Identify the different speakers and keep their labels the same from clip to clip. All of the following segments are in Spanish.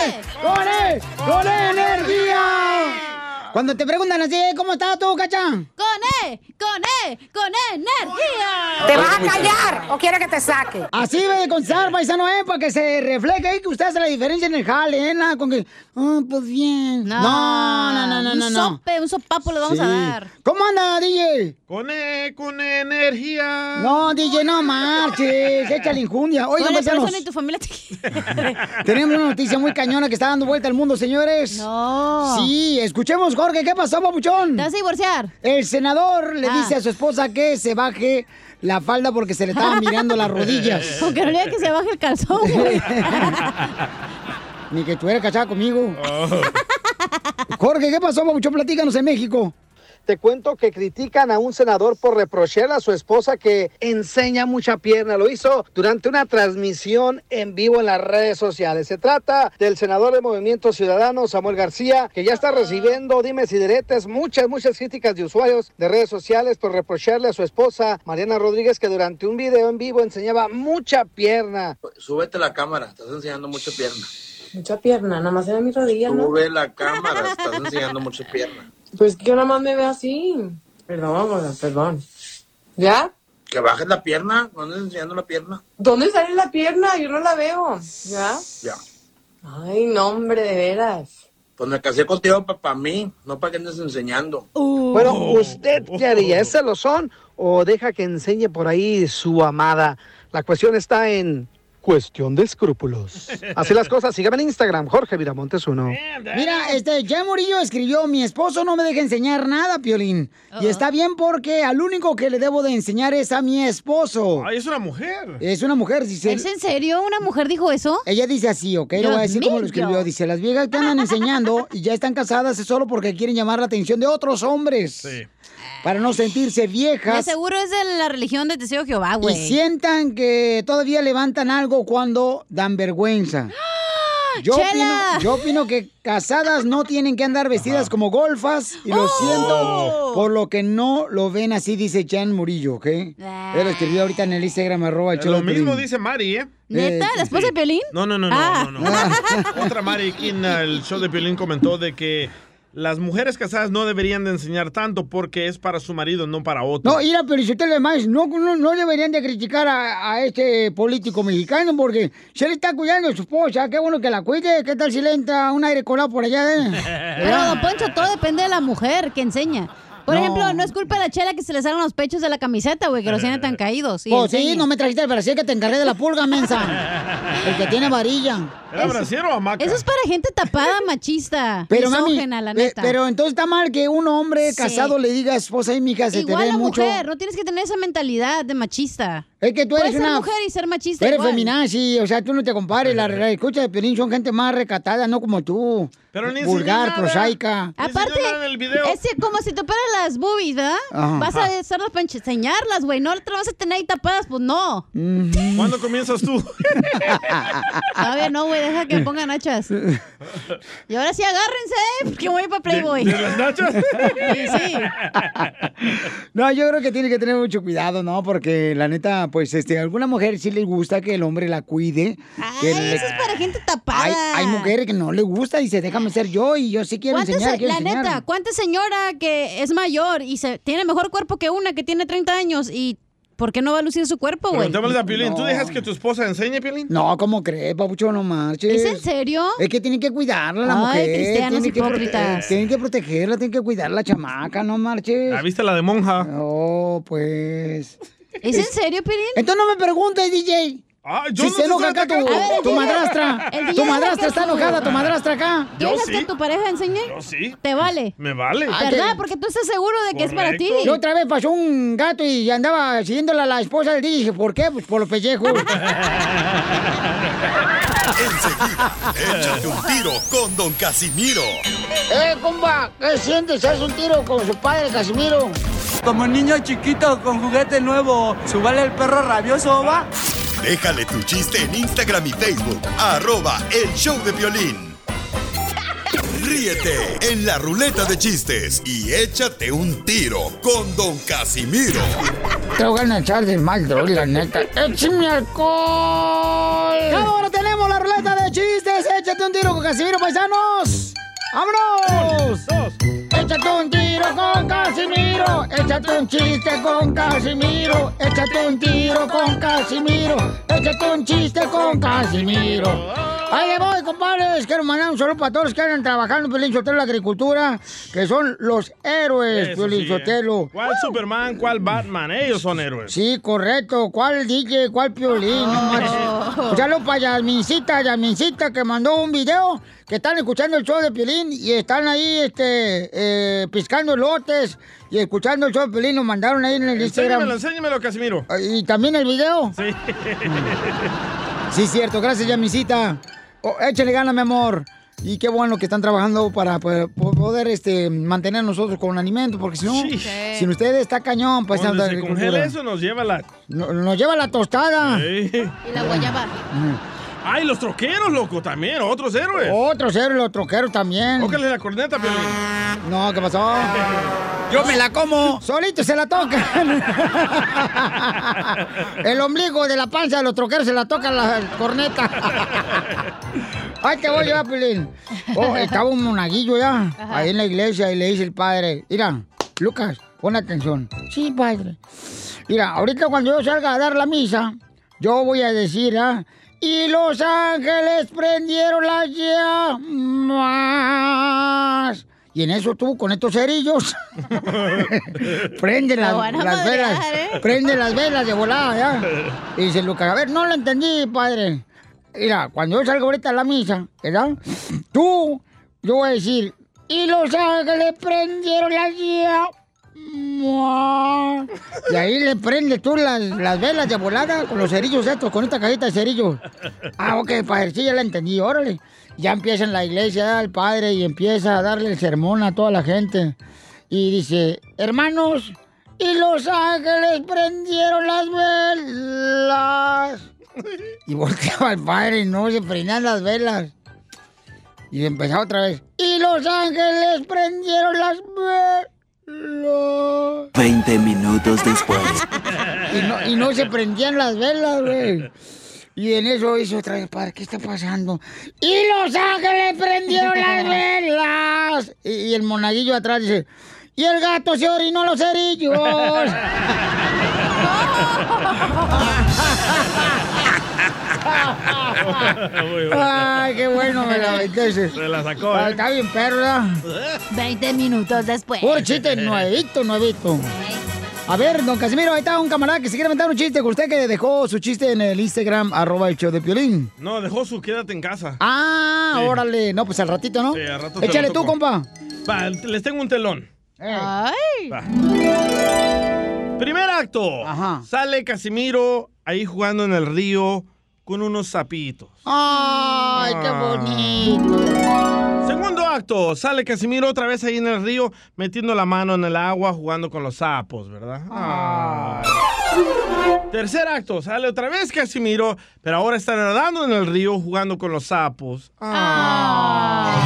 Speaker 1: E.
Speaker 2: E, ¡Con energía! Cuando te preguntan así, "Eh, ¿cómo estás tú, cachán?
Speaker 3: Con E, con E, con energía.
Speaker 1: ¿Te vas a callar o quieres que te saque?
Speaker 2: Así debe de contestar, paisano, ¿eh? Para que se refleje ahí que usted hace la diferencia en el jale, ¿eh? Nada con que, ah, pues bien. No, no, no, no, no.
Speaker 3: Un
Speaker 2: no.
Speaker 3: sope, un sopapo le vamos a
Speaker 2: Sí.
Speaker 3: dar.
Speaker 2: ¿Cómo anda, DJ?
Speaker 4: Con, E, con energía.
Speaker 2: No, DJ, no marches, echa la injundia. Oigan,
Speaker 3: Oye, pero
Speaker 2: paisanos,
Speaker 3: eso ni tu familia te
Speaker 2: tenemos una noticia muy cañona que está dando vuelta al mundo, señores.
Speaker 3: No.
Speaker 2: Sí, escuchemos, Jorge, ¿qué pasó, papuchón? ¿Te vas
Speaker 3: a divorciar?
Speaker 2: El senador le
Speaker 3: Ah.
Speaker 2: dice a su esposa que se baje la falda porque se le estaban mirando las rodillas.
Speaker 3: Aunque no le diga que se baje el calzón, güey.
Speaker 2: Ni que estuviera cachada conmigo.
Speaker 3: Oh.
Speaker 2: Jorge, ¿qué pasó, papuchón? Platícanos en México.
Speaker 5: Te cuento que critican a un senador por reprocharle a su esposa que enseña mucha pierna. Lo hizo durante una transmisión en vivo en las redes sociales. Se trata del senador de Movimiento Ciudadano, Samuel García, que ya está recibiendo, dimes y diretes, muchas, muchas críticas de usuarios de redes sociales por reprocharle a su esposa, Mariana Rodríguez, que durante un video en vivo enseñaba mucha pierna.
Speaker 6: Súbete la cámara, estás enseñando mucha pierna.
Speaker 7: Mucha pierna, nada más se ve mi rodilla, ¿no?
Speaker 6: Sube la cámara, estás enseñando mucha pierna.
Speaker 7: Pues que yo nada más me veo así. Perdón, o sea, perdón. ¿Ya?
Speaker 6: Que bajes la pierna, no andes enseñando la pierna.
Speaker 7: ¿Dónde sale la pierna? Yo no la veo. ¿Ya?
Speaker 6: Ya.
Speaker 7: Ay, no, hombre, de veras.
Speaker 6: Pues me casé contigo para mí, no para que andes enseñando.
Speaker 3: Uh,
Speaker 5: Bueno, ¿usted qué haría? ¿Ese lo son o deja que enseñe por ahí su amada? La cuestión está en cuestión de escrúpulos. Así las cosas. Sígame en Instagram, Jorge Viramontes uno.
Speaker 2: Mira, este, ya Murillo escribió, mi esposo no me deja enseñar nada, Piolín. Y está bien porque al único que le debo de enseñar es a mi esposo.
Speaker 4: Ay, es una mujer.
Speaker 2: Es una mujer, dice.
Speaker 4: ¿Es
Speaker 2: en serio? ¿Una mujer dijo eso? Ella dice así, ¿ok? Lo
Speaker 4: Dios
Speaker 2: voy a decir como lo
Speaker 4: mío.
Speaker 2: escribió. Dice, las viejas que andan enseñando y ya están casadas es solo porque quieren llamar la atención de otros hombres. Para no sentirse
Speaker 3: De
Speaker 2: viejas.
Speaker 3: seguro es de la religión de Teseo Jehová,
Speaker 2: Y
Speaker 3: güey.
Speaker 2: sientan que todavía levantan algo cuando dan vergüenza. Yo
Speaker 3: ¡Chela!
Speaker 2: opino, yo opino que casadas no tienen que andar vestidas como golfas y lo siento por lo que no lo ven así, dice Jan Murillo, ¿ok? Él lo escribió ahorita en el Instagram arroba el show
Speaker 4: Lo
Speaker 2: de
Speaker 4: mismo
Speaker 2: Piolín.
Speaker 4: dice Mari, ¿eh?
Speaker 2: ¿Neta? ¿La esposa de
Speaker 3: Piolín?
Speaker 4: No, no, no, no,
Speaker 2: Ah.
Speaker 4: no, no. Otra Mari aquí en el show de Piolín comentó de que las mujeres casadas no deberían de enseñar tanto porque es para su marido, no para otro.
Speaker 2: No, ir a Pelicotelo más, no, no, no deberían de criticar a, a este político mexicano porque se le está cuidando a su esposa, qué bueno que la cuide, qué tal si le entra un aire colado por allá, eh?
Speaker 3: Pero, don Poncho, todo depende de la mujer que enseña. Por
Speaker 2: No.
Speaker 3: ejemplo, no es culpa de la chela que se le salen los pechos de la camiseta, güey, que los tiene tan caídos. Y
Speaker 2: Pues sí,
Speaker 3: enseña.
Speaker 2: no me trajiste el Brasil que te encargué de la pulga, mensa. El que tiene varilla.
Speaker 4: ¿Era brasiero o hamaca?
Speaker 3: Eso es para gente tapada, machista.
Speaker 2: Pero, mami,
Speaker 3: misógena, la
Speaker 2: eh,
Speaker 3: neta.
Speaker 2: pero entonces está mal que un hombre
Speaker 3: Sí.
Speaker 2: casado le diga a su esposa y mi hija se
Speaker 3: Igual
Speaker 2: te ve
Speaker 3: la
Speaker 2: mucho.
Speaker 3: mujer, no tienes que tener esa mentalidad de machista.
Speaker 2: Es que tú eres
Speaker 3: Puedes ser
Speaker 2: una-
Speaker 3: mujer y ser machista
Speaker 2: Tú eres
Speaker 3: igual.
Speaker 2: feminazi, o sea, tú no te compares. La, la escucha de Piolín son gente más recatada, no como tú.
Speaker 4: Pero ni
Speaker 2: Vulgar,
Speaker 4: enseñó nada.
Speaker 2: prosaica.
Speaker 3: Aparte, es que como si te operan las boobies, ¿verdad?
Speaker 2: Ajá.
Speaker 3: Vas a hacerlas para enseñarlas, güey. No te las vas a tener ahí tapadas, pues no.
Speaker 4: ¿Cuándo comienzas tú?
Speaker 3: Todavía no, güey. Deja que me pongan nachas. Y ahora sí, agárrense, ¿eh? porque voy para Playboy.
Speaker 4: ¿De las nachas?
Speaker 3: Sí, sí.
Speaker 2: No, yo creo que tiene que tener mucho cuidado, ¿no? Porque la neta, pues, este, a alguna mujer sí le gusta que el hombre la cuide. que le-
Speaker 3: Eso es para gente
Speaker 2: hay,
Speaker 3: tapada.
Speaker 2: hay mujeres que no le gusta y dice, déjame ser yo y yo sí quiero
Speaker 3: ¿Cuánta
Speaker 2: enseñar.
Speaker 3: se-
Speaker 2: quiero
Speaker 3: la
Speaker 2: enseñar".
Speaker 3: neta, ¿cuánta señora que es mayor y se tiene mejor cuerpo que una que tiene 30 años y por qué no va a lucir su cuerpo, güey?
Speaker 4: Preguntémosle a Piolín, ¿tú
Speaker 2: No.
Speaker 4: dejas que tu esposa enseñe, Piolín?
Speaker 2: No, ¿cómo crees, papucho? No marches.
Speaker 3: ¿Es en serio?
Speaker 2: Es que tiene que cuidarla la
Speaker 3: Ay,
Speaker 2: mujer.
Speaker 3: cristianos
Speaker 2: tiene que
Speaker 3: hipócritas.
Speaker 2: prote- tienen que protegerla, tienen que cuidar la chamaca, no marches.
Speaker 4: ¿La viste la de monja?
Speaker 2: No, pues.
Speaker 3: ¿Es en serio, Pirín?
Speaker 2: Entonces no me preguntes, DJ.
Speaker 4: Ah,
Speaker 3: yo
Speaker 2: si
Speaker 3: no
Speaker 2: se
Speaker 3: te
Speaker 2: enoja
Speaker 3: estoy
Speaker 2: acá tu,
Speaker 3: atacando. A ver,
Speaker 2: tu
Speaker 3: el DJ
Speaker 2: madrastra.
Speaker 3: el DJ es
Speaker 2: Tu
Speaker 3: el
Speaker 2: madrastra
Speaker 3: que
Speaker 2: está
Speaker 3: tú-
Speaker 2: enojada, tu madrastra acá.
Speaker 3: ¿Tú dejas que tu pareja enseñe? Yo
Speaker 4: sí.
Speaker 3: ¿Te vale?
Speaker 4: Me vale.
Speaker 2: Ah,
Speaker 3: ¿Verdad? Porque tú estás seguro de que es para ti.
Speaker 2: Y otra vez pasó un gato y andaba siguiéndola a la esposa del DJ. Dije, ¿por qué? Pues por los pellejos.
Speaker 8: Enseguida, échate un tiro con Don Casimiro.
Speaker 2: ¡Eh, compa! ¿Qué sientes? ¿Haz un tiro con su padre, Casimiro?
Speaker 9: Como niño chiquito con juguete nuevo, subale el perro rabioso, va.
Speaker 8: Déjale tu chiste en Instagram y Facebook, arroba el show de violín. Ríete en la ruleta de chistes y échate un tiro con Don Casimiro.
Speaker 2: Te voy a echar de mal, droga, la neta. ¡Échame alcohol! ¡Ahora tenemos la ruleta de chistes! ¡Échate échate un tiro con Casimiro, paisanos. ¡Vámonos! Échate un tiro con Casimiro. Échate un chiste con Casimiro. Échate un tiro con Casimiro. Échate un chiste con Casimiro. Ahí le voy, compadres. Quiero mandar un saludo para todos los que andan trabajando en Piolín Sotelo la agricultura, que son los héroes,
Speaker 4: Eso
Speaker 2: Piolín
Speaker 4: sí,
Speaker 2: Sotelo.
Speaker 4: ¿eh? ¿Cuál Superman? ¿Cuál Batman? Ellos son héroes.
Speaker 2: Sí, correcto. ¿Cuál DJ? ¿Cuál piolín? No marches. Ya lo para Yasmincita, Yasmincita, que mandó un video que están escuchando el show de Piolín y están ahí este, eh, piscando lotes y escuchando el show de Piolín. Lo mandaron ahí en el
Speaker 4: Enséñamelo,
Speaker 2: Instagram.
Speaker 4: enséñamelo, Casimiro.
Speaker 2: ¿Y también el video?
Speaker 4: Sí.
Speaker 2: Sí, cierto. Gracias, Yasmincita. Oh, échale gana, mi amor. Y qué bueno que están trabajando para poder, poder, este, mantener nosotros con alimento, porque si no,
Speaker 4: Sí.
Speaker 2: sin ustedes está cañón. Pues,
Speaker 4: Cuando
Speaker 2: tanta
Speaker 4: se
Speaker 2: agricultura.
Speaker 4: congela eso nos lleva la...
Speaker 2: No- nos lleva la tostada.
Speaker 3: Y la guayaba.
Speaker 4: Ay, los troqueros, loco, también. Otros héroes.
Speaker 2: Otros héroes, los troqueros también.
Speaker 4: Tócale la corneta, Piolín.
Speaker 2: No, ¿qué pasó? Yo me la como. Solito se la tocan. El ombligo de la panza de los troqueros se la toca la corneta. Ay, te voy yo, Pilín. Oh, estaba un monaguillo ya, ahí en la iglesia, y le dice el padre, mira, Lucas, pon atención. Sí, padre. Mira, ahorita cuando yo salga a dar la misa, yo voy a decir, ah, y los ángeles prendieron las llamas. Y en eso tú, con estos cerillos, prende
Speaker 3: Lo
Speaker 2: las,
Speaker 3: van a
Speaker 2: las velas.
Speaker 3: madrear, ¿eh?
Speaker 2: Prende las velas de volada, ¿ya? Y dice Lucas, a ver, no lo entendí, padre. Mira, cuando yo salgo ahorita a la misa, ¿verdad? Tú, yo voy a decir, y los ángeles prendieron las llamas. Y ahí le prende tú las, las velas de volada con los cerillos estos, con esta cajita de cerillos. Ah, ok, padre, sí, ya la entendí, órale. Ya empieza en la iglesia el padre y empieza a darle el sermón a toda la gente. Y dice, hermanos, y los ángeles prendieron las velas. Y volteaba el padre y no se prendían las velas. Y empezaba otra vez. Y los ángeles prendieron las velas.
Speaker 10: 20 minutos después.
Speaker 2: Y no, y no se prendían las velas, güey. Y en eso hizo otra vez, padre, ¿qué está pasando? Y los ángeles prendieron las velas. Y, y el monaguillo atrás dice, y el gato se orinó los cerillos. Ay, qué bueno me la aventaste.
Speaker 4: Se la sacó,
Speaker 2: Ay,
Speaker 4: ¿eh?
Speaker 2: Está bien, perra.
Speaker 3: 20 minutos después.
Speaker 2: Por chiste, nuevito, nuevito. A ver, don Casimiro, ahí está un camarada que se quiere meter un chiste con usted que dejó su chiste en el Instagram, arroba el show de Piolín.
Speaker 4: No, dejó su quédate en casa.
Speaker 2: Ah,
Speaker 4: Sí.
Speaker 2: órale. No, pues al ratito, ¿no?
Speaker 4: Sí, al rato se
Speaker 2: Échale
Speaker 4: lo
Speaker 2: tú,
Speaker 4: toco.
Speaker 2: compa.
Speaker 4: Va, les tengo un telón.
Speaker 3: Ay.
Speaker 4: Primer acto. Sale Casimiro ahí jugando en el río con unos sapitos.
Speaker 2: Ay, qué bonito.
Speaker 4: Segundo acto. Sale Casimiro otra vez ahí en el río metiendo la mano en el agua jugando con los sapos, ¿verdad? Ay. Tercer acto. Sale otra vez Casimiro, pero ahora está nadando en el río jugando con los sapos. Ah.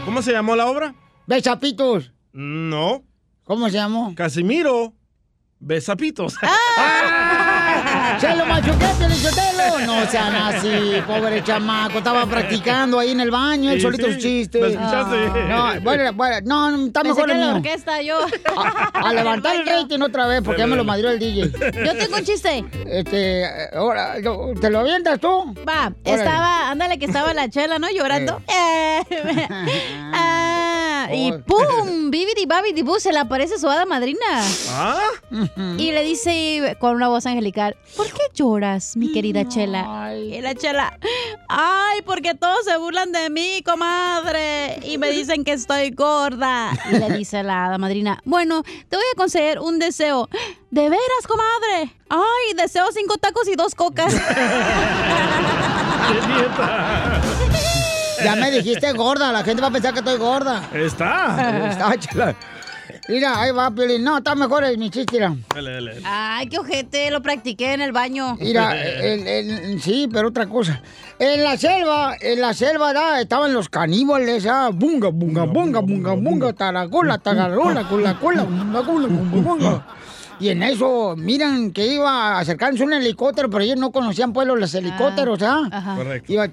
Speaker 4: ¿Cómo se llamó la obra?
Speaker 2: Besapitos.
Speaker 4: No.
Speaker 2: ¿Cómo se llamó?
Speaker 4: Casimiro Besapitos.
Speaker 2: Ah. ¡Se lo machuqué, Pelichotelo! No sean así, pobre chamaco. Estaba practicando ahí en el baño, él
Speaker 4: Sí,
Speaker 2: solito
Speaker 4: sí.
Speaker 2: sus chistes.
Speaker 4: ¿Me escuchaste?
Speaker 2: No, bueno, bueno, no, no, está
Speaker 3: Pensé
Speaker 2: mejor
Speaker 3: que
Speaker 2: el
Speaker 3: la
Speaker 2: mío. Ah,
Speaker 3: orquesta yo.
Speaker 2: A levantar el rating otra vez, porque ya me lo madrió el DJ.
Speaker 3: Yo tengo un chiste.
Speaker 2: Este, ahora, yo- ¿te lo avientas tú?
Speaker 3: Va, estaba, ándale que estaba la chela, ¿no? Llorando. Eh, ah, y ¡pum! Bibidi babidi bu, se le aparece su hada madrina.
Speaker 4: ¿Ah?
Speaker 10: Mm.
Speaker 3: Y le dice con una voz angelical, ¿por qué lloras, mi querida chela? Y Eh, la chela, ¡ay, porque todos se burlan de mí, comadre! Y me dicen que estoy gorda. Y le dice la hada madrina, bueno, te voy a conceder un deseo. ¿De veras, comadre? ¡Ay, deseo cinco tacos y dos cocas!
Speaker 2: Ya me dijiste gorda, la gente va a pensar que estoy gorda.
Speaker 4: Está.
Speaker 2: Está chela. Mira, ahí va, Piolín. No, está mejor el mi chiste, mira.
Speaker 4: Dale, dale, dale.
Speaker 3: Ay, qué ojete, lo practiqué en el baño.
Speaker 2: Mira, el- el- sí, pero otra cosa. En la selva, en la selva da, estaban los caníbales, ah, bunga, bunga, bunga, bunga, bunga, taragola, taragola, cula, cula, bunga, cula, bunga, bunga. Y en eso, miran que iba a acercarse un pues, ¿ah? helicóptero, pero ellos no conocían pueblos los helicópteros, ¿ah?
Speaker 4: Correcto.
Speaker 2: Iba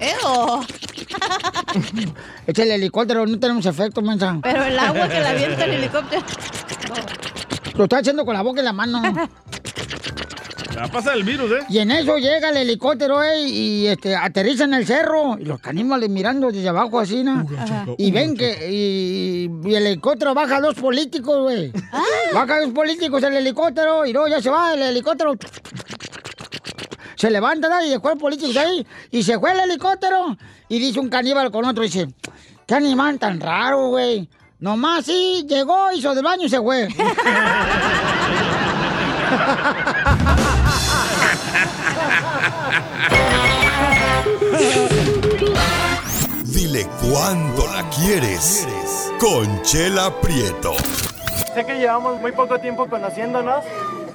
Speaker 3: Ew.
Speaker 2: Es el helicóptero, no tenemos efecto, mensa.
Speaker 3: Pero el agua que la avienta el helicóptero.
Speaker 2: Lo está haciendo con la boca y la mano.
Speaker 4: La pasa el virus, ¿eh?
Speaker 2: Y en eso llega el helicóptero, eh, y este, aterriza en el cerro. Y los caníbales mirando desde abajo así, ¿no?
Speaker 11: Ajá.
Speaker 2: Y ven que y, y el helicóptero baja dos políticos, güey. Baja dos políticos el helicóptero y luego ya se va el helicóptero. Se levanta ¿no? y después el político está ahí y se fue el helicóptero. Y dice un caníbal con otro, dice, qué animal tan raro, güey. Nomás sí, llegó, hizo del baño y se fue.
Speaker 8: Dile cuándo la quieres. Conchela Prieto.
Speaker 12: Sé que llevamos muy poco tiempo conociéndonos.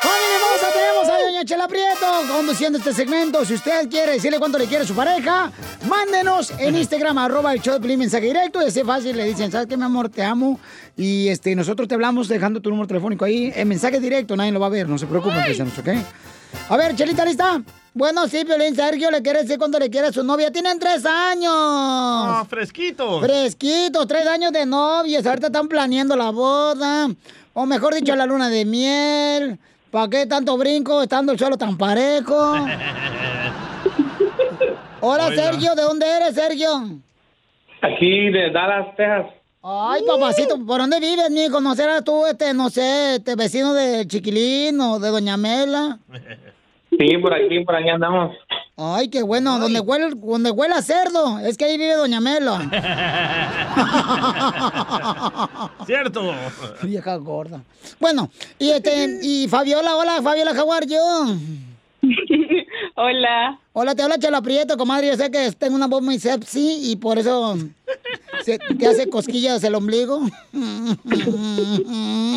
Speaker 2: ¡Familia hermosa! Tenemos a Doña Chela Prieto conduciendo este segmento. Si usted quiere decirle cuánto le quiere a su pareja, mándenos en Instagram, arroba el show de Piolín, mensaje directo. Y así fácil le dicen, ¿sabes qué, mi amor? Te amo. Y este, nosotros te hablamos dejando tu número telefónico ahí. En mensaje directo, nadie lo va a ver. No se preocupen, paisanos, ¿ok? A ver, Chelita, ¿lista? Bueno, sí, Piolín, Sergio le quiere decir cuánto le quiere a su novia. Tienen tres años.
Speaker 4: Ah, fresquito.
Speaker 2: Fresquito, tres años de novias. Ahorita están planeando la boda. O mejor dicho, la luna de miel. ¿Para qué tanto brinco estando el suelo tan parejo? Hola,
Speaker 11: Oiga.
Speaker 2: Sergio. ¿De dónde eres, Sergio?
Speaker 13: Aquí de Dallas, Texas.
Speaker 2: Ay, papacito, ¿por dónde vives, mijo? ¿No serás tú, este, no sé, este vecino de Chiquilín o de Doña Mela?
Speaker 13: Sí, por aquí, por allá andamos.
Speaker 2: Ay, qué bueno. Donde huele, donde huele a cerdo. Es que ahí vive Doña Mela.
Speaker 4: Cierto.
Speaker 2: Vieja gorda. Bueno, y este, y Fabiola, hola, Fabiola Jaguar, yo.
Speaker 14: hola.
Speaker 2: Hola, te habla Chela Prieto, comadre. Yo sé que tengo una voz muy sexy y por eso se- te hace cosquillas el ombligo.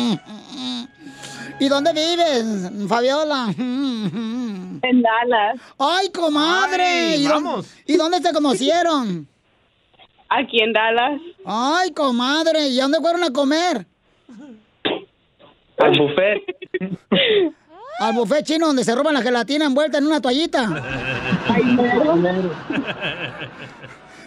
Speaker 2: ¿Y dónde vives, Fabiola? En
Speaker 14: Dallas.
Speaker 2: ¡Ay, comadre!
Speaker 14: Ay,
Speaker 2: ¿Y dó-
Speaker 14: vamos.
Speaker 2: ¿Y dónde se conocieron?
Speaker 14: Aquí en Dallas.
Speaker 2: ¡Ay, comadre! ¿Y a dónde fueron a comer?
Speaker 13: Al buffet.
Speaker 2: Al buffet chino donde se roban la gelatina envuelta en una toallita.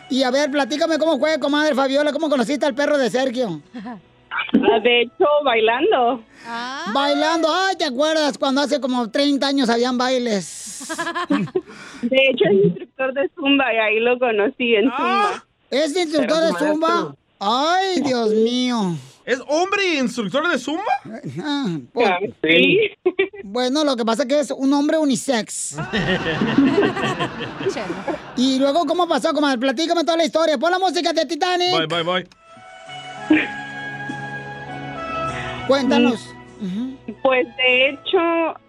Speaker 2: Y a ver, platícame cómo fue, comadre Fabiola, cómo conociste al perro de Sergio.
Speaker 14: Ah, De hecho, bailando.
Speaker 2: Bailando, ay, ¿te acuerdas cuando hace como 30 años habían bailes?
Speaker 14: De hecho, es instructor de Zumba y ahí lo conocí en Zumba.
Speaker 2: Ah, ¿Es instructor de Zumba? Ay, Dios mío.
Speaker 4: ¿Es hombre y instructor de Zumba?
Speaker 2: Sí. Bueno, lo que pasa es que es un hombre unisex. Y luego, ¿cómo pasó, comadre? Platícame toda la historia. Pon la música de Titanic.
Speaker 4: Voy, voy, voy.
Speaker 2: Cuéntanos.
Speaker 14: Pues de hecho,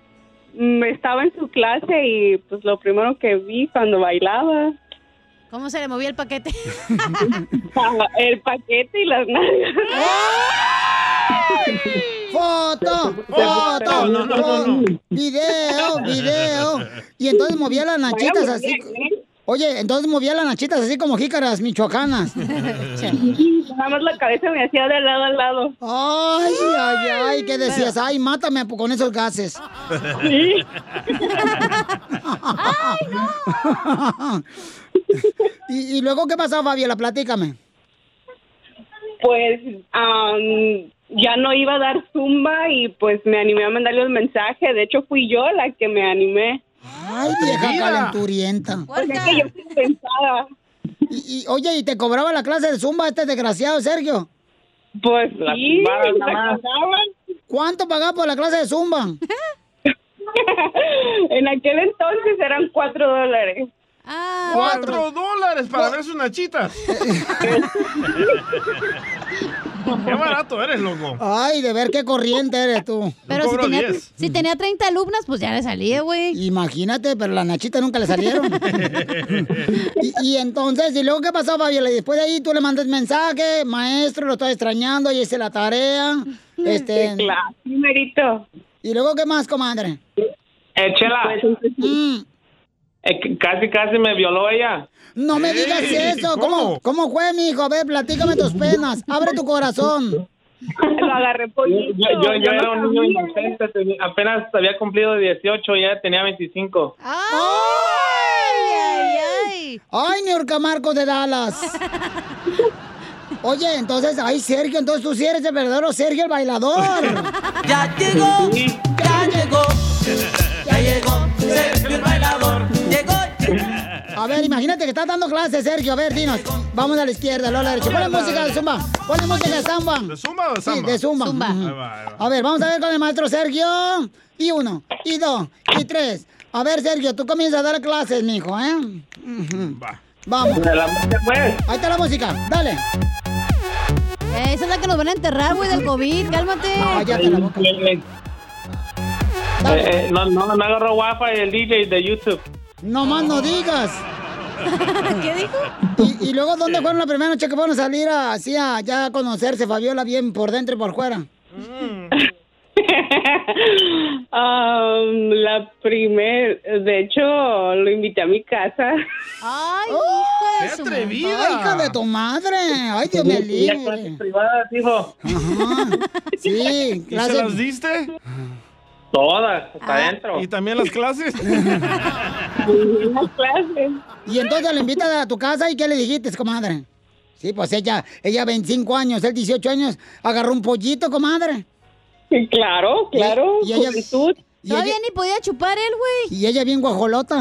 Speaker 14: mm, estaba en su clase y pues lo primero que vi cuando bailaba.
Speaker 3: ¿Cómo se le movía el paquete?
Speaker 14: estaba El paquete y las nalgas.
Speaker 2: Foto,
Speaker 14: No,
Speaker 2: foto,
Speaker 14: no, no, no, no.
Speaker 2: foto, video, video. Y entonces movía las nachitas
Speaker 14: Bailamos
Speaker 2: así.
Speaker 14: bien, ¿eh?
Speaker 2: Oye, entonces movía las nachitas así como jícaras michoacanas.
Speaker 14: Sí, Nada más la cabeza me hacía de lado a lado.
Speaker 2: Ay, ay, ay, ¿qué decías? Ay, mátame con esos gases. ¡Ay, no! y, y luego qué pasó, Fabiola? Platícame.
Speaker 14: Pues am, ya no iba a dar zumba y pues me animé a mandarle un mensaje. De hecho, fui yo la que me animé.
Speaker 2: Ay, vieja calenturienta.
Speaker 14: Porque es que yo fui pensada.
Speaker 2: Y, y, oye, ¿y te cobraba la clase de zumba este desgraciado, Sergio?
Speaker 14: Pues sí,
Speaker 2: zumbadas
Speaker 14: la
Speaker 2: nada más.
Speaker 14: cobraban.
Speaker 2: ¿Cuánto pagaba por la clase de zumba?
Speaker 14: En aquel entonces eran cuatro dólares.
Speaker 4: Cuatro dólares para ver sus nachitas. Qué barato eres, loco.
Speaker 2: Ay, de ver qué corriente eres tú.
Speaker 3: Pero si tenía, si tenía 30 alumnas, pues ya le salía, güey.
Speaker 2: Imagínate, pero las nachitas nunca le salieron. y, y entonces, ¿y luego qué pasó, Fabiola? Y después de ahí tú le mandas mensaje, maestro, lo estoy extrañando, y hice la tarea. Este,
Speaker 14: Sí, claro, primerito.
Speaker 2: ¿Y luego qué más, comadre?
Speaker 13: Eh, Chela.
Speaker 14: Pues, entonces,
Speaker 15: Eh, c- casi, casi me violó ella.
Speaker 2: No me digas eso. ¿Cómo, ¿Cómo fue, mijo? Ve, platícame tus penas. Abre tu corazón.
Speaker 12: Lo agarré
Speaker 15: Yo, yo, yo
Speaker 2: yo no
Speaker 15: era un niño inocente, tenía- apenas había cumplido 18 y ella tenía 25.
Speaker 2: ¡Ay, ay, ay! ¡Ay, mi Orca Marcos de Dallas! Oye, entonces, ay, Sergio, entonces tú sí eres el verdadero Sergio el bailador. ¡Ya llegó! ¡Ya llegó! ¡Ya llegó Sergio el bailador! ¡Llegó! A ver, imagínate que estás dando clases, Sergio. A ver, dinos. Vamos a la izquierda, luego a la derecha. Ponle música de zumba. Ponle música de zamba. ¿De
Speaker 4: zumba o de
Speaker 2: Sí, de zumba. Ujú.
Speaker 4: Ahí va, ahí va.
Speaker 2: A ver, vamos a ver con el maestro Sergio. Y uno, y dos, y tres. A ver, Sergio, tú comienzas a dar clases, mijo, ¿eh? Ujú. Vamos. Ahí está la música, dale.
Speaker 3: Eh, Esa es la que nos van a enterrar, güey, del COVID. Cálmate.
Speaker 15: Eh, eh, no, no, me agarró guapa el DJ de YouTube.
Speaker 2: No más no digas.
Speaker 3: ¿Qué
Speaker 2: dijo? Y, y luego, ¿dónde fueron la primera noche que fueron a salir a- así a ya a conocerse, Fabiola, bien por dentro y por fuera?
Speaker 12: Um, la primer, de hecho, lo invité a mi casa.
Speaker 3: ¡Ay,
Speaker 2: hija
Speaker 12: ¡Qué
Speaker 2: de su
Speaker 12: atrevida!
Speaker 2: madre! ¡Oh! ¡Ay, hija de tu madre! ¡Ay, Dios me libre!
Speaker 15: privadas, hijo.
Speaker 2: Sí,
Speaker 4: ¿Y se
Speaker 2: gracias.
Speaker 4: las diste?
Speaker 15: Todas, hasta
Speaker 2: Ah.
Speaker 15: adentro.
Speaker 4: ¿Y también las clases?
Speaker 2: Y entonces le invitas a tu casa y ¿qué le dijiste, comadre? Sí, pues ella, ella 25 años, él 18 años, agarró un pollito, comadre.
Speaker 12: Claro, claro,
Speaker 2: Y, ella,
Speaker 3: Todavía ni podía chupar él, güey.
Speaker 2: y ella bien guajolota.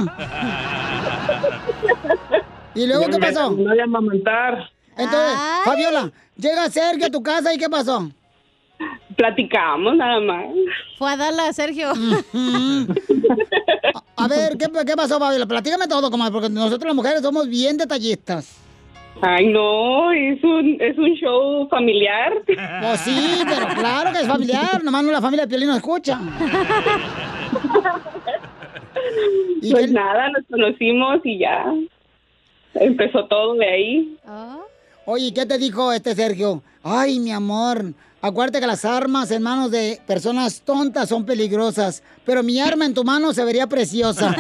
Speaker 2: ¿Y luego
Speaker 15: Ya
Speaker 2: qué
Speaker 15: me
Speaker 2: pasó?
Speaker 15: terminó de amamantar.
Speaker 2: Entonces, Fabiola, llega Sergio a tu casa y ¿qué pasó?
Speaker 12: Platicamos nada más.
Speaker 3: Fue a darla a Sergio.
Speaker 2: A ver, ¿qué, qué pasó, Fabiola? Platícame todo, comadre, porque nosotros las mujeres somos bien detallistas.
Speaker 12: Ay, no, es un, es un show familiar.
Speaker 2: Pues sí, pero claro que es familiar, nomás no la familia de Piolín no escucha.
Speaker 12: pues nada, nos conocimos y ya. Empezó todo de ahí.
Speaker 2: Oye, ¿y ¿qué te dijo este Sergio? Ay, mi amor, acuérdate que las armas en manos de personas tontas son peligrosas, pero mi arma en tu mano se vería preciosa.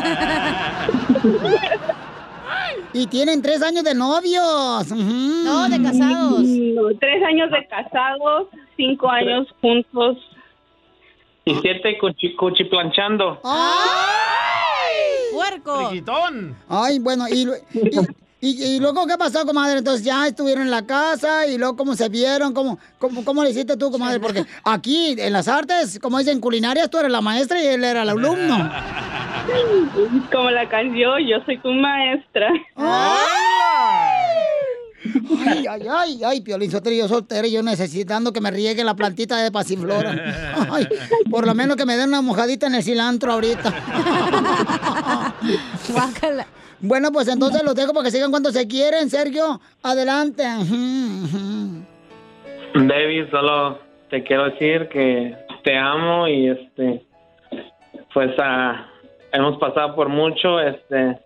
Speaker 2: y tienen tres años de novios. No, de casados.
Speaker 12: No, tres años de casados, cinco años juntos.
Speaker 15: Y siete cuchi, cuchiplanchando.
Speaker 3: ¡Puerco!
Speaker 2: Ay, bueno, y, lu- y, y- y luego, ¿qué pasó, comadre? Entonces ya estuvieron en la casa y luego, ¿cómo se vieron? ¿Cómo, cómo, cómo le hiciste tú, comadre? Porque aquí, en las artes, como dicen, culinarias, tú eres la maestra y él era el alumno.
Speaker 12: Como la canción, yo soy tu maestra.
Speaker 2: Ay, ay, ay, ay, Piolín Sotelo, yo soltero, yo necesitando que me riegue la plantita de pasiflora. Ay, por lo menos que me den una mojadita en el cilantro ahorita. Bueno, pues entonces los dejo para que sigan cuando se quieren, Sergio. Adelante. Ujú, ujú.
Speaker 15: Baby, solo te quiero decir que te amo y este, pues ah, hemos pasado por mucho, este,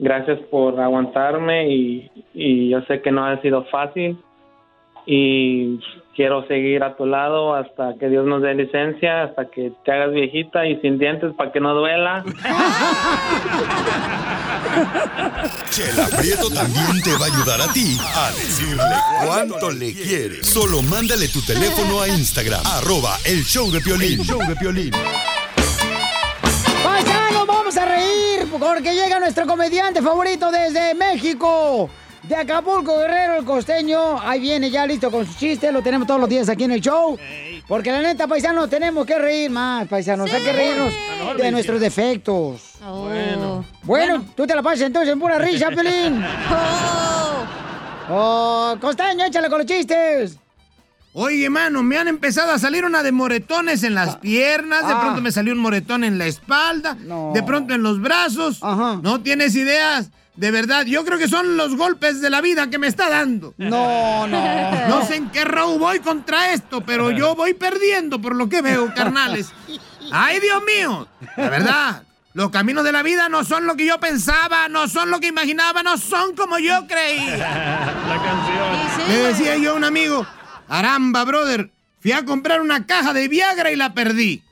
Speaker 15: gracias por aguantarme y, y yo sé que no ha sido fácil y quiero seguir a tu lado hasta que Dios nos dé licencia, hasta que te hagas viejita y sin dientes para que no duela.
Speaker 8: Chela Prieto también te va a ayudar a ti a decirle cuánto le quieres. Solo mándale tu teléfono a Instagram, arroba el show de Piolín. show de Piolín.
Speaker 2: ¡Paisanos, vamos a reír! Porque llega nuestro comediante favorito desde México. De Acapulco, Guerrero, el costeño. Ahí viene ya listo con su chiste. Lo tenemos todos los días aquí en el show. Porque la neta, paisanos, tenemos que reír más, paisanos. Hay que reírnos de nuestros defectos.
Speaker 3: Bueno.
Speaker 2: Bueno, tú te la pasas entonces en pura risa, Pelín. Oh, costeño, échale con los chistes.
Speaker 11: Oye, mano, me han empezado a salir una de moretones en las piernas, de
Speaker 2: ah.
Speaker 11: pronto me salió un moretón en la espalda, de pronto en los brazos. No tienes ideas, de verdad. Yo creo que son los golpes de la vida que me está dando.
Speaker 2: No, no.
Speaker 11: No sé en qué row voy contra esto, pero yo voy perdiendo por lo que veo, carnales. ¡Ay, Dios mío! La verdad, los caminos de la vida no son lo que yo pensaba, no son lo que imaginaba, no son como yo creía.
Speaker 4: La canción.
Speaker 11: Le decía yo a un amigo, Aramba, brother, fui a comprar una caja de Viagra y la perdí.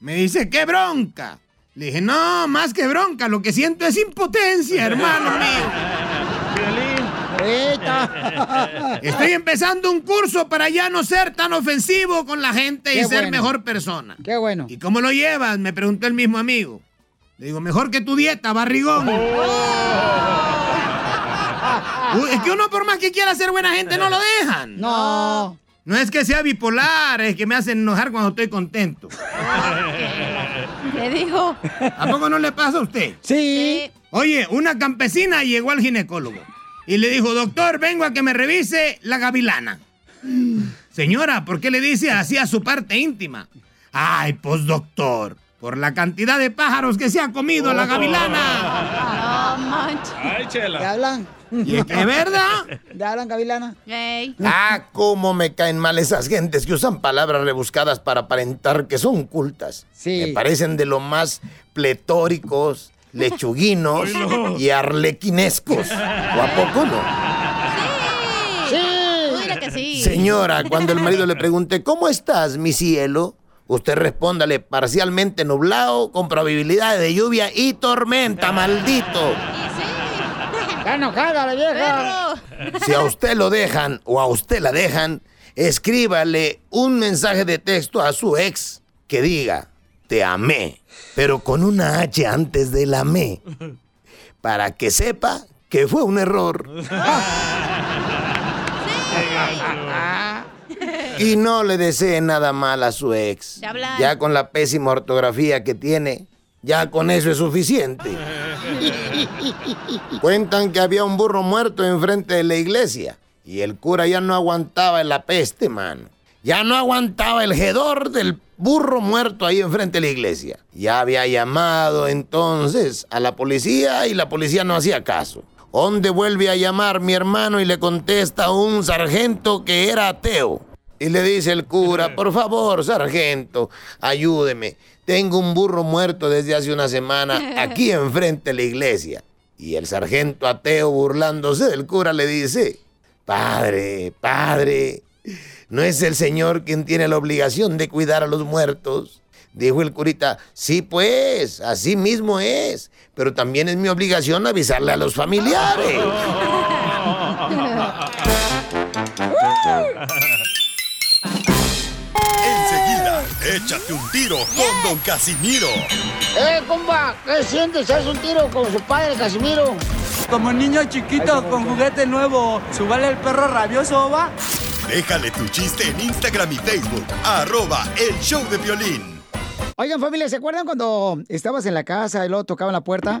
Speaker 11: Me dice, qué bronca. Le dije, no, más que bronca, lo que siento es impotencia, hermano mío. Estoy empezando un curso para ya no ser tan ofensivo con la gente y
Speaker 2: Qué
Speaker 11: ser
Speaker 2: bueno.
Speaker 11: mejor persona.
Speaker 2: Qué bueno.
Speaker 11: ¿Y cómo lo llevas? Me preguntó el mismo amigo. Le digo, mejor que tu dieta, barrigón.
Speaker 2: Oh.
Speaker 11: Uy, es que uno por más que quiera ser buena gente no lo dejan.
Speaker 2: No.
Speaker 11: No es que sea bipolar, es que me hacen enojar cuando estoy contento.
Speaker 3: Le dijo.
Speaker 11: ¿A poco no le pasa a usted?
Speaker 2: Sí.
Speaker 11: Oye, una campesina llegó al ginecólogo y le dijo, doctor, vengo a que me revise la gavilana. Señora, ¿por qué le dice así a su parte íntima? Ay, pues doctor, por la cantidad de pájaros que se ha comido la gavilana.
Speaker 3: No manches.
Speaker 4: Ay, chela.
Speaker 2: ¿Te hablan?
Speaker 11: Y es que, ¿verdad?
Speaker 2: ¿Te hablan, Gavilana?
Speaker 3: Ey.
Speaker 16: Ah, cómo me caen mal esas gentes que usan palabras rebuscadas para aparentar que son cultas.
Speaker 2: Sí.
Speaker 16: Me parecen de lo más pletóricos, lechuguinos
Speaker 2: Ay, no.
Speaker 16: y arlequinescos. ¿O a poco no?
Speaker 3: Sí. Tú dirás que sí.
Speaker 16: Señora, cuando el marido le pregunte, ¿cómo estás, mi cielo? Usted respóndale, parcialmente nublado, con probabilidad de lluvia y tormenta, maldito.
Speaker 2: Está enojada la vieja.
Speaker 16: Si a usted lo dejan o a usted la dejan, escríbale un mensaje de texto a su ex que diga, te amé, pero con una H antes del amé, para que sepa que fue un error y no le desee nada mal a su ex.
Speaker 3: Ya hablan.
Speaker 16: Ya con la pésima ortografía que tiene, ya con eso es suficiente. Cuentan que había un burro muerto enfrente de la iglesia y el cura ya no aguantaba la peste, mano. Ya no aguantaba el hedor del burro muerto ahí enfrente de la iglesia. Ya había llamado entonces a la policía y la policía no hacía caso. Donde vuelve a llamar mi hermano y le contesta un sargento que era ateo. Y le dice el cura, por favor, sargento, ayúdeme. Tengo un burro muerto desde hace una semana aquí enfrente de la iglesia. Y el sargento ateo, burlándose del cura, le dice, Padre, padre, ¿no es el Señor quien tiene la obligación de cuidar a los muertos? Dijo el curita, sí pues, así mismo es, pero también es mi obligación avisarle a los familiares.
Speaker 8: Enseguida, échate un tiro con Don Casimiro.
Speaker 2: ¡Eh, compa! ¿Qué sientes? ¿Haz un tiro con su padre, Casimiro?
Speaker 9: Como niño chiquito con juguete nuevo, subale el perro rabioso, va.
Speaker 8: Déjale tu chiste en Instagram y Facebook, arroba el show de violín.
Speaker 2: Oigan, familia, ¿se acuerdan cuando estabas en la casa y luego tocaban la puerta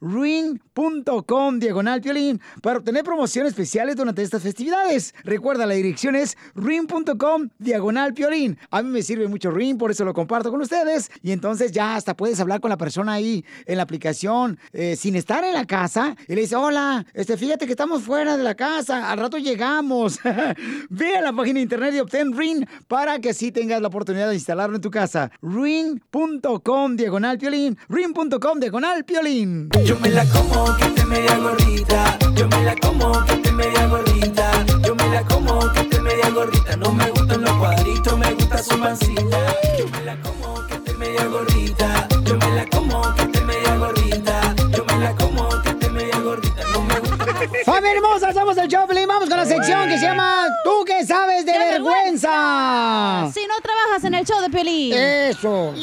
Speaker 2: Ring.com diagonal piolín para obtener promociones especiales durante estas festividades. Recuerda, la dirección es ring.com diagonal piolín. A mí me sirve mucho Ring, por eso lo comparto con ustedes. Y entonces ya hasta puedes hablar con la persona ahí en la aplicación eh, sin estar en la casa y le dice, hola, este, fíjate que estamos fuera de la casa, al rato llegamos. Ve a la página de internet y obtén Ring para que así tengas la oportunidad de instalarlo en tu casa. Ring.com diagonal piolín. Ring.com diagonal piolín.
Speaker 10: Yo me la como que te media gordita. Yo me la como que te media gordita. Yo me la como que te media gordita. No me gustan los cuadritos, me gusta su pancita. Yo me la como que te media gordita. Yo me la como que te media gordita. Yo me la como que te media gordita. No me gusta.
Speaker 2: Familia hermosa, somos el Choplin. Vamos con la sección que se llama Tú que sabes de vergüenza.
Speaker 3: Si no trabajas en el show de Piolín.
Speaker 2: Eso.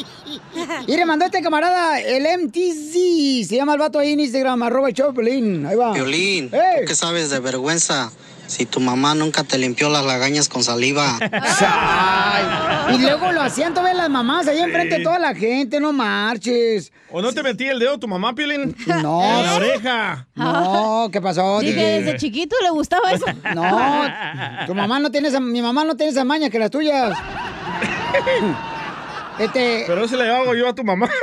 Speaker 2: Y le mandó este camarada el MTZ. Se llama el vato ahí en Instagram, arroba el Choplin. Ahí va.
Speaker 17: Violín, ¿tú qué sabes de vergüenza? Si tu mamá nunca te limpió las lagañas con saliva.
Speaker 2: Y luego lo hacían todas las mamás ahí enfrente de toda la gente, no marches.
Speaker 4: ¿O no te metí el dedo tu mamá, Piolín?
Speaker 2: No.
Speaker 4: En la oreja.
Speaker 2: No, ¿qué pasó?
Speaker 4: Dije,
Speaker 2: DJ?
Speaker 4: desde
Speaker 3: chiquito le gustaba eso.
Speaker 2: No, tu mamá no tiene esa, mi mamá no tiene esa maña que las tuyas. Este...
Speaker 4: Pero eso le hago yo a tu mamá.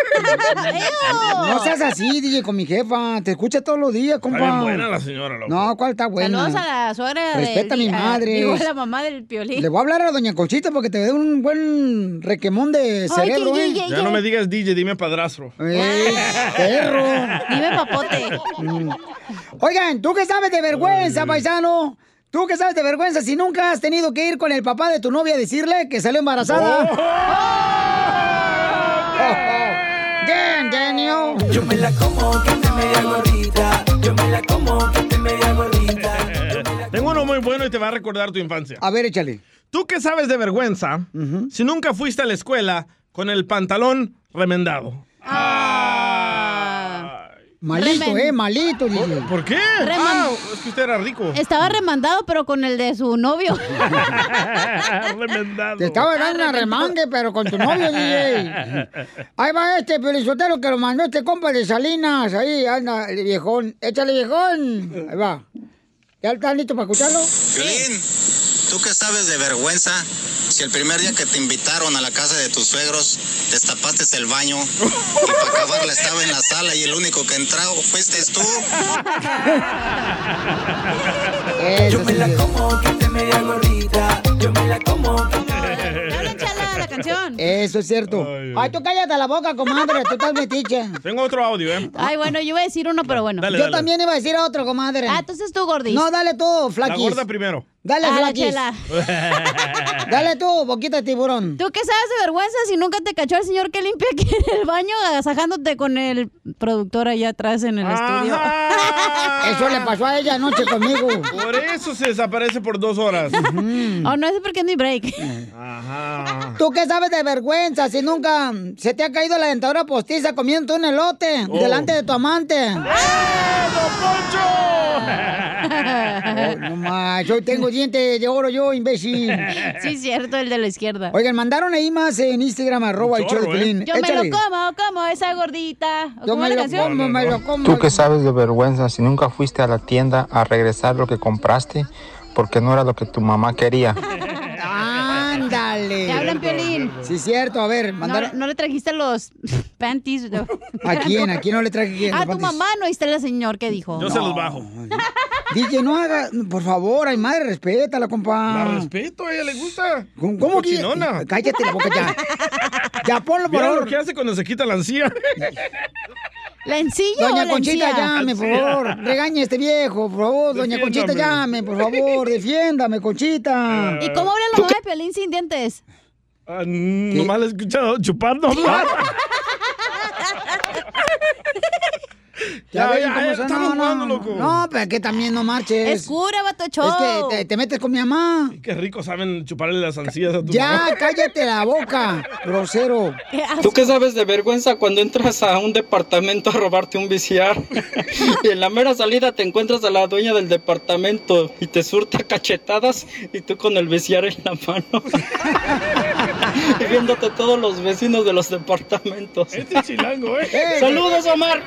Speaker 2: No seas así, DJ, con mi jefa. Te escucha todos los días, compa.
Speaker 4: Está bien buena la señora, loco.
Speaker 2: No, ¿cuál está buena?
Speaker 3: Saludos a la suegra de-
Speaker 2: Respeta a mi
Speaker 3: di-
Speaker 2: madre.
Speaker 3: Digo, a la mamá del piolín.
Speaker 2: Le voy a hablar a doña Conchita porque te dé un buen requemón de cerebro, ¿eh?
Speaker 4: Ya no me digas DJ, dime padrastro.
Speaker 2: perro.
Speaker 3: Dime papote.
Speaker 2: Mm. Oigan, ¿tú qué sabes de vergüenza, paisano? ¿Tú qué sabes de vergüenza si nunca has tenido que ir con el papá de tu novia a decirle que salió embarazada? Damn, Daniel.
Speaker 10: Yo me la como que esté media gordita. Yo me la como que esté media gordita.
Speaker 4: Tengo uno muy bueno y te va a recordar tu infancia.
Speaker 2: A ver, échale.
Speaker 4: ¿Tú qué sabes de vergüenza si nunca fuiste a la escuela con el pantalón remendado?
Speaker 2: Malito,
Speaker 3: Ah. Remen-
Speaker 2: eh, malito, DJ.
Speaker 4: ¿Por qué?
Speaker 3: Remen-
Speaker 4: Ah, es que usted era rico.
Speaker 3: Estaba remandado, pero con el de su novio.
Speaker 4: remendado.
Speaker 2: Te estaba dando una remangue, pero con tu novio, DJ. Ahí va este pelizotero que lo mandó este compa de Salinas. Ahí anda, el viejón. Échale, viejón. Ahí va. ¿Ya están listos para escucharlo?
Speaker 17: Violín, ¿tú qué sabes de vergüenza? Si el primer día que te invitaron a la casa de tus suegros, destapaste el baño y para acabarla estaba en la sala y el único que entrado fuiste tú.
Speaker 10: Yo me la como que esté media gordita. Yo me la como que
Speaker 3: la canción.
Speaker 2: Eso es cierto. Ay, tú cállate la boca, comadre. Tú estás metiche.
Speaker 4: Tengo otro audio, ¿eh?
Speaker 3: Ay, bueno, yo iba a decir uno, pero bueno.
Speaker 4: Dale, Yo dale. también
Speaker 2: iba a decir otro, comadre.
Speaker 3: Ah, entonces tú, gordis.
Speaker 2: No, dale tú,
Speaker 4: La
Speaker 2: flaquis.
Speaker 4: gorda primero.
Speaker 2: Dale,
Speaker 3: Ah, la
Speaker 2: flaquis.
Speaker 3: chela.
Speaker 2: Dale tú, boquita de tiburón.
Speaker 3: ¿Tú qué sabes de vergüenza si nunca te cachó el señor que limpia aquí en el baño agasajándote con el productor allá atrás en el estudio?
Speaker 2: Eso le pasó a ella anoche conmigo.
Speaker 4: Por eso se desaparece por dos horas.
Speaker 3: Oh, no, es porque es mi break.
Speaker 4: Ajá.
Speaker 2: ¿Tú qué sabes de vergüenza si nunca se te ha caído la dentadura postiza comiendo un elote
Speaker 10: Oh.
Speaker 2: delante de tu amante?
Speaker 10: ¡Eh,
Speaker 2: Oh, no más, yo tengo dientes de oro yo, imbécil.
Speaker 3: Sí, cierto, el de la izquierda.
Speaker 2: Oigan, mandaron ahí más en Instagram, arroba el show de Piolín.
Speaker 3: ¿eh? Yo me
Speaker 2: Échale.
Speaker 3: lo como, como esa gordita. ¿O
Speaker 2: Yo
Speaker 3: cómo
Speaker 2: me
Speaker 3: es la
Speaker 2: lo
Speaker 3: canción?
Speaker 2: como, me lo como.
Speaker 18: Tú que sabes de vergüenza si nunca fuiste a la tienda a regresar lo que compraste porque no era lo que tu mamá quería.
Speaker 2: Ándale.
Speaker 3: Te hablan, Piolín.
Speaker 2: Sí, cierto, a ver,
Speaker 3: No,
Speaker 2: mandaron.
Speaker 3: no le trajiste los panties. no.
Speaker 2: ¿A quién? ¿A quién no le traje quién?
Speaker 3: A
Speaker 2: Los
Speaker 3: tu
Speaker 2: panties?
Speaker 3: mamá no está el señor que dijo.
Speaker 4: Yo se los bajo.
Speaker 2: DJ, no haga, por favor, ay madre, respétala, compa.
Speaker 4: La respeto, a ella le gusta.
Speaker 2: ¿Cómo, cómo que-
Speaker 4: Cochinona.
Speaker 2: Cállate la boca ya. Ya ponlo por
Speaker 4: Mira lo
Speaker 2: favor.
Speaker 4: que hace cuando se quita la encía.
Speaker 3: ¿La encilla
Speaker 2: Doña
Speaker 3: o la
Speaker 2: Conchita,
Speaker 3: encía?
Speaker 2: llame, por favor. Regañe a este viejo, por favor. Doña Conchita,
Speaker 3: Defiéndame.
Speaker 2: llame, por favor. Defiéndame, Conchita.
Speaker 4: Eh,
Speaker 3: ¿Y cómo habla la mamá de Piolín sin dientes?
Speaker 4: Ah, nomás la he escuchado chupando. Ya,
Speaker 2: Ya, ven
Speaker 4: ya,
Speaker 2: cómo
Speaker 4: ya,
Speaker 2: son.
Speaker 4: estamos
Speaker 2: no,
Speaker 4: jugando,
Speaker 2: no,
Speaker 4: loco.
Speaker 2: No, pero que también no marches.
Speaker 4: Es
Speaker 3: cura, vato,
Speaker 2: Es
Speaker 3: show.
Speaker 2: que te, te metes con mi mamá.
Speaker 4: Qué rico saben chuparle las encías a tu mamá.
Speaker 2: Ya, cállate la boca, grosero.
Speaker 19: ¿Tú qué sabes de vergüenza cuando entras a un departamento a robarte un viciar? y en la mera salida te encuentras a la dueña del departamento y te surta cachetadas y tú con el viciar en la mano. y viéndote todos los vecinos de los departamentos.
Speaker 4: Este chilango, ¿eh?
Speaker 19: ¡Saludos, Omar!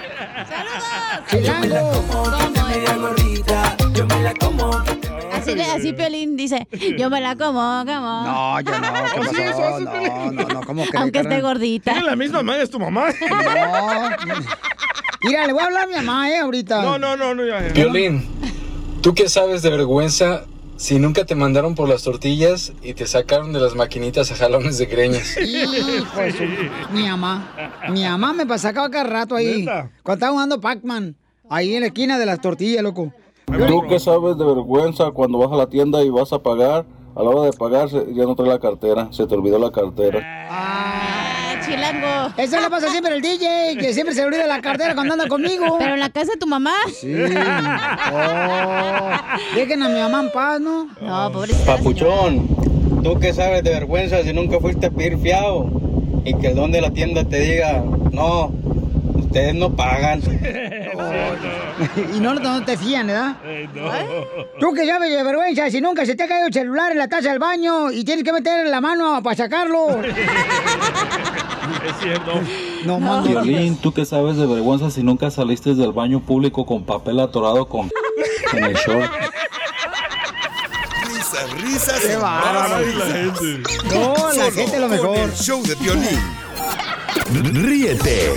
Speaker 10: media gordita. Yo me la como que esté
Speaker 3: Así, le- así Piolín dice, yo me la como, como.
Speaker 2: No, yo no. ¿qué
Speaker 4: Oh, sí,
Speaker 2: pasó?
Speaker 4: eso hace
Speaker 2: no, no, no, ¿cómo crees,
Speaker 3: Aunque esté
Speaker 2: carnal?
Speaker 3: gordita.
Speaker 4: Tiene la misma madre es tu mamá.
Speaker 2: No. Mira, le voy a hablar a mi mamá, eh, ahorita.
Speaker 4: No, no, no, no, ya, ya.
Speaker 20: Violín, ¿tú qué sabes de vergüenza si nunca te mandaron por las tortillas y te sacaron de las maquinitas a jalones de greñas?
Speaker 2: Hijo de su- Mi mamá. Mi mamá me pasaba cada rato ahí. Cuando estaba jugando Pac-Man. Ahí en la esquina de las tortillas, loco.
Speaker 21: Tú que sabes de vergüenza cuando vas a la tienda y vas a pagar, a la hora de pagar se- ya no trae la cartera, se te olvidó la cartera.
Speaker 3: chilango.
Speaker 2: Eso le pasa siempre al DJ, que siempre se le olvida la cartera cuando anda conmigo.
Speaker 3: Pero en la casa de tu mamá.
Speaker 2: Sí. Oh. Dejen a mi mamá en paz, ¿no?
Speaker 3: No, pobrecita.
Speaker 22: Papuchón, tú que sabes de vergüenza si nunca fuiste a pedir fiado y que el don de la tienda te diga, no, ustedes no pagan.
Speaker 2: y no, no te fían, ¿verdad? Tú que sabes de vergüenza, si nunca se te ha caído el celular en la taza del baño y tienes que meter la mano para sacarlo.
Speaker 4: Es cierto.
Speaker 2: No, mando.
Speaker 21: Violín, tú que sabes de vergüenza si nunca saliste del baño público con papel atorado con en el short.
Speaker 8: risas, risas
Speaker 10: Qué
Speaker 8: y más
Speaker 10: bárbaro.
Speaker 8: risas.
Speaker 10: No, la
Speaker 8: Solo
Speaker 10: gente lo
Speaker 8: con
Speaker 10: mejor.
Speaker 8: el show de Piolín. Ríete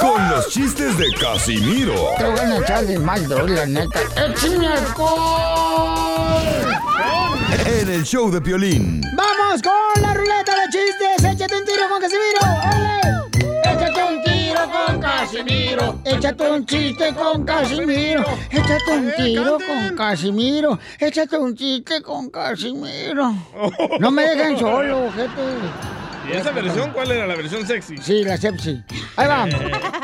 Speaker 8: con los chistes de Casimiro
Speaker 2: Te voy a echar de mal, doy, la neta. ¡Échame alcohol!
Speaker 8: en el show de Piolín.
Speaker 2: ¡Vamos con la ruleta de chistes! ¡Échate un tiro con Casimiro! ¡Ole! ¡Échate un tiro con Casimiro! ¡Échate un chiste con Casimiro! ¡Échate un tiro con Casimiro! ¡Échate un chiste con Casimiro! ¡No me dejen solo, gente!
Speaker 4: ¿Y esa versión cuál era? ¿La versión sexy? Eh,
Speaker 2: Sí, la sepsi. Ahí va.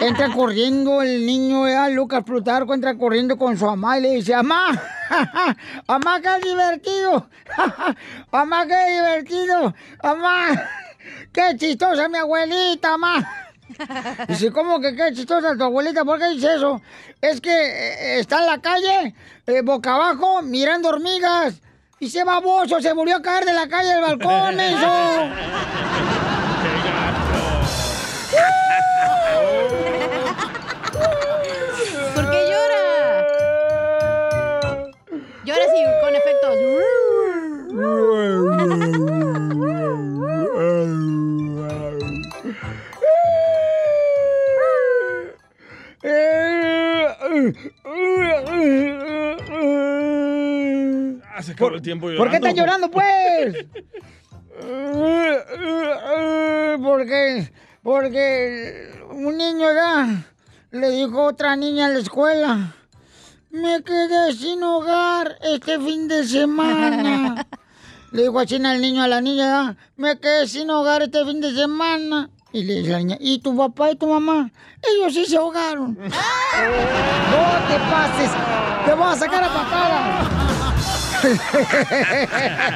Speaker 2: Entra corriendo el niño, eh, Lucas Plutarco entra corriendo con su mamá y le dice, mamá, mamá, qué divertido, mamá, qué divertido, mamá, qué chistosa mi abuelita, mamá. Dice, ¿cómo que qué chistosa tu abuelita? ¿Por qué dices eso? Es que eh, está en la calle, eh, boca abajo, mirando hormigas. Y se baboso, se volvió a caer de la calle del balcón, eso.
Speaker 4: Oh.
Speaker 3: ¿Por qué llora? Llora así, con
Speaker 10: efectos.
Speaker 4: Ah, se acabó el tiempo llorando.
Speaker 2: ¿Por qué estás llorando, pues? porque, porque un niño ya le dijo a otra niña en la escuela, me quedé sin hogar este fin de semana. le dijo así al niño a la niña, ya, me quedé sin hogar este fin de semana. Y le dice la niña, ¿y tu papá y tu mamá? Ellos sí se ahogaron. no te pases, te voy a sacar a patada.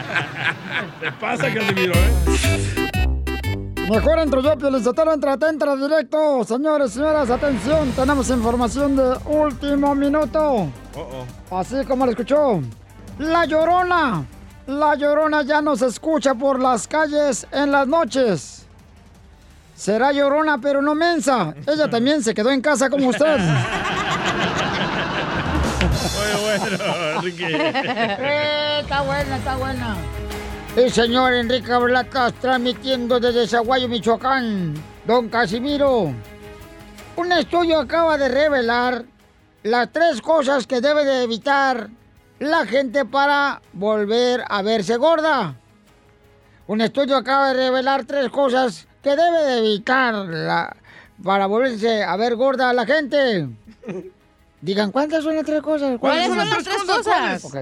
Speaker 4: Te pasa, Casimiro, ¿eh?
Speaker 2: Mejor entro yo, Pielizotero, entra, te entra directo. Señores, señoras, atención, tenemos información de último minuto.
Speaker 4: Oh,
Speaker 2: Así como lo escuchó. La Llorona. La Llorona ya nos escucha por las calles en las noches. Será Llorona, pero no mensa. Ella también se quedó en casa como usted.
Speaker 4: oh. Muy bueno, Enrique.
Speaker 2: está buena, está buena. El señor Enrique Blacas transmitiendo desde Zaguayo, Michoacán. Don Casimiro, un estudio acaba de revelar las tres cosas que debe de evitar la gente para volver a verse gorda. Un estudio acaba de revelar tres cosas que debe de evitar la- para volverse a ver gorda la gente. Digan, ¿cuántas son las tres cosas?
Speaker 3: ¿Cuáles son las tres cosas?
Speaker 2: Ok.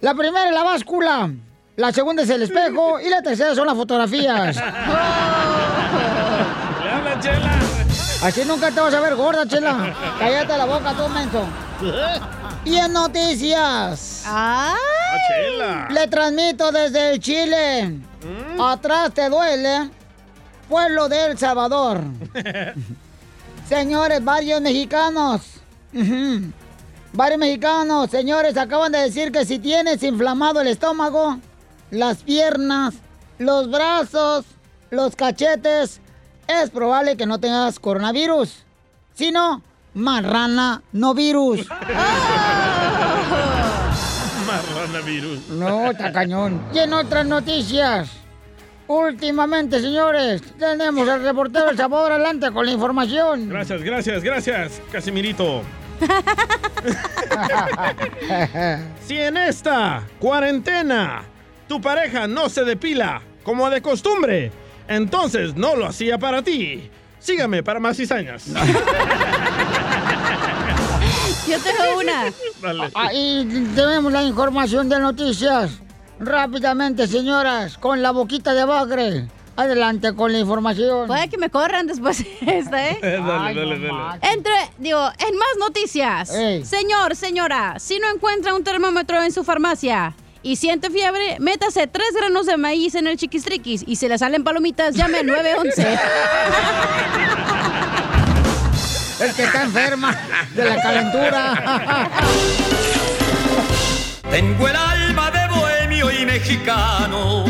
Speaker 2: La primera es la báscula, la segunda es el espejo y la tercera son las fotografías.
Speaker 4: Le habla Chela.
Speaker 2: Así nunca te vas a ver gorda, chela. Cállate la boca, tú, menso. Y en noticias.
Speaker 4: Chela.
Speaker 2: Le transmito desde el Chile. Atrás te duele. Pueblo de El Salvador. Señores, varios mexicanos. ujú, Varios mexicanos, señores, acaban de decir que si tienes inflamado el estómago, las piernas, los brazos, los cachetes, es probable que no tengas coronavirus. Si no, marrana no virus.
Speaker 3: Ah.
Speaker 4: Marrana virus.
Speaker 2: No, está cañón. Y en otras noticias, últimamente, señores, tenemos al reportero El Sabor adelante con la información.
Speaker 4: Gracias, gracias, gracias, Casimirito. si en esta cuarentena tu pareja no se depila como de costumbre, entonces no lo hacía para ti. Sígame para más cizañas.
Speaker 3: Yo tengo una.
Speaker 4: Dale.
Speaker 2: Ahí tenemos la información de noticias. Rápidamente, señoras, con la boquita de bagre. Adelante con la información.
Speaker 3: Puede que me corran después de esta, ¿eh?
Speaker 10: Dale, dale, dale.
Speaker 3: Entre, digo, en más noticias.
Speaker 10: Ey.
Speaker 3: Señor, señora, si no encuentra un termómetro en su farmacia y siente fiebre, métase tres granos de maíz en el chiquistriquis y si le salen palomitas, llame al 911.
Speaker 2: El que está enferma de la calentura.
Speaker 10: Tengo el alma de bohemio y mexicano,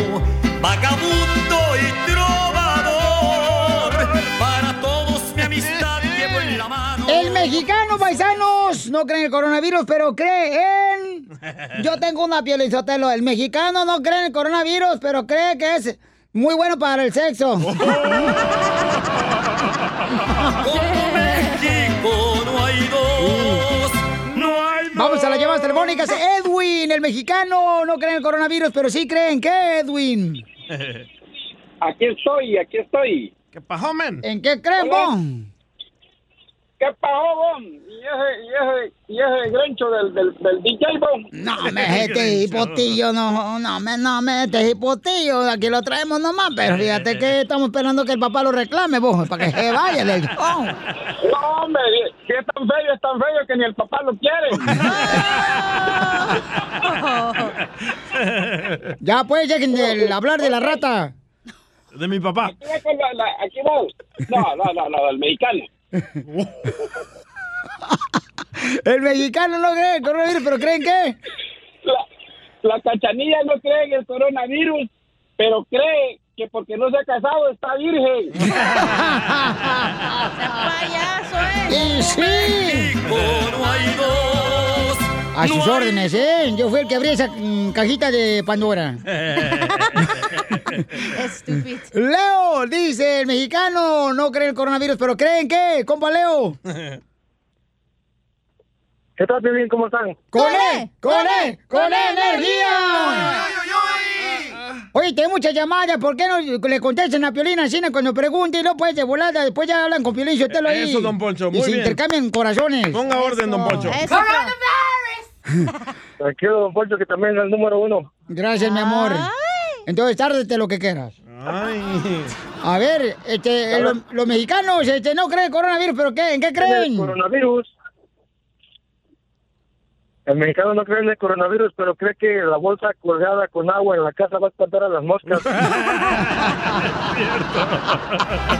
Speaker 10: vagabundo y trovador. Para todos mi amistad llevo en la mano.
Speaker 2: El mexicano, paisanos, no cree en el coronavirus, pero cree en Yo tengo una piolizotelo. El mexicano no cree en el coronavirus, pero cree que es muy bueno para el sexo.
Speaker 10: Oh, México no hay dos. No hay dos.
Speaker 2: Vamos a las llamadas telefónicas. Edwin, el mexicano no cree en el coronavirus, pero sí cree en qué, Edwin.
Speaker 1: Aquí estoy, aquí estoy.
Speaker 2: ¿Qué pasó, men? ¿En qué creen, bon?
Speaker 1: ¿Qué pasó, Bon? ¿Y ese, y ese, y ese grencho del, del, del DJ, Bon?
Speaker 2: No, me este hipotillo, no, no, me, no, me este hipotillo, aquí lo traemos nomás, pero fíjate que estamos esperando que el papá lo reclame, vos, para que se vaya del show.
Speaker 1: No, hombre, si es tan feo, es tan feo que ni el papá lo quiere.
Speaker 2: Ya pues, ya que el hablar de la rata.
Speaker 4: De mi papá.
Speaker 1: Mira con la- la- aquí vamos. No, no, no, no, el mexicano.
Speaker 2: El mexicano no cree en el coronavirus, pero cree en qué?
Speaker 1: La, la cachanilla no cree en el coronavirus, pero cree que porque no se ha casado está virgen.
Speaker 10: payaso,
Speaker 2: ¡Y sí! A sus órdenes, ¿eh? Yo fui el que abrí esa mm, cajita de Pandora.
Speaker 10: Estúpido.
Speaker 2: Leo, dice, el mexicano no cree en el coronavirus, pero cree en qué, compa Leo.
Speaker 1: ¿Qué tal, bien? ¿Cómo están?
Speaker 2: ¡Con él! ¡Con él! ¡Con E energía! Oye, tengo muchas llamadas, ¿por qué no le contestan a Piolina Cine cuando pregunte y no puedes de volada? Después ya hablan con Piolín Sotelo ahí.
Speaker 4: Eso, don Poncho, muy
Speaker 2: Y se
Speaker 4: bien.
Speaker 2: intercambian corazones.
Speaker 4: Ponga orden, don Poncho.
Speaker 1: Tranquilo, don Poncho, que también es el número uno.
Speaker 2: Gracias, mi amor. Entonces, tárdete lo que quieras. A ver, este,
Speaker 1: A
Speaker 2: lo-
Speaker 1: ver.
Speaker 2: los mexicanos este, no creen en coronavirus, ¿pero qué? ¿En qué creen?
Speaker 1: el coronavirus. El mexicano no cree en el coronavirus, pero cree que la bolsa colgada con agua en la casa va a espantar a las moscas.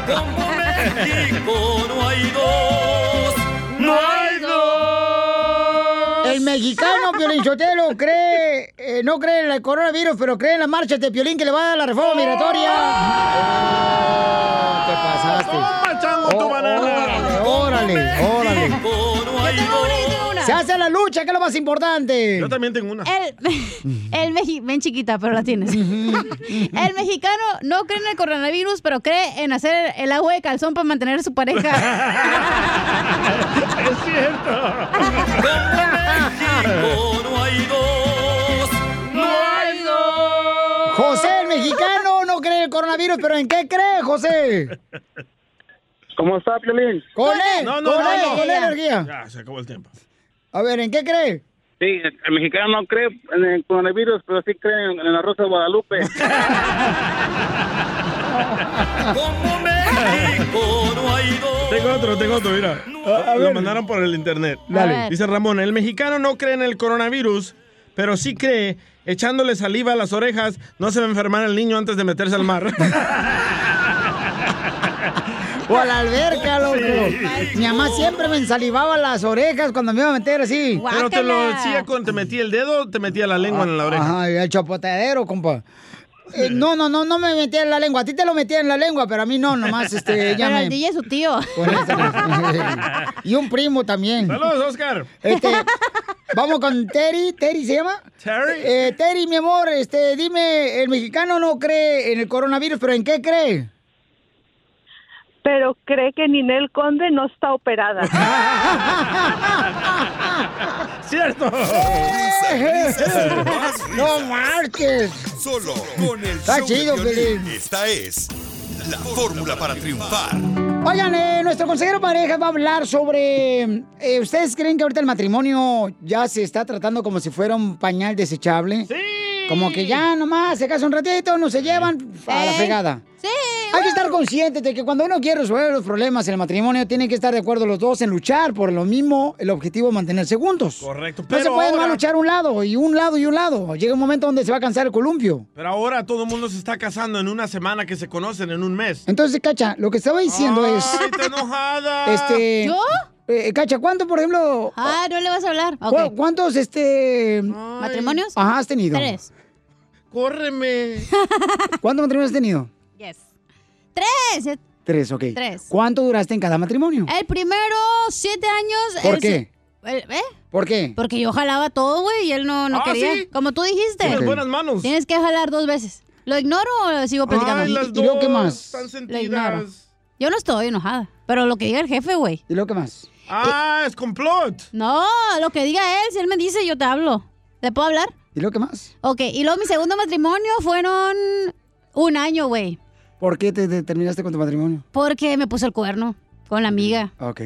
Speaker 10: Como México no hay dos. No hay dos.
Speaker 2: El mexicano Piolín Sotelo cree, eh, no cree en el coronavirus, pero cree en la marcha de Piolín que le va a dar la
Speaker 10: Oh.
Speaker 2: reforma migratoria. Te pasaste. Oh,
Speaker 4: ¡Toma, chango, Ah, tu banana!
Speaker 2: Órale, órale.
Speaker 3: una.
Speaker 2: Se hace la lucha, que es lo más importante.
Speaker 4: Yo también tengo una.
Speaker 3: El, el Meji- ven chiquita, pero la tienes. El mexicano no cree en el coronavirus, pero cree en hacer el agua de calzón para mantener a su pareja.
Speaker 10: Es cierto. Como México no hay dos. No hay dos.
Speaker 2: José, el mexicano no cree en el coronavirus, pero ¿en qué cree, José?
Speaker 1: ¿Cómo está, Piolín?
Speaker 2: Con él,
Speaker 1: No, no,
Speaker 2: con
Speaker 1: no,
Speaker 2: él,
Speaker 1: no.
Speaker 2: con él, energía.
Speaker 4: Ya, se acabó el tiempo.
Speaker 2: A ver, ¿en qué cree?
Speaker 1: Sí, el mexicano no cree en el coronavirus, pero sí cree en, la Rosa de Guadalupe.
Speaker 10: Como México no hay dos.
Speaker 4: Tengo otro, tengo otro, mira. Lo mandaron por el internet.
Speaker 10: Dale. A ver.
Speaker 4: Dice Ramón, el mexicano no cree en el coronavirus, pero sí cree, echándole saliva a las orejas, no se va a enfermar el niño antes de meterse al mar.
Speaker 2: O a la alberca, loco. Mi mamá siempre me ensalivaba las orejas cuando me iba a meter así.
Speaker 4: Pero te lo decía cuando te metía el dedo, o te metía la lengua en la oreja.
Speaker 2: Ajá, el chapoteadero, compa. Eh, no, no, no, no me metía en la lengua. A ti te lo metía en la lengua, pero a mí no, nomás este, ya
Speaker 3: Pero
Speaker 2: me-
Speaker 3: el DJ es su tío.
Speaker 2: Por eso. este, y un primo también.
Speaker 4: Saludos, Oscar.
Speaker 2: Este, vamos con Terry. ¿Terry se llama?
Speaker 4: Terry.
Speaker 2: Eh, Terry, mi amor, este, dime, el mexicano no cree en el coronavirus, pero ¿en qué cree?
Speaker 23: Pero cree que Ninel Conde no está operada.
Speaker 4: ¡Cierto!
Speaker 2: ¡No marches!
Speaker 8: Solo con el
Speaker 10: Ah,
Speaker 2: Está
Speaker 8: show de
Speaker 2: chido,
Speaker 8: Piolín. Esta es la fórmula para triunfar.
Speaker 2: Oigan, eh, nuestro consejero pareja va a hablar sobre. eh, ¿Ustedes creen que ahorita el matrimonio ya se está tratando como si fuera un pañal desechable? Sí. Como que ya nomás se casan un ratito, no se llevan a la
Speaker 3: Sí.
Speaker 2: fregada. Sí. Hay que estar conscientes de que cuando uno quiere resolver los problemas en el matrimonio, tienen que estar de acuerdo los dos en luchar por lo mismo, el objetivo de mantenerse juntos.
Speaker 4: Correcto,
Speaker 2: No se
Speaker 4: pero
Speaker 2: puede nomás
Speaker 4: ahora-
Speaker 2: luchar un lado y un lado y un lado. Llega un momento donde se va a cansar el columpio.
Speaker 4: Pero ahora todo el mundo se está casando en una semana que se conocen, en un mes.
Speaker 2: Entonces, Cacha, lo que estaba diciendo es.
Speaker 4: ¡Está enojada!
Speaker 2: Este.
Speaker 4: ¿Yo?
Speaker 2: eh, Cacha, ¿cuánto, por ejemplo?
Speaker 3: Ah, no le vas a hablar.
Speaker 2: ¿cu- ¿Cuántos, este.
Speaker 3: ¿Matrimonios?
Speaker 2: Ajá, has tenido.
Speaker 3: Tres.
Speaker 4: ¡Córreme!
Speaker 2: ¿Cuántos matrimonios has tenido?
Speaker 3: Yes. ¡Tres!
Speaker 2: Tres, ok.
Speaker 3: Tres. Eh,
Speaker 2: ¿Cuánto duraste en cada matrimonio?
Speaker 3: El primero, siete años.
Speaker 2: ¿Por
Speaker 3: el
Speaker 2: qué?
Speaker 3: se- Eh, ¿Eh?
Speaker 2: ¿Por qué?
Speaker 3: Porque yo jalaba todo, güey, y él no, no
Speaker 2: Ah,
Speaker 3: quería.
Speaker 2: ¿sí?
Speaker 3: Como tú dijiste.
Speaker 2: Tienes buenas
Speaker 4: manos.
Speaker 3: Tienes que jalar dos veces. ¿Lo ignoro o sigo platicando?
Speaker 2: Ay, las ¿Y- y luego qué dos más? están
Speaker 3: Lo ignoro. Yo no estoy enojada. Pero lo que diga el jefe, güey.
Speaker 2: ¿Y lo que más?
Speaker 4: Ah, es complot.
Speaker 3: No, lo que diga él. Si él me dice, yo te hablo. ¿Le puedo hablar?
Speaker 2: ¿Y lo que más?
Speaker 3: Ok, y luego mi segundo matrimonio fueron un año, güey.
Speaker 2: ¿Por qué te, te terminaste con tu matrimonio?
Speaker 3: Porque me puso el cuerno con la amiga.
Speaker 2: Ok.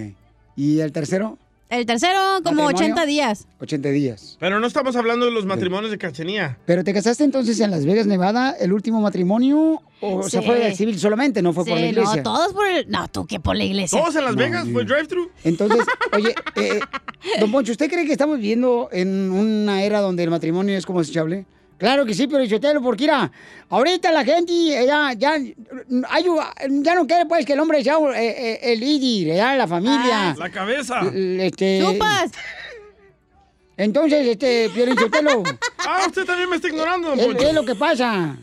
Speaker 2: ¿Y el tercero?
Speaker 3: El tercero, como
Speaker 2: ¿Matrimonio?
Speaker 3: 80 días.
Speaker 2: 80 días.
Speaker 4: Pero no estamos hablando de los matrimonios de Cachenía.
Speaker 2: ¿Pero te casaste entonces en Las Vegas, Nevada, el último matrimonio? ¿O se
Speaker 3: Sí.
Speaker 2: fue del civil solamente, no fue por
Speaker 3: Sí,
Speaker 2: la iglesia?
Speaker 3: No, todos por el. No, tú que por la iglesia.
Speaker 2: ¿Todos en Las No, Vegas?
Speaker 4: ¿Fue drive-thru?
Speaker 2: Entonces, oye, eh, don Poncho, ¿usted cree que estamos viviendo en una era donde el matrimonio es como desechable? Claro que sí, pero Isotelo, porque mira, ahorita la gente eh, ya, ya, hay un- ya no quiere pues que el hombre sea eh, eh, el líder, ya, la familia.
Speaker 4: La cabeza.
Speaker 2: L- este,
Speaker 4: Ah, ¡Chupas!
Speaker 2: Entonces, este, Piolín Sotelo,
Speaker 4: Ah, usted también me está ignorando, don
Speaker 2: es,
Speaker 4: Poncho.
Speaker 2: es lo que pasa.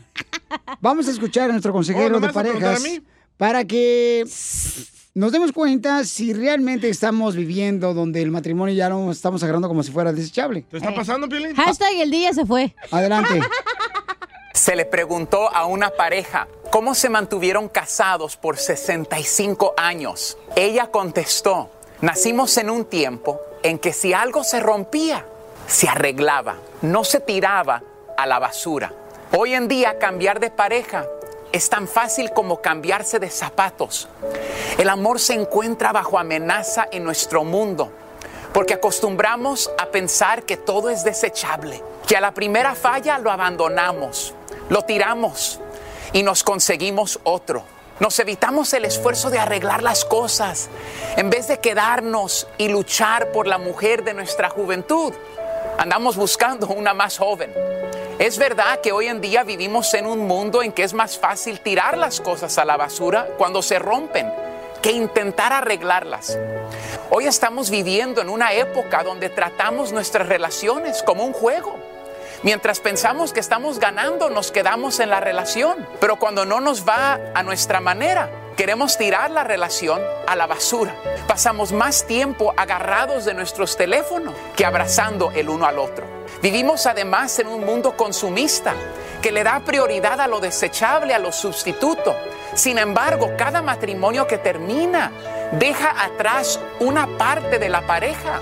Speaker 2: Vamos a escuchar a nuestro consejero
Speaker 4: Oh, ¿no me
Speaker 2: de
Speaker 4: vas a preguntar
Speaker 2: parejas
Speaker 4: a mí?
Speaker 2: para que nos demos cuenta si realmente estamos viviendo donde el matrimonio ya no estamos agarrando como si fuera desechable. Eh.
Speaker 4: ¿Te está pasando, Piolín?
Speaker 3: Hashtag el día se fue.
Speaker 2: Adelante.
Speaker 6: Se le preguntó a una pareja cómo se mantuvieron casados por 65 años. Ella contestó, nacimos en un tiempo en que si algo se rompía, se arreglaba, no se tiraba a la basura. Hoy en día cambiar de pareja es tan fácil como cambiarse de zapatos. El amor se encuentra bajo amenaza en nuestro mundo. Porque acostumbramos a pensar que todo es desechable, que a la primera falla lo abandonamos, lo tiramos y nos conseguimos otro. Nos evitamos el esfuerzo de arreglar las cosas en vez de quedarnos y luchar por la mujer de nuestra juventud. Andamos buscando una más joven. Es verdad que hoy en día vivimos en un mundo en que es más fácil tirar las cosas a la basura cuando se rompen que intentar arreglarlas. Hoy estamos viviendo en una época donde tratamos nuestras relaciones como un juego. Mientras pensamos que estamos ganando, nos quedamos en la relación. Pero cuando no nos va a nuestra manera, queremos tirar la relación a la basura. Pasamos más tiempo agarrados de nuestros teléfonos que abrazando el uno al otro. Vivimos además en un mundo consumista que le da prioridad a lo desechable, a lo sustituto. Sin embargo, cada matrimonio que termina deja atrás una parte de la pareja.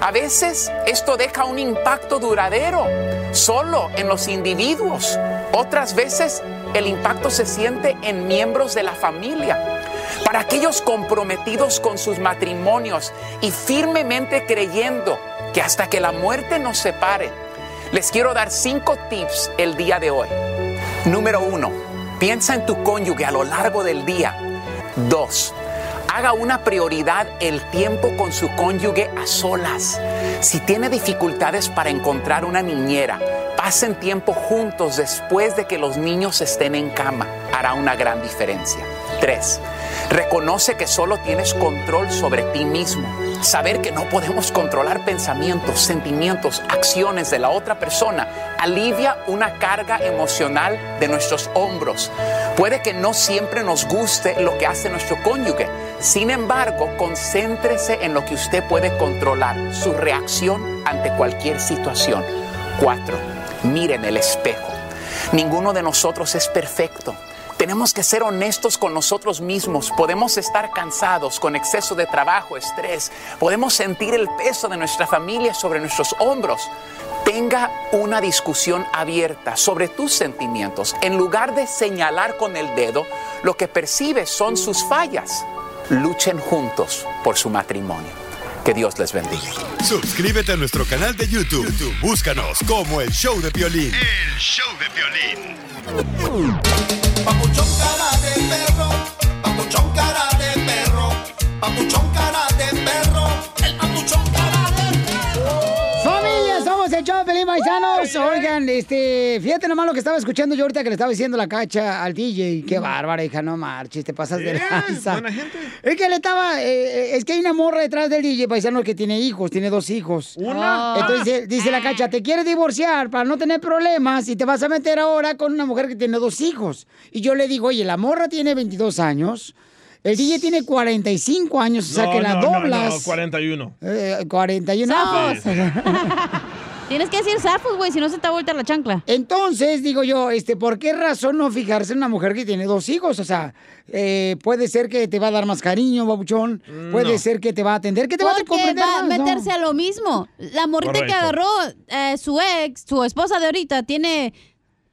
Speaker 6: A veces esto deja un impacto duradero solo en los individuos. Otras veces el impacto se siente en miembros de la familia. Para aquellos comprometidos con sus matrimonios y firmemente creyendo que hasta que la muerte nos separe, les quiero dar cinco tips el día de hoy. Número uno, piensa en tu cónyuge a lo largo del día. Dos, haga una prioridad el tiempo con su cónyuge a solas. Si tiene dificultades para encontrar una niñera, pasen tiempo juntos después de que los niños estén en cama. Hará una gran diferencia. Tres, reconoce que solo tienes control sobre ti mismo. Saber que no podemos controlar pensamientos, sentimientos, acciones de la otra persona alivia una carga emocional de nuestros hombros. Puede que no siempre nos guste lo que hace nuestro cónyuge. Sin embargo, concéntrese en lo que usted puede controlar, su reacción ante cualquier situación. Cuatro, miren el espejo. Ninguno de nosotros es perfecto. Tenemos que ser honestos con nosotros mismos. Podemos estar cansados con exceso de trabajo, estrés. Podemos sentir el peso de nuestra familia sobre nuestros hombros. Tenga una discusión abierta sobre tus sentimientos. En lugar de señalar con el dedo, lo que percibes son sus fallas. Luchen juntos por su matrimonio. Que Dios les bendiga.
Speaker 8: Suscríbete a nuestro canal de YouTube. YouTube, Búscanos como el show de Piolín.
Speaker 10: El show de violín.
Speaker 7: Papuchón cara de perro, papuchón cara de perro, el papuchón cara de
Speaker 2: Familia, somos el show de Pelín Paisanos. Oigan, este, fíjate nomás lo que estaba escuchando yo ahorita que le estaba diciendo la cacha al DJ.
Speaker 4: Mm.
Speaker 2: Qué bárbara, hija, no marches, te pasas de
Speaker 10: Eh,
Speaker 2: lanza.
Speaker 10: buena gente.
Speaker 2: Es que le estaba, eh, eh, es que hay una morra detrás del DJ Paisano que tiene hijos, tiene dos hijos. Ah.
Speaker 10: ¿Una?
Speaker 2: Entonces dice, dice la cacha, te quieres divorciar para no tener problemas y te vas a meter ahora con una mujer que tiene dos hijos. Y yo le digo, oye, la morra tiene 22 años. El DJ tiene 45 años, o sea que la doblas.
Speaker 4: No, no, 41.
Speaker 2: Eh, 41
Speaker 3: Zafos.
Speaker 2: años.
Speaker 3: Tienes que decir zafos, güey, si no se te va a voltear la chancla.
Speaker 2: Entonces, digo yo, este, ¿por qué razón no fijarse en una mujer que tiene dos hijos? O sea, eh, puede ser que te va a dar más cariño, babuchón. Puede
Speaker 3: no.
Speaker 2: ser que te va a atender, que te va a
Speaker 3: Porque
Speaker 2: comprender
Speaker 3: va a
Speaker 2: más, ¿no?
Speaker 3: meterse a lo mismo. La morrita que
Speaker 2: Correcto.
Speaker 3: agarró eh, su ex, su esposa de ahorita, tiene.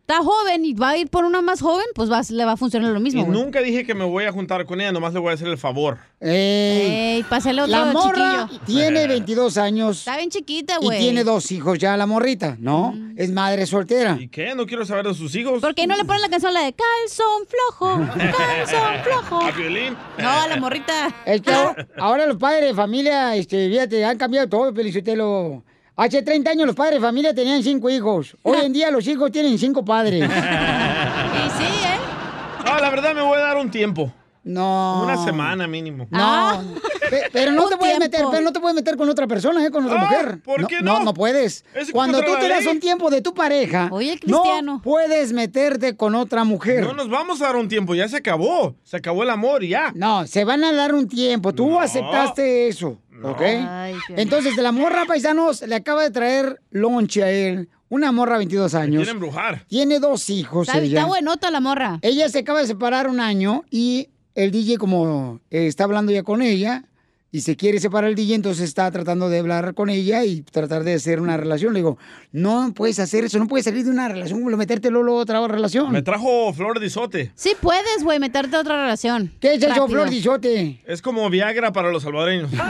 Speaker 3: Está joven y va a ir por una más joven, pues va- le va a funcionar lo mismo.
Speaker 4: Y
Speaker 3: güey.
Speaker 4: nunca dije que me voy a juntar con ella, nomás le voy a hacer el favor.
Speaker 2: Eh.
Speaker 3: Ey, pásale otro
Speaker 2: La morra
Speaker 3: chiquillo.
Speaker 2: tiene 22 años.
Speaker 3: Está bien chiquita,
Speaker 2: Y
Speaker 3: güey.
Speaker 2: tiene dos hijos ya, la morrita, ¿no? Es madre soltera.
Speaker 4: ¿Y qué? No quiero saber de sus hijos.
Speaker 3: ¿Por qué no le ponen la canción la de calzón flojo? Calzón flojo.
Speaker 4: ¿A violín?
Speaker 3: No, a la morrita.
Speaker 2: Es que ahora- ahora los padres de familia, este, fíjate, han cambiado todo, Felicitelo. Hace 30 años los padres de familia tenían cinco hijos. Hoy en día los hijos tienen cinco padres.
Speaker 4: y
Speaker 3: sí, ¿eh?
Speaker 4: No, la verdad me voy a dar un tiempo.
Speaker 2: No.
Speaker 4: Una semana mínimo.
Speaker 2: No. Pe- Pero no te puedes meter, pero no te puedes meter con otra persona, ¿eh? con otra
Speaker 4: Ah,
Speaker 2: mujer.
Speaker 4: ¿por
Speaker 2: no,
Speaker 4: qué
Speaker 2: No,
Speaker 4: no?
Speaker 2: puedes.
Speaker 4: Es
Speaker 2: Cuando tú
Speaker 4: contra la
Speaker 2: te das
Speaker 4: ley.
Speaker 2: un tiempo de tu pareja, no puedes meterte con otra mujer.
Speaker 4: No nos vamos a dar un tiempo, ya se acabó. Se acabó el amor y ya.
Speaker 2: No, se van a dar un tiempo. Tú aceptaste eso, ¿ok?
Speaker 4: Ay, Piolín.
Speaker 2: Entonces, de la morra, paisanos, le acaba de traer lonche a él. Una morra, 22 años.
Speaker 4: Quieren embrujar.
Speaker 2: Tiene dos hijos
Speaker 3: Está,
Speaker 2: ella.
Speaker 3: está buenota la morra.
Speaker 2: Ella se acaba de separar un año y el DJ, como eh, está hablando ya con ella y se quiere separar el DJ, entonces está tratando de hablar con ella y tratar de hacer una relación. Le digo, no puedes hacer eso, no puedes salir de una relación, como meterte luego luego a otra relación.
Speaker 4: Me trajo flor de isote.
Speaker 3: Sí puedes, güey, meterte a otra relación.
Speaker 2: ¿Qué es
Speaker 3: Rápido.
Speaker 2: eso, Flor Ah. Dizote?
Speaker 4: Es como Viagra para los salvadoreños.
Speaker 3: Estás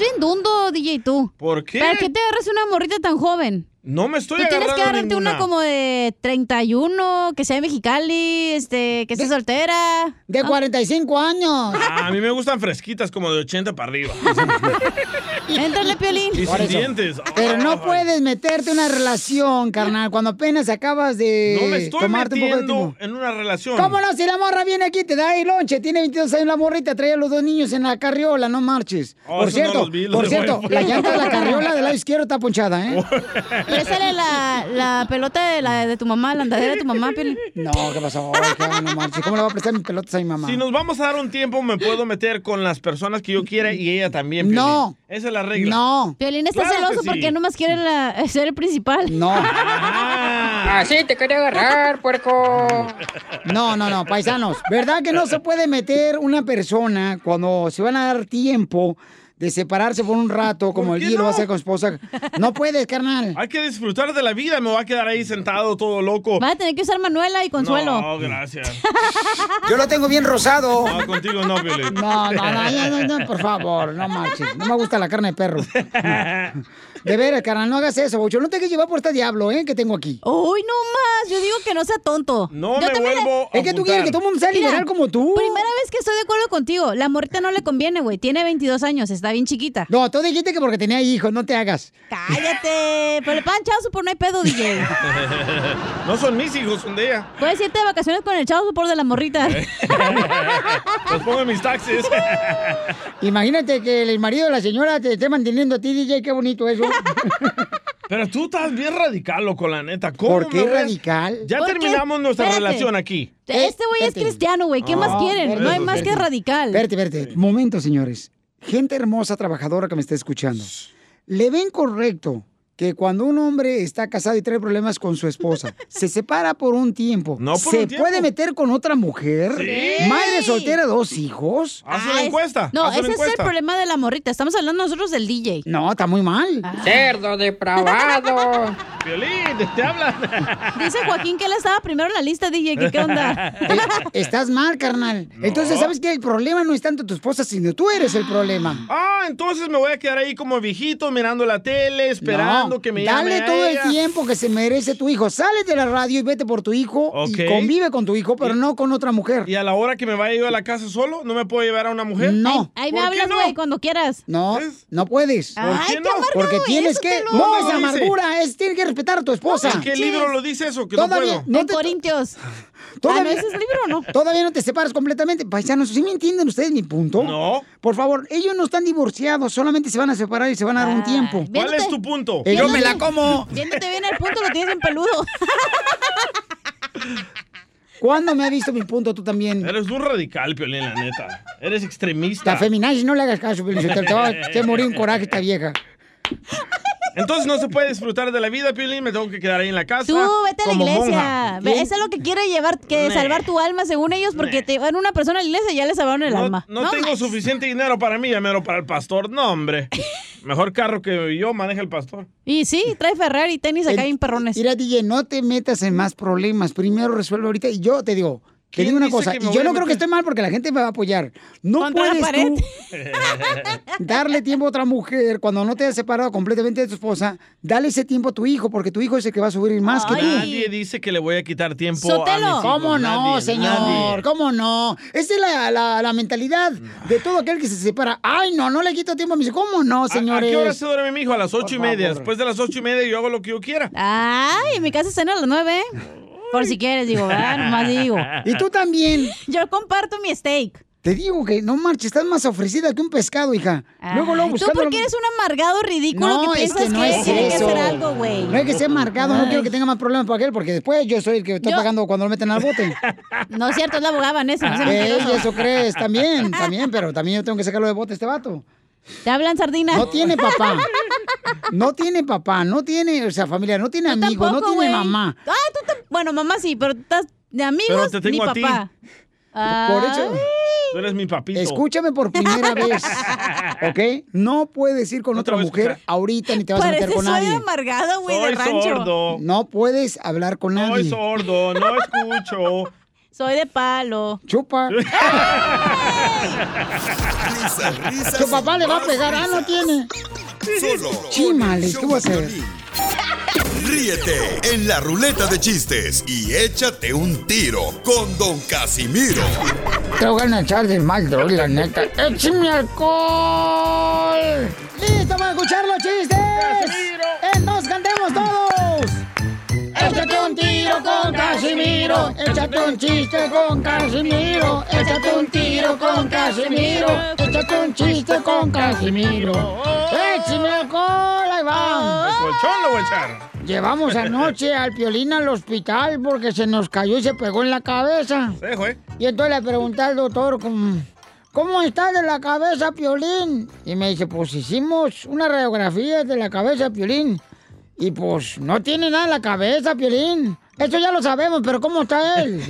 Speaker 3: bien dundo, DJ, tú.
Speaker 4: ¿Por qué?
Speaker 3: ¿Para qué te agarras una morrita tan joven?
Speaker 4: No me estoy
Speaker 3: Tú Pues tienes que agarrarte
Speaker 4: agarrando
Speaker 3: una
Speaker 4: ninguna.
Speaker 3: como de 31, que sea de Mexicali, este, que esté soltera.
Speaker 2: De 45 años.
Speaker 4: Ah, a mí me gustan fresquitas como de 80 para arriba.
Speaker 3: Éntrale, Piolín.
Speaker 4: Y
Speaker 2: Por
Speaker 4: sin
Speaker 2: eso.
Speaker 4: dientes.
Speaker 2: Pero no
Speaker 4: pues.
Speaker 2: puedes meterte en una relación, carnal, cuando apenas acabas de
Speaker 4: No me estoy
Speaker 2: Eh, tomarte un poco de tiempo.
Speaker 4: metiendo en una relación.
Speaker 2: ¿Cómo no? Si la morra viene aquí, te da el lonche. Tiene 22 años la morrita, trae a los dos niños en la carriola, no marches.
Speaker 4: Oh,
Speaker 2: por
Speaker 4: eso no
Speaker 2: cierto,
Speaker 4: los vi, los
Speaker 2: por
Speaker 4: de
Speaker 2: cierto,
Speaker 4: huevo.
Speaker 2: la llanta de la carriola del lado izquierdo está ponchada, ¿eh?
Speaker 3: Présale la, la pelota de, la, de tu mamá, la andadera de tu mamá, Piolín.
Speaker 2: No, ¿qué pasó? Hija? No marches. ¿Cómo le va a prestar mis pelotas a mi mamá?
Speaker 4: Si nos vamos a dar un tiempo, me puedo meter con las personas que yo quiera y ella también. Piolín.
Speaker 2: No.
Speaker 4: Esa es la regla.
Speaker 2: No.
Speaker 3: Piolín está
Speaker 4: Claro que
Speaker 3: celoso
Speaker 4: sí.
Speaker 3: porque no más quiere la- ser el principal.
Speaker 2: No.
Speaker 4: Ah.
Speaker 3: Así
Speaker 2: te quería agarrar, puerco. No, no, no, paisanos. ¿Verdad que no se puede meter una persona cuando se van a dar tiempo de separarse por un rato, como el día lo va a hacer con su esposa? No puedes, carnal.
Speaker 4: Hay que disfrutar de la vida, me voy a quedar ahí sentado todo loco.
Speaker 3: Va a tener que usar Manuela y Consuelo.
Speaker 4: No, gracias.
Speaker 2: Yo lo tengo bien rosado.
Speaker 4: No, contigo no, Piolín.
Speaker 2: No, no, no, ya, no, no, por favor, no marches. No me gusta la carne de perro. De veras, carnal, no hagas eso, bocho. No te que llevar por este diablo, ¿eh? Que tengo aquí.
Speaker 3: Uy, no más. Yo digo que no sea tonto.
Speaker 2: No
Speaker 3: Yo
Speaker 2: me
Speaker 3: también
Speaker 2: vuelvo a Es que tú quieres juntar. que todo el mundo sea
Speaker 3: Mira,
Speaker 2: liberal como tú.
Speaker 3: Primera vez que estoy de acuerdo contigo. La morrita no le conviene, güey. Tiene 22 años, está bien chiquita.
Speaker 2: No, tú dijiste que porque tenía hijos, no te hagas.
Speaker 3: Cállate. Pero le pagan chavo por no hay pedo, DJ.
Speaker 4: No son mis hijos, son de ella.
Speaker 3: Puedes irte de vacaciones con el chavo por de la morrita.
Speaker 4: Eh. Los pongo en mis taxis.
Speaker 2: Imagínate que el marido de la señora te esté manteniendo a ti, DJ, qué bonito eso.
Speaker 4: Pero tú estás bien radical, loco, la neta. ¿Cómo
Speaker 2: ¿Por qué
Speaker 4: me ves?
Speaker 2: radical?
Speaker 4: Ya
Speaker 2: Porque-
Speaker 4: terminamos nuestra
Speaker 2: espérate.
Speaker 4: relación aquí.
Speaker 3: Este güey es
Speaker 2: Espérate.
Speaker 3: cristiano, güey.
Speaker 4: Ah,
Speaker 3: ¿Qué más quieren? No hay más que radical.
Speaker 2: Verte, verte. Momento, señores. Gente hermosa, trabajadora que me está escuchando. ¿Le ven correcto que cuando un hombre está casado y trae problemas con su esposa, se separa por un tiempo,
Speaker 4: No por
Speaker 2: ¿se
Speaker 4: un tiempo.
Speaker 2: puede meter con otra mujer?
Speaker 4: Sí.
Speaker 2: ¿Madre soltera, dos hijos?
Speaker 4: Haz
Speaker 3: Ah,
Speaker 4: una
Speaker 3: es-
Speaker 4: encuesta.
Speaker 3: No,
Speaker 4: haz una
Speaker 3: ese es el
Speaker 4: encuesta.
Speaker 3: problema de la morrita. Estamos hablando nosotros del DJ.
Speaker 2: No, está muy mal.
Speaker 3: Ah. Cerdo depravado.
Speaker 4: Violín, te hablan.
Speaker 3: Dice Joaquín que él estaba primero en la lista, DJ. ¿Qué, qué onda?
Speaker 2: Eh, Estás mal, carnal. Entonces, ¿sabes que El problema no es tanto tu esposa, sino tú eres el problema.
Speaker 4: Ah, entonces me voy a quedar ahí como viejito mirando la tele, esperando
Speaker 2: No,
Speaker 4: que me llame.
Speaker 2: Dale
Speaker 4: a
Speaker 2: todo
Speaker 4: ella.
Speaker 2: el tiempo que se merece tu hijo. Sales de la radio y vete por tu hijo
Speaker 4: Ok.
Speaker 2: y convive con tu hijo, pero no con otra mujer.
Speaker 4: Y a la hora que me vaya yo a la casa solo, ¿no me puedo llevar a una mujer?
Speaker 2: No.
Speaker 3: Ahí me hablas, güey, cuando quieras.
Speaker 2: No, no puedes.
Speaker 3: ¿Por Ay, qué no? qué amargado
Speaker 2: Porque tienes
Speaker 3: eres,
Speaker 2: que.
Speaker 3: Otelo.
Speaker 2: No es
Speaker 4: ¿Dónde dice?
Speaker 2: amargura, es tienes que respetar a tu esposa.
Speaker 4: ¿En qué libro lo dice eso? Que
Speaker 2: Todavía
Speaker 4: no puedo.
Speaker 2: no te...
Speaker 3: Corintios. Ah,
Speaker 2: Todavía,
Speaker 3: ¿no es ese libro o no?
Speaker 2: Todavía no te separas completamente. Paisanos, ¿sí me entienden ustedes mi punto?
Speaker 4: No.
Speaker 2: Por favor, ellos no están divorciados, solamente se van a separar y se van a dar un tiempo.
Speaker 4: ¿Cuál es tu punto?
Speaker 2: Eh, yo me la como.
Speaker 3: Viéndote bien el punto, lo tienes en peludo.
Speaker 2: ¿Cuándo me ha visto mi punto tú también?
Speaker 4: Eres un radical, Piolín, la neta. Eres extremista.
Speaker 2: La feminazi, no le hagas caso, Piolín. Te, te va a te morir un coraje esta vieja.
Speaker 4: Entonces no se puede disfrutar de la vida, Piolín. Me tengo que quedar ahí en la casa.
Speaker 3: Tú vete a la
Speaker 4: como
Speaker 3: iglesia.
Speaker 4: monja.
Speaker 3: Ve, Eso es lo que quiere llevar, que
Speaker 4: Nah.
Speaker 3: salvar tu alma, según ellos, porque te van una persona a la iglesia y ya le salvaron el
Speaker 4: No-
Speaker 3: alma.
Speaker 4: No, tengo
Speaker 3: manches.
Speaker 4: suficiente dinero para mí, ya mero para el pastor. No, hombre. Mejor carro que yo maneja el pastor.
Speaker 3: Y sí, trae Ferrari, tenis Pues acá en perrones.
Speaker 2: Mira, DJ, no te metas en más problemas. Primero resuelve ahorita. Y yo te digo, te
Speaker 3: ¿Quién
Speaker 2: digo una
Speaker 3: dice
Speaker 2: cosa.
Speaker 3: que
Speaker 2: Y
Speaker 3: me
Speaker 2: yo
Speaker 3: voy a
Speaker 2: no creo que
Speaker 3: meter?
Speaker 2: esté mal porque la gente me va a apoyar. No
Speaker 3: la
Speaker 2: puedes
Speaker 3: pared.
Speaker 2: tú darle tiempo a otra mujer cuando no te has separado completamente de tu esposa. Dale ese tiempo a tu hijo porque tu hijo es el que va a sufrir más que tú.
Speaker 4: Nadie dice que le voy a quitar tiempo a mis
Speaker 2: Sotelo.
Speaker 4: hijos.
Speaker 2: ¿Cómo no,
Speaker 4: Nadie,
Speaker 2: señor?
Speaker 4: nadie.
Speaker 2: ¿Cómo no? Esa es la, la- la mentalidad de todo aquel que se separa. Ay, no, no le quito tiempo a mis ¿Cómo no,
Speaker 4: ¿A
Speaker 2: señores?
Speaker 4: qué hora se duerme mi hijo? A las ocho y
Speaker 2: Por
Speaker 4: media.
Speaker 2: favor.
Speaker 4: Después de las ocho y media yo hago lo que yo quiera.
Speaker 3: Ay, en mi casa cena a las nueve. Por si quieres, digo, ¿verdad? Nomás digo.
Speaker 2: Y tú también.
Speaker 3: Yo comparto mi steak.
Speaker 2: Te digo que no marches, estás más ofrecida que un pescado, hija. Luego
Speaker 3: Ay,
Speaker 2: luego
Speaker 3: Ah. Tú
Speaker 2: buscando...
Speaker 3: porque eres un amargado ridículo
Speaker 2: No,
Speaker 3: que
Speaker 2: es
Speaker 3: piensas
Speaker 2: que no
Speaker 3: que,
Speaker 2: es
Speaker 3: tiene que
Speaker 2: eso.
Speaker 3: hacer algo, güey.
Speaker 2: No hay que ser marcado, no
Speaker 3: Ay.
Speaker 2: quiero que tenga más problemas para aquel, porque después yo soy el que está
Speaker 3: Yo-
Speaker 2: pagando cuando lo meten al bote.
Speaker 3: No es cierto, es la abogada Vanessa. No seas
Speaker 2: Ey,
Speaker 3: mentiroso.
Speaker 2: Ah, eso crees, también, también, pero también yo tengo que sacarlo de bote a este vato.
Speaker 3: Te hablan sardinas.
Speaker 2: No tiene papá. No tiene papá, no tiene, o sea, familia, no tiene amigos, no
Speaker 3: Tampoco,
Speaker 2: tiene
Speaker 3: güey.
Speaker 2: mamá.
Speaker 3: Ah, tú tam- Bueno, mamá sí, pero estás de amigos
Speaker 2: Pero te tengo
Speaker 3: ni
Speaker 2: a ti.
Speaker 3: papá.
Speaker 2: Por eso.
Speaker 3: Ay.
Speaker 4: Tú eres mi papito.
Speaker 2: Escúchame por primera vez, ¿ok? No puedes ir con otra mujer ahorita ni te vas a meter
Speaker 3: Parece
Speaker 2: con
Speaker 3: soy
Speaker 2: nadie.
Speaker 3: amargado, güey, de rancho.
Speaker 2: No puedes hablar con nadie.
Speaker 4: Soy sordo, no escucho.
Speaker 3: Soy de palo.
Speaker 2: Chupa.
Speaker 8: risas.
Speaker 2: Tu papá le va a pegar. Ah, no tiene.
Speaker 8: Solo.
Speaker 2: Chimales, ¿qué voy a hacer?
Speaker 8: Ríete en la ruleta de chistes y échate un tiro con Don Casimiro.
Speaker 2: Te voy a echar de mal, droga, la neta. ¡Échame alcohol! ¡Listo para escuchar los chistes! ¡Eh, ¡Nos cantemos todos! Échate un tiro con Casimiro, échate un chiste con Casimiro, échate un tiro con Casimiro, échate un chiste con Casimiro. ¡Échame alcohol! ¡Ahí va!
Speaker 3: Oh.
Speaker 4: El colchón lo voy a echar.
Speaker 2: Llevamos anoche al Piolín al hospital porque se nos cayó y se pegó en la cabeza.
Speaker 4: Dejo, ¿eh?
Speaker 2: Y entonces le pregunté al doctor, ¿cómo, cómo está de la cabeza Piolín? Y me dice, pues hicimos una radiografía de la cabeza Piolín. Y pues no tiene nada en la cabeza Piolín. Eso ya lo sabemos, pero ¿cómo está él?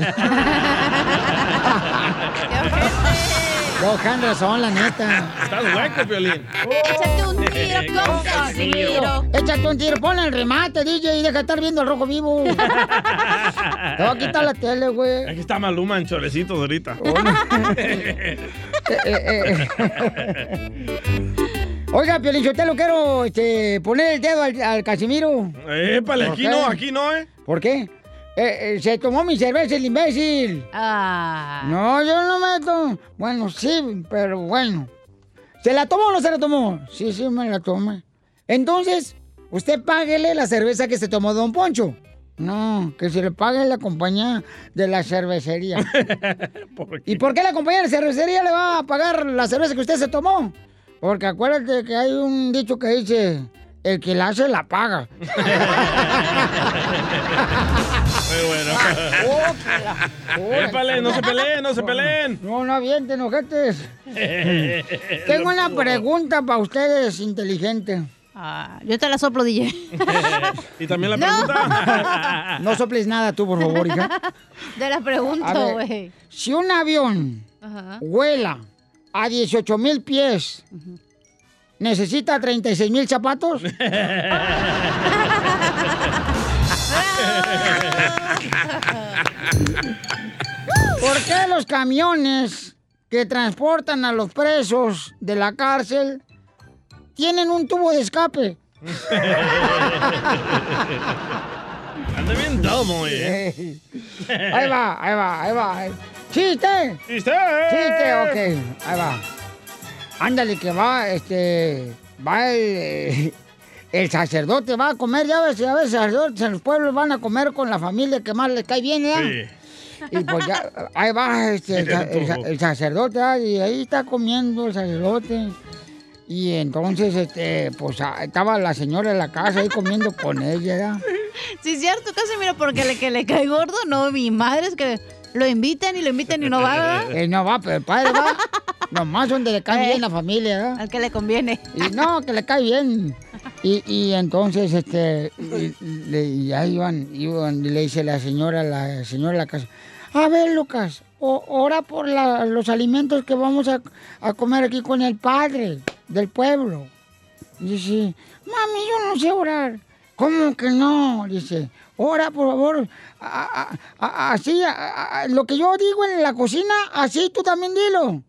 Speaker 2: Cojan razón, la neta.
Speaker 4: Estás hueco, Piolín.
Speaker 3: Ah, Échate un
Speaker 4: tiro con Casimiro.
Speaker 2: Échate un tiro, ponle el remate, DJ, y deja de estar viendo al rojo vivo. Te voy a quitar la Oh, tele, güey.
Speaker 4: Aquí está Maluma en cholecitos ahorita.
Speaker 2: Eh, eh, Oiga, Piolín, yo te lo quiero este, poner el dedo al, al Casimiro.
Speaker 4: Épale,
Speaker 2: ¿Por
Speaker 4: aquí
Speaker 2: qué?
Speaker 4: no, aquí no, ¿eh?
Speaker 2: ¿Por qué? Eh, eh, se tomó mi cerveza el imbécil. No, yo no me tomo. Bueno, sí, pero bueno. ¿Se la tomó o no se la tomó? Sí, sí, me la tomé. Entonces, usted páguele la cerveza que se tomó Don Poncho. No, que se le pague la compañía de la cervecería. ¿Y por qué la compañía de cervecería le va a pagar la cerveza que usted se tomó? Porque acuérdate que hay un dicho que dice, el que la hace la paga.
Speaker 4: Muy bueno. Épale, no se peleen, no se peleen.
Speaker 2: No, no avienten, ojetes. Tengo una pregunta para ustedes, inteligente.
Speaker 3: yo te la soplo, DJ.
Speaker 4: Y también la
Speaker 2: No.
Speaker 4: pregunta.
Speaker 2: No soples nada tú, por favor, hija.
Speaker 3: Te la
Speaker 2: A
Speaker 3: pregunto,
Speaker 2: ver,
Speaker 3: güey.
Speaker 2: Si un avión
Speaker 3: Ajá.
Speaker 2: vuela a 18 mil pies, ¿necesita 36 mil zapatos? ¿Por qué los camiones que transportan a los presos de la cárcel tienen un tubo de escape?
Speaker 4: Anda bien domo, eh.
Speaker 2: Ahí va, ahí va, ahí va. ¡Chiste!
Speaker 4: ¡Chiste!
Speaker 2: ¡Chiste, ok! Ahí va. Ándale, que va, este. Va el. eh, el sacerdote va a comer, ya ves, ya ves, sacerdotes en los pueblos van a comer con la familia que más les cae bien, ¿ya? Y pues ya, ahí va este, el, sa- el sa- el sacerdote, ah, y ahí está comiendo el sacerdote. Y entonces, este, pues ah, estaba la señora en la casa ahí comiendo con ella, ¿ya?
Speaker 3: Sí, es cierto, Casimiro, porque le que le cae gordo, no, mi madre es que Lo inviten y lo inviten y no va, ¿verdad? Eh,
Speaker 2: Él Eh, no va, pero el padre va. Nomás donde le cae bien la familia, ¿verdad?
Speaker 3: Al que le conviene.
Speaker 2: Y no, que le cae bien. Y, y entonces, este, y- y le, y ahí iban, iban, y le dice la señora, la señora de la casa, a ver, Lucas, o- ora por la- los alimentos que vamos a, a comer aquí con el padre del pueblo. Dice, mami, yo no sé orar. ¿Cómo que no? Dice, ora, por favor, a- a- a- así, a- a- a- lo que yo digo en la cocina, así tú también dilo.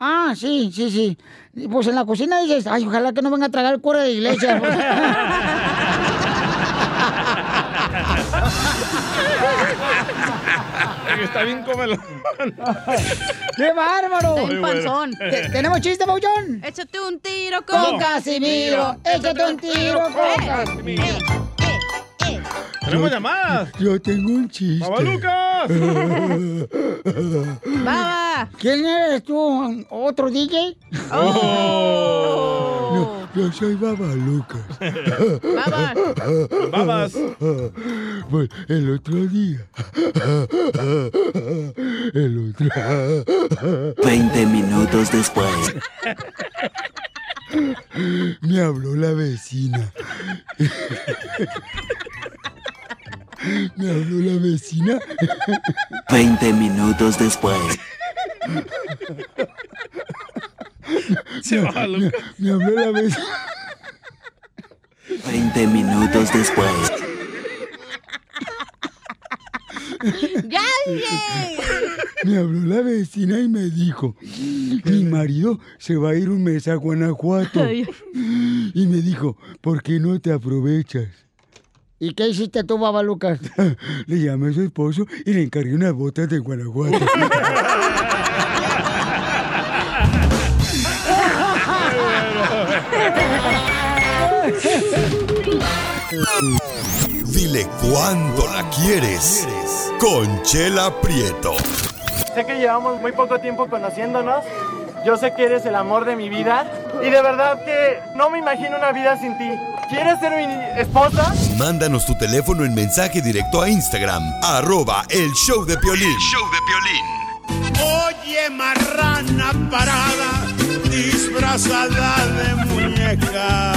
Speaker 2: Ah, sí, sí, sí. Y Pues en la cocina dices, ay, ojalá que no venga a tragar el cura de iglesia.
Speaker 4: Está bien cómelo.
Speaker 2: ¡Qué bárbaro!
Speaker 4: Está bien Muy bueno. panzón. Eh,
Speaker 2: Te- ¿Tenemos chiste, Pauchón?
Speaker 3: Échate un tiro
Speaker 2: con
Speaker 3: con Eh.
Speaker 2: Casimiro. Échate un tiro con
Speaker 3: Casimiro.
Speaker 4: ¡Tenemos llamadas!
Speaker 2: Yo tengo un chiste.
Speaker 4: ¡Babalucas!
Speaker 2: ¡Baba! ¿Quién eres tú? ¿Otro DJ?
Speaker 4: Oh.
Speaker 2: Yo, yo soy Babalucas.
Speaker 7: Babas.
Speaker 2: Babas.
Speaker 7: Pues el otro día. El otro.
Speaker 10: 20 minutos después.
Speaker 7: Me habló la vecina. Me habló la vecina.
Speaker 10: 20 minutos después.
Speaker 7: Se me, me, me habló la vecina.
Speaker 10: 20 minutos después.
Speaker 3: ¡Ya, DJ!
Speaker 7: Me habló la vecina y me dijo, mi marido se va a ir un mes a Guanajuato. Y me dijo, ¿por qué no te aprovechas? Ah,
Speaker 2: ¿Y qué hiciste tú, Babalucas?
Speaker 7: Le llamé a su esposo y le encargué unas botas de Guanajuato.
Speaker 8: Dile cuándo la quieres. Conchela Prieto.
Speaker 5: Sé que llevamos muy poco tiempo conociéndonos. Yo sé que eres el amor de mi vida. Y de verdad que no me imagino una vida sin ti. ¿Quieres ser mi esposa?
Speaker 8: Mándanos tu teléfono en mensaje directo a Instagram, arroba el show de Piolín.
Speaker 7: Oye, marrana parada, disfrazada de muñeca.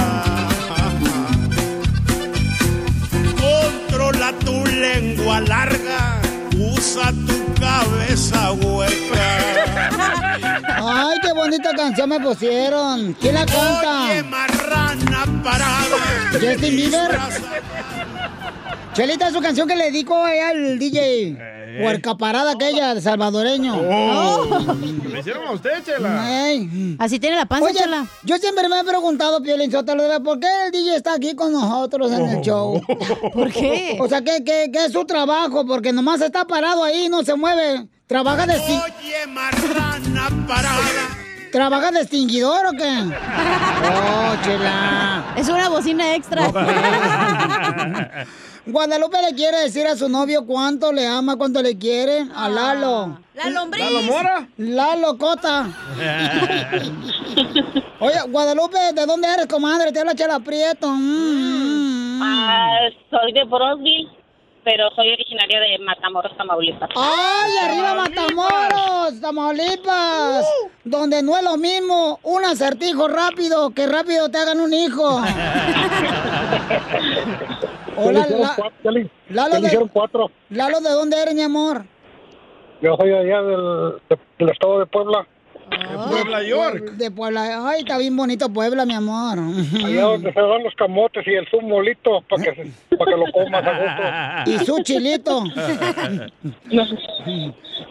Speaker 7: Controla tu lengua larga, usa tu cabeza hueca.
Speaker 2: ¡Ay, qué bonita canción me pusieron! ¿Quién la canta?
Speaker 7: Oye, marrana parada.
Speaker 2: ¿Justin Bieber? Chelita es su canción que le dedicó ahí al DJ. Huercaparada aquella, salvadoreño.
Speaker 4: Oh.
Speaker 2: Oh.
Speaker 4: ¿Me hicieron a usted, Chela?
Speaker 2: Así tiene la panza, Chela. Yo siempre me he preguntado, Piolín Sotelo, de ¿por qué el DJ está aquí con nosotros en el show?
Speaker 3: ¿Por qué?
Speaker 2: O sea, que, que- que es su trabajo, porque nomás está parado ahí, no se mueve. Trabaja de... esti-
Speaker 7: Oye, marrana parada.
Speaker 2: ¿Trabaja de extinguidor o qué? ¡Oh, Chela! Es una bocina extra. Guadalupe le quiere decir a su novio cuánto le ama, cuánto le quiere a Lalo.
Speaker 3: Ah. ¡La lombriz!
Speaker 2: ¿Lalo Mora? Lalo Cota. Oye, Guadalupe, ¿de dónde eres, comadre? Te habla Chela Prieto. Mm,
Speaker 12: Ah, soy de Brosville, pero soy originaria de Matamoros, Tamaulipas.
Speaker 2: ¡Ay, arriba Matamoros, Tamaulipas! Donde no es lo mismo un acertijo rápido que rápido te hagan un hijo. Hola, la- Lalo, de,
Speaker 24: cuatro.
Speaker 2: Lalo, ¿de dónde eres, mi amor?
Speaker 24: Yo soy allá del, del estado de Puebla.
Speaker 2: Puebla, York. De Puebla. Ay, está bien bonito Puebla, mi amor.
Speaker 24: Allá donde se dan los camotes y el zumolito para que, se- pa' que lo comas a gusto.
Speaker 2: Y su chilito.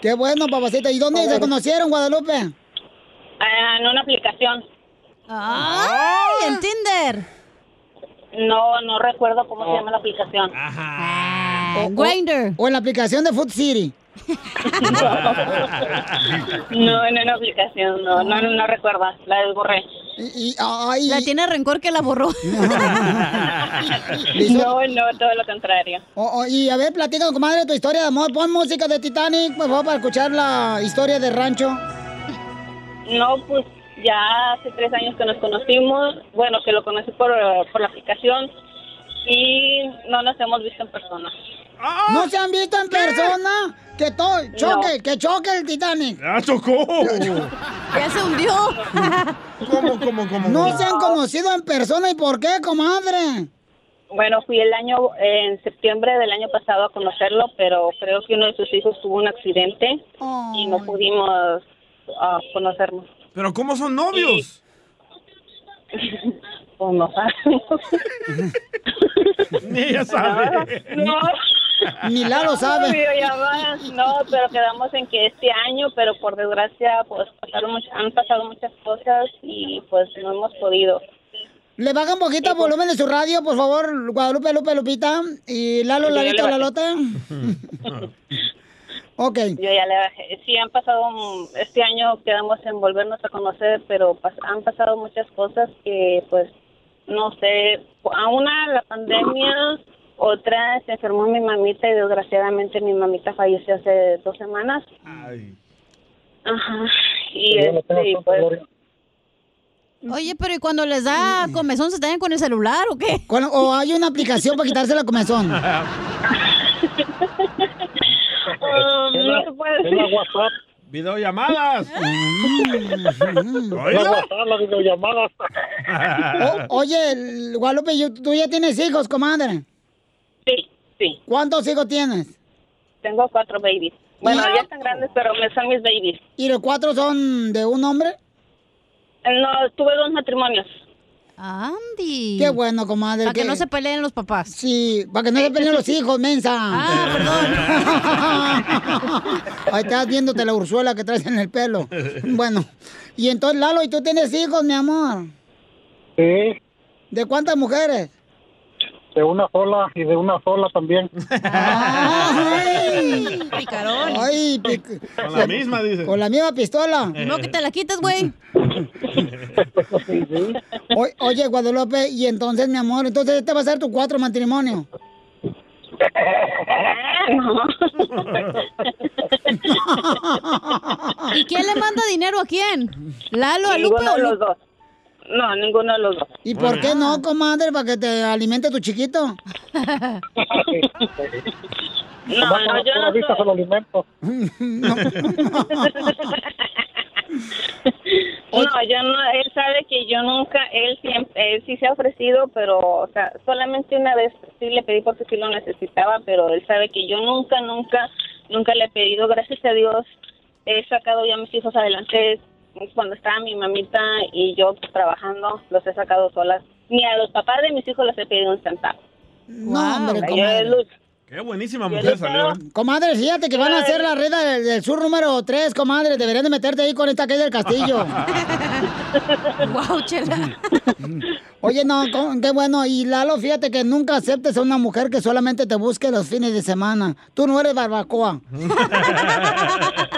Speaker 2: Qué bueno, papacito. ¿Y dónde se conocieron, Guadalupe?
Speaker 12: Ah, en una aplicación.
Speaker 3: ¡Ay, en Tinder!
Speaker 12: No, no recuerdo cómo se llama la aplicación.
Speaker 2: Grinder. O en la aplicación de Food City.
Speaker 12: No, en una aplicación, no, no, no recuerdo, la desborré.
Speaker 3: La tiene rencor que la borró.
Speaker 12: No, no, todo lo contrario.
Speaker 2: Oh, oh, y a ver, platica, comadre, tu historia de amor. Pon música de Titanic, por favor, para escuchar la historia de rancho.
Speaker 12: No, pues ya hace tres años que nos conocimos, bueno, que lo conocí por, eh, por la aplicación y no nos hemos visto en persona.
Speaker 4: Ah.
Speaker 2: ¿No se han visto en persona? Que todo choque, que choque el Titanic.
Speaker 4: ¡Ah, chocó!
Speaker 2: Ya se hundió.
Speaker 4: ¿Cómo, cómo, cómo?
Speaker 2: No se han conocido en persona y por qué, comadre.
Speaker 12: Bueno, fui el año, eh, en septiembre del año pasado a conocerlo, pero creo que uno de sus hijos tuvo un accidente y no pudimos ah, conocernos.
Speaker 4: ¿Pero cómo son novios?
Speaker 12: Pues no sabemos.
Speaker 4: Ni ella sabe.
Speaker 12: No.
Speaker 2: Ni Lalo sabe.
Speaker 12: No, videollamadas, no, pero quedamos en que este año, pero por desgracia, pues pasaron much- han pasado muchas cosas y pues no hemos podido.
Speaker 2: Le bajan
Speaker 12: pues.
Speaker 2: poquito el volumen de su radio, por favor, Guadalupe, Lupe, Lupita. Y Lalo,
Speaker 12: Yo ya le
Speaker 2: Lalito,
Speaker 12: bajé.
Speaker 2: Lalota. Ok.
Speaker 12: Yo ya le bajé. Sí, han pasado, mm, este año quedamos en volvernos a conocer, pero pas- han pasado muchas cosas que, pues, no sé, a una la pandemia, otra se enfermó mi mamita y desgraciadamente mi mamita falleció hace dos semanas. Ajá. Y
Speaker 3: Yo no
Speaker 12: este,
Speaker 3: tengo
Speaker 12: pues,
Speaker 3: Oye, pero ¿y cuando les da comezón se dañan con el celular o qué?
Speaker 2: Con- o hay una aplicación para quitarse la comezón.
Speaker 4: Es la- es la WhatsApp. ¡Videollamadas!
Speaker 2: La
Speaker 4: ¿Oílo?
Speaker 2: las videollamadas.
Speaker 4: Oh,
Speaker 2: oye, el- Guadalupe, yo- tú ya tienes hijos, comadre.
Speaker 12: Sí, sí.
Speaker 2: ¿Cuántos hijos tienes?
Speaker 12: Tengo cuatro babies. Bueno, ya están grandes, pero me son mis babies.
Speaker 2: ¿Y los cuatro son de un hombre?
Speaker 12: No, tuve dos matrimonios.
Speaker 3: Andy.
Speaker 2: Qué bueno, comadre.
Speaker 3: Para que no se
Speaker 2: peleen los papás. Sí, para que no se peleen los hijos, mensa. Ah, perdón. Ahí estás viéndote la urzuela que traes en el pelo. Bueno, y entonces, Lalo, ¿y tú tienes hijos, mi amor?
Speaker 24: Sí,
Speaker 2: ¿De cuántas mujeres?
Speaker 24: de una sola y de una sola también.
Speaker 2: ¡Ay! ¡Picarón! ¡Ay!
Speaker 4: Con la misma, dice.
Speaker 2: Con la misma pistola.
Speaker 4: No, que
Speaker 2: te la quites, güey. oye, Guadalupe, y entonces, mi amor, entonces este va a ser tu cuatro matrimonio.
Speaker 3: ¿Y quién le manda dinero a quién? ¿Lalo, a Lupe
Speaker 12: Ninguno
Speaker 3: o
Speaker 12: de los
Speaker 3: Lupe?
Speaker 12: dos. No, ninguno de los dos.
Speaker 2: ¿Y por qué no, comadre, para que te alimente tu chiquito?
Speaker 24: No, no, yo no vista se lo alimento.
Speaker 12: No, yo no, él sabe que yo nunca, él siempre, él sí se ha ofrecido, pero, o sea, solamente una vez sí le pedí porque sí lo necesitaba, pero él sabe que yo nunca, nunca, nunca le he pedido, gracias a Dios, he sacado ya a mis hijos adelante cuando estaba mi mamita y yo trabajando, los he sacado solas. Ni a los papás de mis hijos les he pedido un centavo.
Speaker 2: No,
Speaker 12: O
Speaker 2: hombre,
Speaker 12: sea, yo he
Speaker 2: comadre.
Speaker 12: luchado
Speaker 4: Qué buenísima mujer salió. ¿eh?
Speaker 2: Comadre, fíjate que van a hacer la red del, del sur número 3, comadre. Deberían de meterte ahí con esta que es del castillo.
Speaker 3: Guau, chela.
Speaker 2: Oye, no, co- qué bueno. Y Lalo, fíjate que nunca aceptes a una mujer que solamente te busque los fines de semana. Tú no eres barbacoa,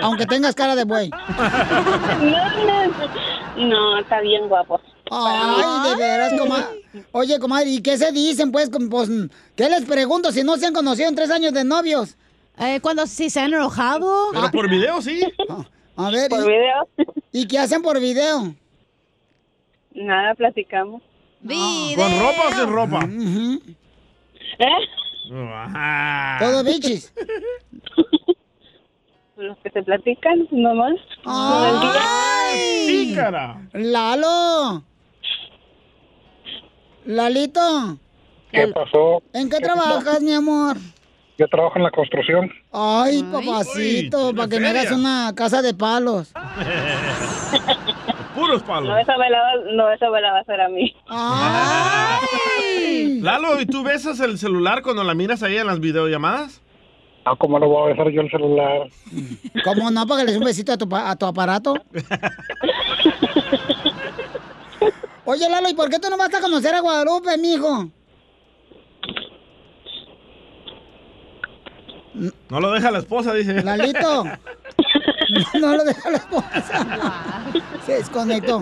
Speaker 2: aunque tengas cara de buey.
Speaker 12: No, no, está bien guapo.
Speaker 2: Ay, de veras, comadre. Oye, comadre, ¿y qué se dicen, pues? Com- pues, ¿Qué les pregunto si no se han conocido en tres años de novios? Eh, cuando si se han enojado.
Speaker 4: Pero por video sí.
Speaker 2: Ah, A ver.
Speaker 12: ¿Por
Speaker 2: y,
Speaker 12: video?
Speaker 2: ¿Y qué hacen por video?
Speaker 12: Nada, platicamos.
Speaker 4: ¿Con ropa o sin ropa?
Speaker 12: ¿Eh?
Speaker 4: Ajá.
Speaker 7: Ah.
Speaker 2: Todo bichis.
Speaker 12: Los que se platican, nomás.
Speaker 2: ¡Ay!
Speaker 4: ¡Pícara!
Speaker 2: ¡Lalo! ¿Lalito?
Speaker 24: ¿Qué pasó?
Speaker 2: ¿En qué trabajas, mi amor?
Speaker 24: Yo trabajo en la construcción.
Speaker 2: Ay, papacito, para que me hagas una casa de palos.
Speaker 4: Puros
Speaker 12: No,
Speaker 4: palos.
Speaker 12: esa me la, va- no, esa me la va a hacer a mí.
Speaker 4: Lalo, ¿y tú besas el celular cuando la miras ahí en las videollamadas?
Speaker 24: Ah, ¿cómo no voy a besar yo el celular?
Speaker 2: ¿Cómo no? Para que le des un besito a tu, pa- a tu aparato. Oye, Lalo, ¿y por qué tú no vas a conocer a Guadalupe, mijo?
Speaker 4: No lo deja la esposa, dice.
Speaker 2: Lalito. No lo deja la esposa. Se desconectó.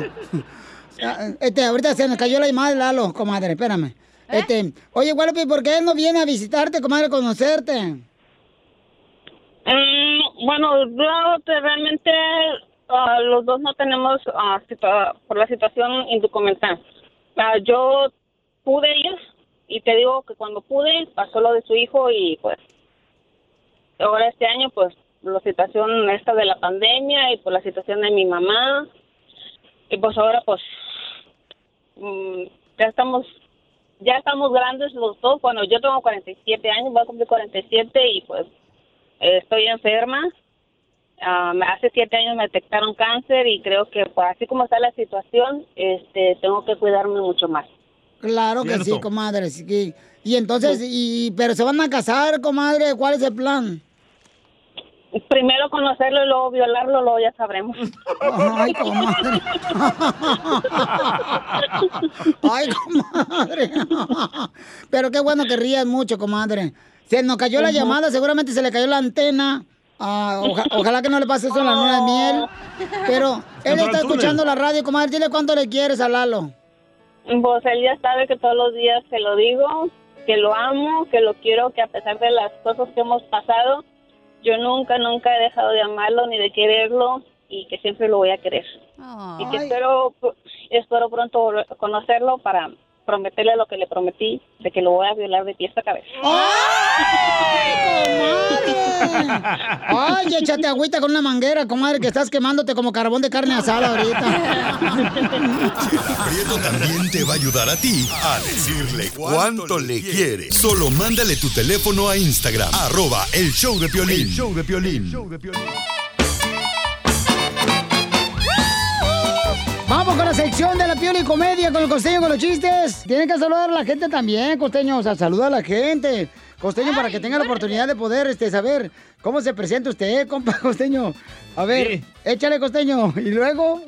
Speaker 2: Ah, Este, ahorita se nos cayó la llamada de Lalo, comadre, espérame. Este, oye, Guadalupe, ¿por qué él no viene a visitarte, comadre, a conocerte?
Speaker 12: Mm, bueno, yo te- realmente ah, los dos no tenemos, ah, situa- por la situación indocumental. Ah, yo pude ir y te digo que cuando pude pasó lo de su hijo y pues ahora este año, pues, la situación esta de la pandemia y por la situación de mi mamá. Y pues ahora, pues, mm, ya estamos, ya estamos grandes los dos. Bueno, yo tengo 47 años, voy a cumplir 47 y pues eh, estoy enferma. Ah, hace siete años me detectaron cáncer y creo que pues, así como está la situación, este, tengo que cuidarme mucho más.
Speaker 2: Claro que sí,
Speaker 12: Cierto.
Speaker 2: comadre. sí que- Y, entonces, y, pero se van a casar, comadre. ¿Cuál es el plan?
Speaker 12: Primero conocerlo y luego violarlo, luego ya sabremos.
Speaker 2: Ay, comadre. Ay, comadre. Pero qué bueno que rías mucho, comadre. Se nos cayó la
Speaker 10: Ujú.
Speaker 2: llamada, seguramente se le cayó la antena. Ah, oja- ojalá que no le pase eso en la luna de miel. Pero él
Speaker 12: Entró al
Speaker 2: está
Speaker 12: túnel.
Speaker 2: escuchando la radio, comadre. Dile cuánto le quieres a Lalo.
Speaker 12: Pues él ya sabe que todos los días se lo digo, que lo amo, que lo quiero, que a pesar de las cosas que hemos pasado, yo nunca, nunca he dejado de amarlo ni de quererlo y que siempre lo voy a querer. Y que espero, espero pronto vol- conocerlo para prometerle lo que le prometí, de que lo voy a violar de pies a cabeza.
Speaker 2: Ay, échate agüita con una manguera, comadre, que estás quemándote como carbón de carne asada ahorita.
Speaker 8: Prieto también te va a ayudar a ti a decirle cuánto le quiere. Solo mándale tu teléfono a Instagram, arroba el show de Piolín.
Speaker 10: El
Speaker 8: show de Piolín.
Speaker 2: Vamos con la sección de la piola y comedia con el costeño con los chistes. Tienen que saludar a la gente también, costeño. O sea, saluda a la gente. Costeño, para que tenga la oportunidad de poder este, saber cómo se presenta usted, compa costeño. A ver, échale costeño. Y luego.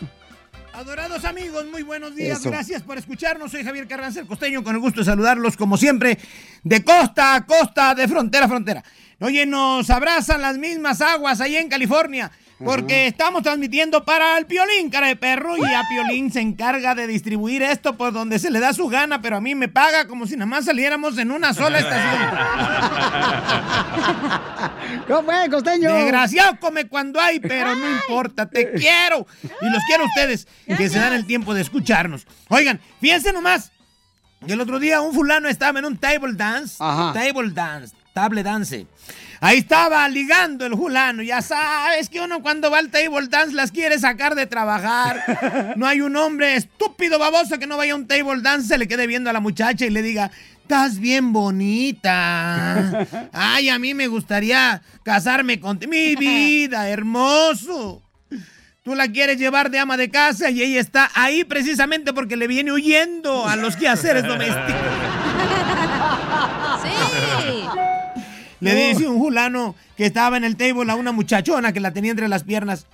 Speaker 11: Adorados amigos, muy buenos días.
Speaker 2: Eso.
Speaker 11: Gracias por escucharnos. Soy Javier Carranza, el costeño, con el gusto de saludarlos, como siempre, de costa a costa, de frontera a frontera. Oye, nos abrazan las mismas aguas ahí en California, porque estamos transmitiendo para el Piolín, cara de perro, y a Piolín se encarga de distribuir esto por donde se le da su gana, pero a mí me paga como si nada más saliéramos en una sola estación.
Speaker 2: ¿Cómo es, costeño?
Speaker 11: Desgraciado come cuando hay, pero no importa, te quiero. Y los quiero a ustedes que se dan el tiempo de escucharnos. Oigan, fíjense nomás que el otro día un fulano estaba en un table dance. Table dance, table dance. Ahí estaba ligando el fulano. Ya sabes que uno cuando va al table dance las quiere sacar de trabajar. No hay un hombre estúpido baboso que no vaya a un table dance, se le quede viendo a la muchacha y le diga, estás bien bonita. Ay, a mí me gustaría casarme con Mi vida, hermoso. Tú la quieres llevar de ama de casa y ella está ahí precisamente porque le viene huyendo a los quehaceres domésticos.
Speaker 10: Sí.
Speaker 11: Le dice un fulano que estaba en el table a una muchachona que la tenía entre las piernas.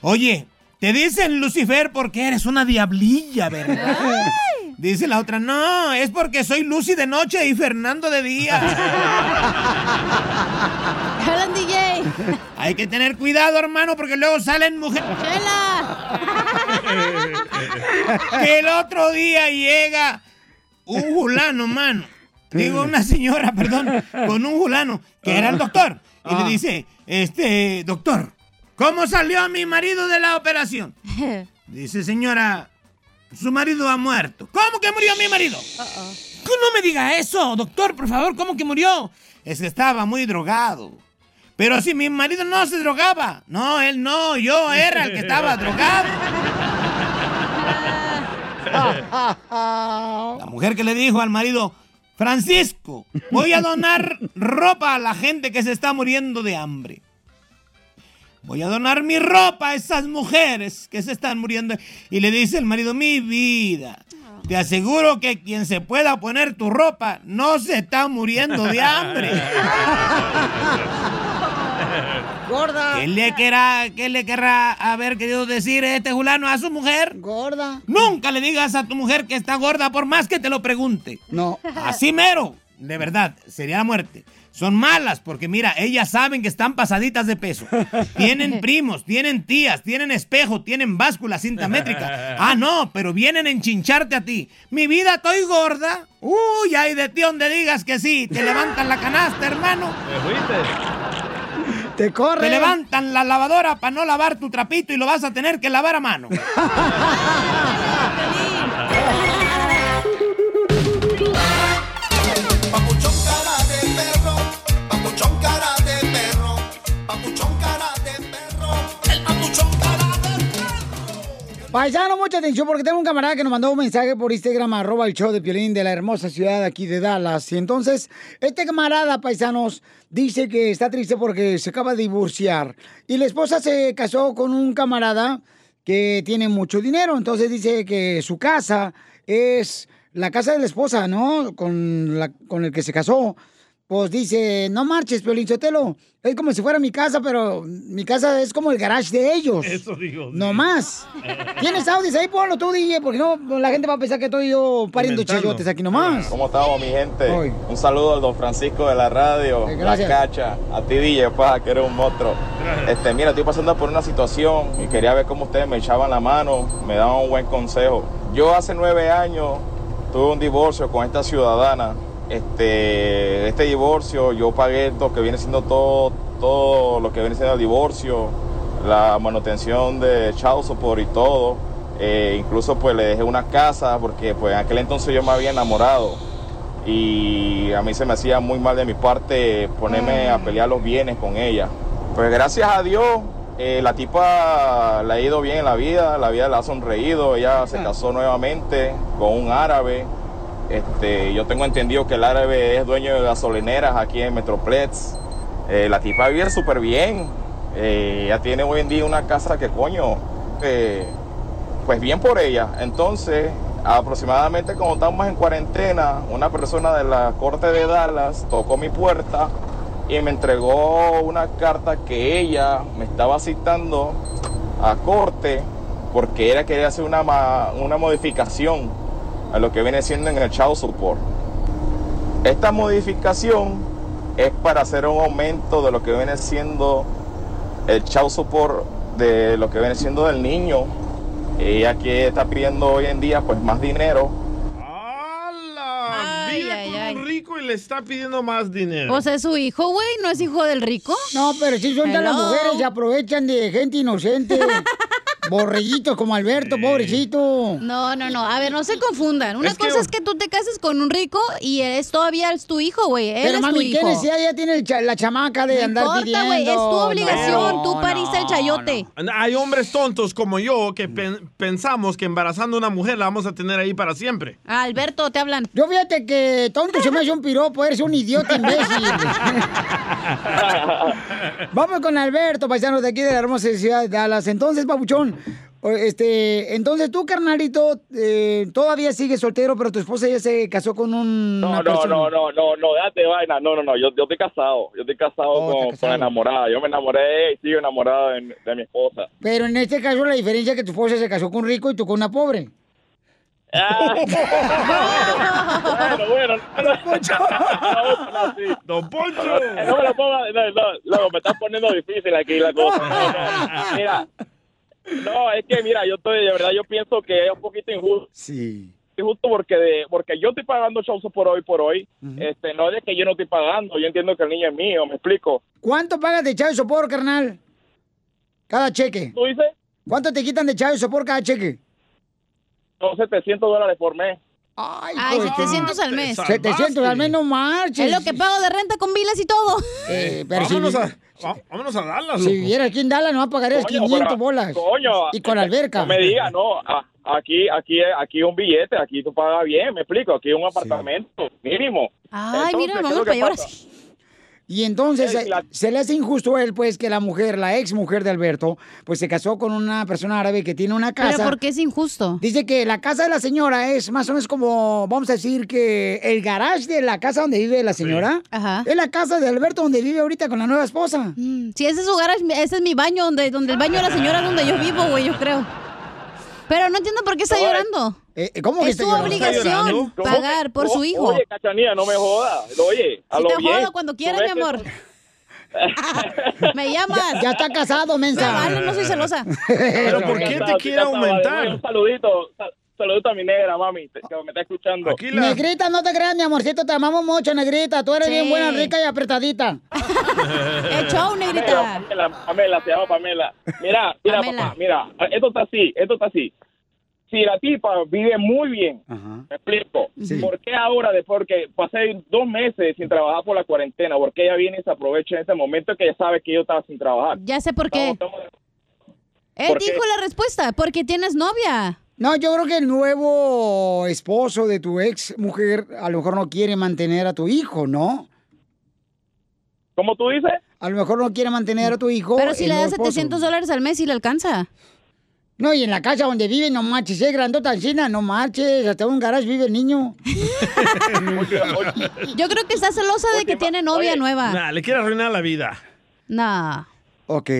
Speaker 11: Oye, te dicen Lucifer porque eres una diablilla, ¿verdad? Dice la otra, no, es porque soy Lucy de noche y Fernando de día.
Speaker 3: Hablan DJ.
Speaker 11: Hay que tener cuidado, hermano, porque luego salen mujeres. que el otro día llega un fulano, mano. Digo, una señora, perdón, con un fulano, que era el doctor. Y le dice, este, doctor, ¿cómo salió mi marido de la operación? Dice, señora, su marido ha muerto. ¿Cómo que murió mi marido?
Speaker 25: Uh-uh.
Speaker 11: No me diga eso, doctor, por favor, ¿cómo que murió? Es que estaba muy drogado. Pero si mi marido no se drogaba. No, él no, yo era el que estaba drogado. La mujer que le dijo al marido, Francisco, voy a donar ropa a la gente que se está muriendo de hambre. Voy a donar mi ropa a esas mujeres que se están muriendo. Y le dice el marido, mi vida, te aseguro que quien se pueda poner tu ropa no se está muriendo de hambre.
Speaker 2: Gorda.
Speaker 11: ¿Qué le querrá, qué le querrá haber querido decir este fulano a su mujer?
Speaker 2: Gorda.
Speaker 11: Nunca le digas a tu mujer que está gorda por más que te lo pregunte.
Speaker 2: No.
Speaker 11: Así mero. De verdad, sería la muerte. Son malas porque mira, ellas saben que están pasaditas de peso. Tienen primos, tienen tías, tienen espejo, tienen báscula, cinta métrica. Ah, no, pero vienen a enchincharte a ti. Mi vida, estoy gorda. Uy, ay de ti donde digas que sí. Te levantan la canasta, hermano.
Speaker 2: Te corre.
Speaker 11: Te levantan la lavadora para no lavar tu trapito y lo vas a tener que lavar a mano.
Speaker 10: Papuchón cara de perro, papuchón cara de perro,
Speaker 2: Paisano, mucha atención porque tengo un camarada que nos mandó un mensaje por Instagram, arroba el show de Piolín de la hermosa ciudad de aquí de Dallas. Y entonces, este camarada, paisanos, dice que está triste porque se acaba de divorciar. Y la esposa se casó con un camarada que tiene mucho dinero. Entonces dice que su casa es la casa de la esposa, ¿no? Con, la- con el que se casó. Pues dice, no marches, Piolín Sotelo. Es como si fuera mi casa, pero mi casa es como el garage de ellos.
Speaker 10: Eso digo.
Speaker 2: No más. ¿Tienes audios ahí? Ponlo tú, DJ, porque no, la gente va a pensar que estoy yo pariendo chayotes aquí nomás.
Speaker 13: ¿Cómo estamos, mi gente? Un saludo al don Francisco de la radio,
Speaker 2: Eh,
Speaker 13: la
Speaker 2: gracias.
Speaker 13: cacha, a ti, DJ, pa, que eres un monstruo. Este, mira, estoy pasando por una situación y quería ver cómo ustedes me echaban la mano, me daban un buen consejo. Yo hace nueve años tuve un divorcio con esta ciudadana. Este, este divorcio, yo pagué lo que viene siendo todo, todo lo que viene siendo el divorcio, la manutención de child support y todo. Eh, incluso pues le dejé una casa porque pues en aquel entonces yo me había enamorado y a mí se me hacía muy mal de mi parte ponerme a pelear los bienes con ella. Pues gracias a Dios, eh, la tipa la ha ido bien en la vida, la vida la ha sonreído, ella se casó nuevamente con un árabe. Este, yo tengo entendido que el árabe es dueño de gasolineras aquí en Metroplex. Eh, la tipa vive súper bien. Eh, ella tiene hoy en día una casa que coño. eh, pues bien por ella. Entonces, aproximadamente como estamos en cuarentena, una persona de la corte de Dallas tocó mi puerta y me entregó una carta que ella me estaba citando a corte porque ella quería hacer una, ma- una modificación a lo que viene siendo en el child support. Esta modificación es para hacer un aumento de lo que viene siendo el child support de lo que viene siendo del niño ella que está pidiendo hoy en día pues más dinero.
Speaker 4: Vive con un rico y le está pidiendo más dinero.
Speaker 3: O sea, es su hijo, güey, no es hijo del rico.
Speaker 2: No, pero sí son
Speaker 3: de
Speaker 2: las mujeres se aprovechan de gente inocente. Borreguitos como Alberto, pobrecito.
Speaker 3: No, no, no. A ver, no se confundan. Una
Speaker 2: Es que-
Speaker 3: cosa es que tú te cases con un rico y es todavía es tu hijo, güey. Él
Speaker 2: Pero
Speaker 3: es tu
Speaker 2: mami, ¿qué
Speaker 3: hijo.
Speaker 2: necesidad ya tiene el cha- la chamaca de andar
Speaker 3: importa,
Speaker 2: pidiendo?
Speaker 3: güey, es tu obligación,
Speaker 2: No,
Speaker 3: tú pariste el chayote.
Speaker 4: Hay hombres tontos como yo que pen- pensamos que embarazando a una mujer la vamos a tener ahí para siempre.
Speaker 3: Ah, Alberto, te hablan.
Speaker 2: Yo fíjate que tonto se me hace un piropo, eres un idiota imbécil. Vamos con Alberto, paisano de aquí de la hermosa ciudad de Dallas. Entonces, papuchón, o- este, entonces tú, carnalito, eh, todavía sigues soltero, pero tu esposa ya se casó con un.
Speaker 13: No, no, no, no, no, no, date vaina, no, no, no, yo, yo estoy casado, yo estoy Oh, casado con, con la enamorada, yo me enamoré y sigo enamorado de, mi- de mi esposa.
Speaker 2: Pero en este caso la diferencia es que tu esposa se casó con un rico y tú con una pobre.
Speaker 13: Ah. bueno, bueno, no, no, no, sí.
Speaker 4: Don Poncho.
Speaker 13: No me lo pongas, no, no, loco, me estás poniendo difícil aquí la cosa. No, no, mira, no, es que mira, yo estoy, de verdad, yo pienso que es un poquito injusto.
Speaker 2: Sí.
Speaker 13: Y justo porque de- porque yo estoy pagando shows por hoy por hoy este no es de que yo no estoy pagando yo entiendo que el niño es mío me explico
Speaker 2: ¿Cuánto pagas de chavo y sopor, carnal? Cada cheque.
Speaker 13: ¿Tú dices?
Speaker 2: ¿Cuánto te quitan de chavo y sopor cada cheque?
Speaker 13: son 700 dólares por mes
Speaker 2: Ay,
Speaker 3: Ay, 700 al mes.
Speaker 2: 700 al mes, no marches.
Speaker 3: Es lo que pago de renta con vilas y todo.
Speaker 2: Eh, pero si-
Speaker 4: Vámonos, a, va- vámonos a Dallas,
Speaker 2: Si
Speaker 4: loco.
Speaker 2: viviera aquí en Dallas, no pagarías
Speaker 13: Coño,
Speaker 2: 500
Speaker 13: pero-
Speaker 2: bolas.
Speaker 13: coño,
Speaker 2: y con alberca.
Speaker 13: no me diga no a- aquí aquí aquí un billete aquí tú pagas bien me explico aquí un apartamento mínimo
Speaker 2: Ay, mira,
Speaker 13: ¿qué es
Speaker 2: vamos
Speaker 13: lo que
Speaker 2: para allá ahora
Speaker 13: pasa?
Speaker 2: Y entonces
Speaker 13: Ey,
Speaker 2: eh, se le hace injusto a él, pues, que la mujer, la ex mujer de Alberto, pues se casó con una persona árabe que tiene una casa.
Speaker 3: Pero ¿por qué es injusto?
Speaker 2: Dice que la casa de la señora es más o menos como, vamos a decir que el garage de la casa donde vive la señora es la casa de Alberto donde vive ahorita con la nueva esposa.
Speaker 3: Si Mm, ese es su garage, ese es mi baño, donde, donde el baño de la señora es donde yo vivo, güey, yo creo. Pero no entiendo por qué está llorando.
Speaker 2: ¿cómo
Speaker 13: Eh, que
Speaker 3: es
Speaker 13: está
Speaker 3: su
Speaker 13: llorando?
Speaker 3: obligación
Speaker 13: ¿Está llorando?
Speaker 3: pagar por su hijo.
Speaker 13: oye cachanía no me jodas oye a
Speaker 3: Si
Speaker 13: lo
Speaker 3: te
Speaker 13: bien
Speaker 3: jodo cuando quieras,
Speaker 13: ¿Tú ves
Speaker 3: mi
Speaker 13: que
Speaker 3: amor. Me llamas.
Speaker 2: Ya, ya está casado, mensa.
Speaker 3: No, vale, no soy celosa.
Speaker 13: Pero
Speaker 2: ¿por qué te quiere aumentar?
Speaker 13: Un saludito, sal- saludito a mi negra, mami, te- que me está escuchando.
Speaker 2: Negrita, no te creas, mi amorcito, te amamos mucho, Negrita. Tú eres
Speaker 13: Sí.
Speaker 2: bien buena, rica y apretadita.
Speaker 13: Pamela, Pamela, Pamela, se llama Pamela. Mira, mira,
Speaker 2: Pamela.
Speaker 13: papá, mira, esto está así, esto está así. Si la tipa vive muy bien, me explico,
Speaker 2: Sí.
Speaker 13: ¿por qué ahora, después que pasé dos meses sin trabajar por la cuarentena, por qué ella viene y se aprovecha en este momento que ella sabe que yo estaba sin trabajar?
Speaker 3: Ya sé por qué. Él dijo la respuesta, porque tienes novia.
Speaker 2: No, yo creo que el nuevo esposo de tu ex mujer a lo mejor no quiere mantener a tu hijo, ¿no?
Speaker 1: ¿Cómo tú dices?
Speaker 2: A lo mejor no quiere mantener a tu hijo.
Speaker 3: Pero si
Speaker 2: el
Speaker 3: le
Speaker 2: nuevo
Speaker 3: das
Speaker 2: esposo.
Speaker 3: 700 dólares al mes y le alcanza.
Speaker 2: No, y en la casa donde vive, no marches, es grandota encina, no marches, hasta un garage vive el niño.
Speaker 3: Yo creo que está celosa de que tiene novia nueva.
Speaker 4: Nah, le quiere arruinar la vida.
Speaker 3: Nah.
Speaker 2: Ok,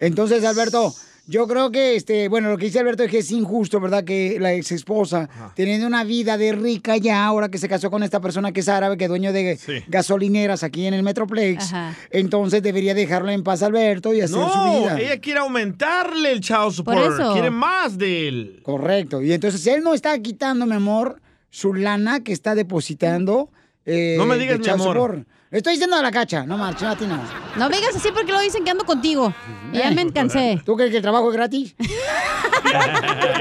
Speaker 2: entonces Alberto, yo creo que, este, bueno, lo que dice Alberto es que es injusto, ¿verdad? Que la ex esposa, teniendo una vida de rica ya, ahora que se casó con esta persona que es árabe, que es dueño de gasolineras aquí en el Metroplex, entonces debería dejarlo en paz Alberto y hacer su
Speaker 4: No,
Speaker 2: vida.
Speaker 4: ella quiere aumentarle el child support.
Speaker 2: eso.
Speaker 4: Quiere más de él.
Speaker 2: Correcto, y entonces él no está quitando, mi amor, su lana que está depositando. eh,
Speaker 4: No me digas,
Speaker 2: de
Speaker 4: mi
Speaker 2: child
Speaker 4: amor.
Speaker 2: support. Le estoy diciendo a la cacha, no marches, no a ti no.
Speaker 3: No me digas así porque lo dicen que ando contigo. Y ya me cansé.
Speaker 2: Eh, ¿Tú crees que el trabajo es gratis?
Speaker 1: Yo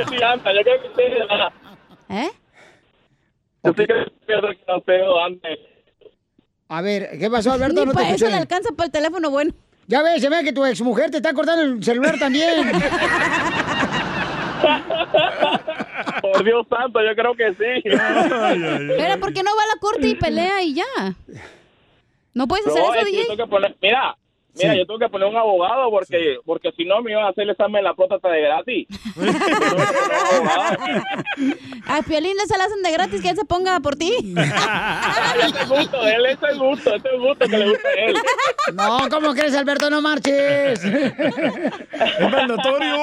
Speaker 1: soy alta, yo creo que usted es la-
Speaker 3: ¿Eh?
Speaker 1: Yo sí que pierdo que no tengo hambre.
Speaker 2: A ver, ¿qué pasó, Alberto?
Speaker 3: Ni
Speaker 2: No te
Speaker 3: para eso
Speaker 2: escuché.
Speaker 3: le alcanza para el teléfono bueno.
Speaker 2: Ya ves, se ve que tu exmujer te está cortando el celular también.
Speaker 1: Por Dios santo, yo creo que sí.
Speaker 3: Pero ¿por qué no va a la corte y pelea y ya? ¿No puedes hacer
Speaker 1: No, es
Speaker 3: eso,
Speaker 1: que yo
Speaker 3: DJ?
Speaker 1: tengo que poner- mira, mira, yo tengo que poner un abogado porque, porque si no me iban a hacer el examen de la próstata de gratis.
Speaker 3: A Piolín le se la hacen de gratis que él se ponga por ti.
Speaker 1: Este es gusto, él este es gusto, este es gusto que le gusta a él.
Speaker 2: No, ¿cómo crees, Alberto? No marches. Es
Speaker 4: mandatorio.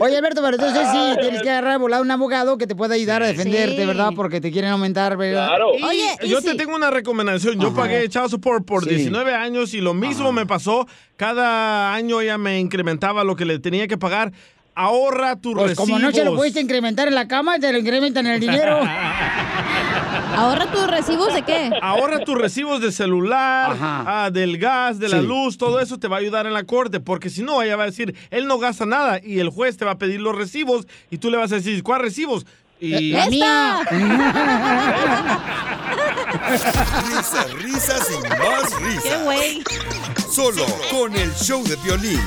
Speaker 2: Oye, Alberto, pero entonces sí, tienes que agarrar volado un abogado que te pueda ayudar a defenderte,
Speaker 4: Sí.
Speaker 2: ¿verdad? Porque te quieren aumentar, ¿verdad?
Speaker 4: Y yo te tengo una recomendación. Yo pagué child support por
Speaker 2: Sí.
Speaker 4: 19 años y lo mismo me pasó. Cada año ella me incrementaba lo que le tenía que pagar. Ahorra tu
Speaker 2: Pues como no se lo
Speaker 4: recibos.
Speaker 2: pudiste incrementar en la cama, te lo incrementan en el dinero.
Speaker 3: ¿Ahorra tus recibos de qué?
Speaker 4: Ahorra tus recibos de celular, ah, del gas, de la
Speaker 2: Sí.
Speaker 4: luz, todo eso te va a ayudar en la corte, porque si no, ella va a decir, él no gasta nada y el juez te va a pedir los recibos y tú le vas a decir, ¿cuál recibos? Y...
Speaker 2: Eh, ¡La mía!
Speaker 8: Risas, risas y más risas.
Speaker 3: ¡Qué güey!
Speaker 8: Solo con el show de violín.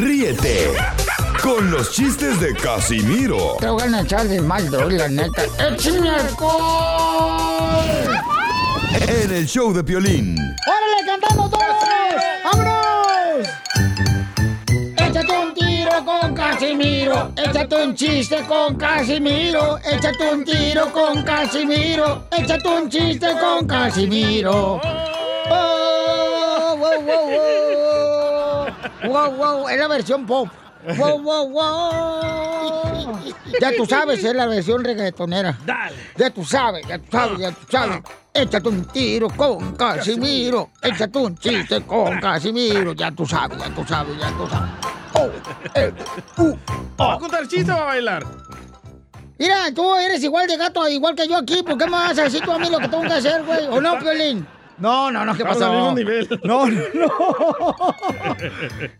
Speaker 8: Ríete con los chistes de Casimiro
Speaker 2: Te voy a echar de mal, doy, la neta. ¡Eh, ¡Échame alcohol!
Speaker 8: en el show de violín.
Speaker 2: ¡Órale, cantando todos! ¡Vámonos! Échate un tiro con Casimiro, échate un chiste con Casimiro, échate un tiro con Casimiro, échate un chiste con Casimiro. ¡Oh, wow, wow, wow! ¡Wow, wow! Es la versión pop. ¡Wow, wow, wow! Ya tú sabes, es la versión reggaetonera. Dale. Ya tú sabes, ya tú sabes, ya tú sabes. Échate un tiro con Casimiro. Échate un chiste con Casimiro. Ya tú sabes, ya tú sabes, ya tú sabes. Oh, eh, uh.
Speaker 4: ¿Va a contar chiste o va a bailar?
Speaker 2: Mira, tú eres igual de gato, igual que yo aquí. ¿Por qué me vas a decir tú a mí lo que tengo que hacer, güey? ¿O no, Piolín? No, no, no, ¿qué
Speaker 4: Estamos
Speaker 2: pasó?
Speaker 4: al mismo nivel.
Speaker 2: No, no, no.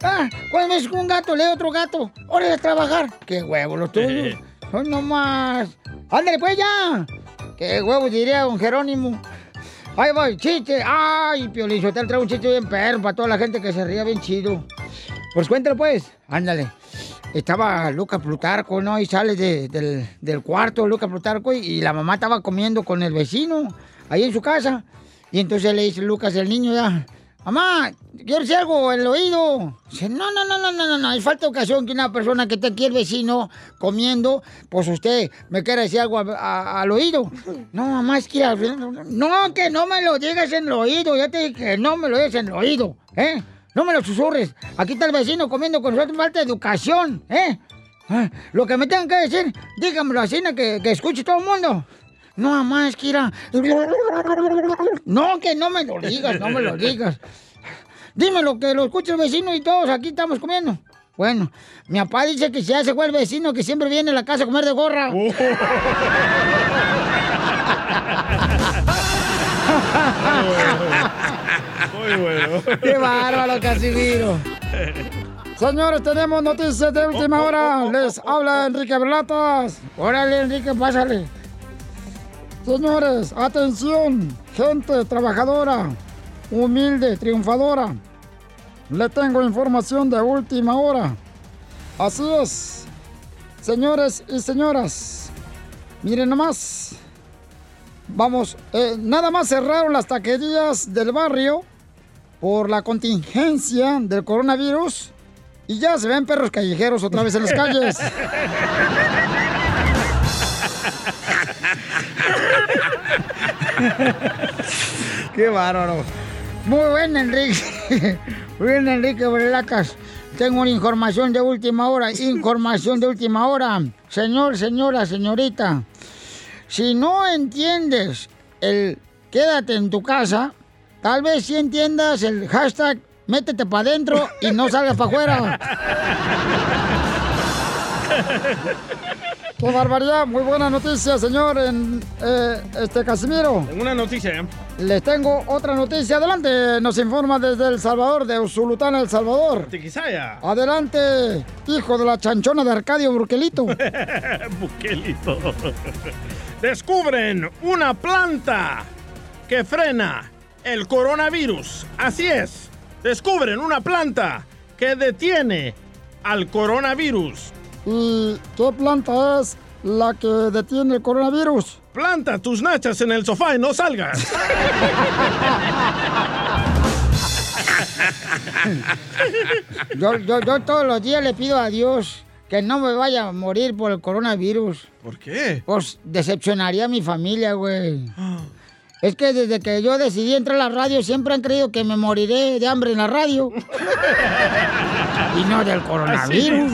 Speaker 2: Ah, cuando es un gato, lee otro gato. Hora de trabajar. Qué huevo los tuyos. No, no más. Ándale, pues ya. Qué huevo diría don Jerónimo. Ahí voy, chiste. Ay, Piolín, yo te traigo un chiste bien perro para toda la gente que se ría bien chido. Pues cuéntalo, pues. Ándale. Estaba Lucas Plutarco, ¿no? Y sale de- del, del cuarto Lucas Plutarco y, y la mamá estaba comiendo con el vecino ahí en su casa. Y entonces le dice Lucas, el niño ya, mamá, quiero decir algo en el oído. Dice, no, no, no, no, no, no, no, hay falta de ocasión que una persona que está aquí el vecino comiendo, pues usted me quiera decir algo a- a- al oído. No, mamá, es que... al- No, que no me lo digas en el oído, ya te dije que no me lo digas en el oído, ¿eh? No me lo susurres. Aquí está el vecino comiendo con nosotros, falta de educación, ¿eh? Ah, Lo que me tengan que decir, dígamelo así, ¿no? que, que escuche todo el mundo. No, mamá, es que era... No, que no me lo digas, no me lo digas. Dímelo, que lo escuche el vecino y todos aquí estamos comiendo. Bueno, mi papá dice que ya se fue el vecino que siempre viene a la casa a comer de gorra.
Speaker 4: Muy bueno.
Speaker 2: ¡Qué bárbaro, Casimiro! Señores, tenemos noticias de última hora. Les habla Enrique Berlatas. Órale, Enrique, pásale. Señores, atención, gente trabajadora, humilde, triunfadora. Le tengo información de última hora. Así es. Señores y señoras, miren nomás. Vamos, eh, nada más cerraron las taquerías del barrio por la contingencia del coronavirus y ya se ven perros callejeros otra vez en las calles. Qué bárbaro. Muy buen Enrique. Muy bien, Enrique Brelacas. Tengo una información de última hora. Información de última hora. Señor, señora, señorita. Si no entiendes el quédate en tu casa, tal vez sí entiendas el hashtag métete para adentro y no salgas para afuera. ¡Qué barbaridad! Muy buena noticia, señor en, eh, este Casimiro.
Speaker 4: Tengo una noticia. ¿eh?
Speaker 2: Les tengo otra noticia. Adelante, nos informa desde El Salvador, de Usulután, El Salvador.
Speaker 4: Tiquisaya.
Speaker 2: Adelante, hijo de la chanchona de Arcadio Burquelito.
Speaker 4: Buquelito. Descubren una planta que frena el coronavirus. Así es. Descubren una planta que detiene al coronavirus.
Speaker 2: ¿Y qué planta es la que detiene el coronavirus?
Speaker 4: Planta tus nachas en el sofá y no salgas.
Speaker 2: Yo, yo, yo todos los días le pido a Dios que no me vaya a morir por el coronavirus.
Speaker 4: ¿Por qué?
Speaker 2: Pues decepcionaría a mi familia, güey. Es que desde que yo decidí entrar a la radio siempre han creído que me moriré de hambre en la radio. Y no del coronavirus.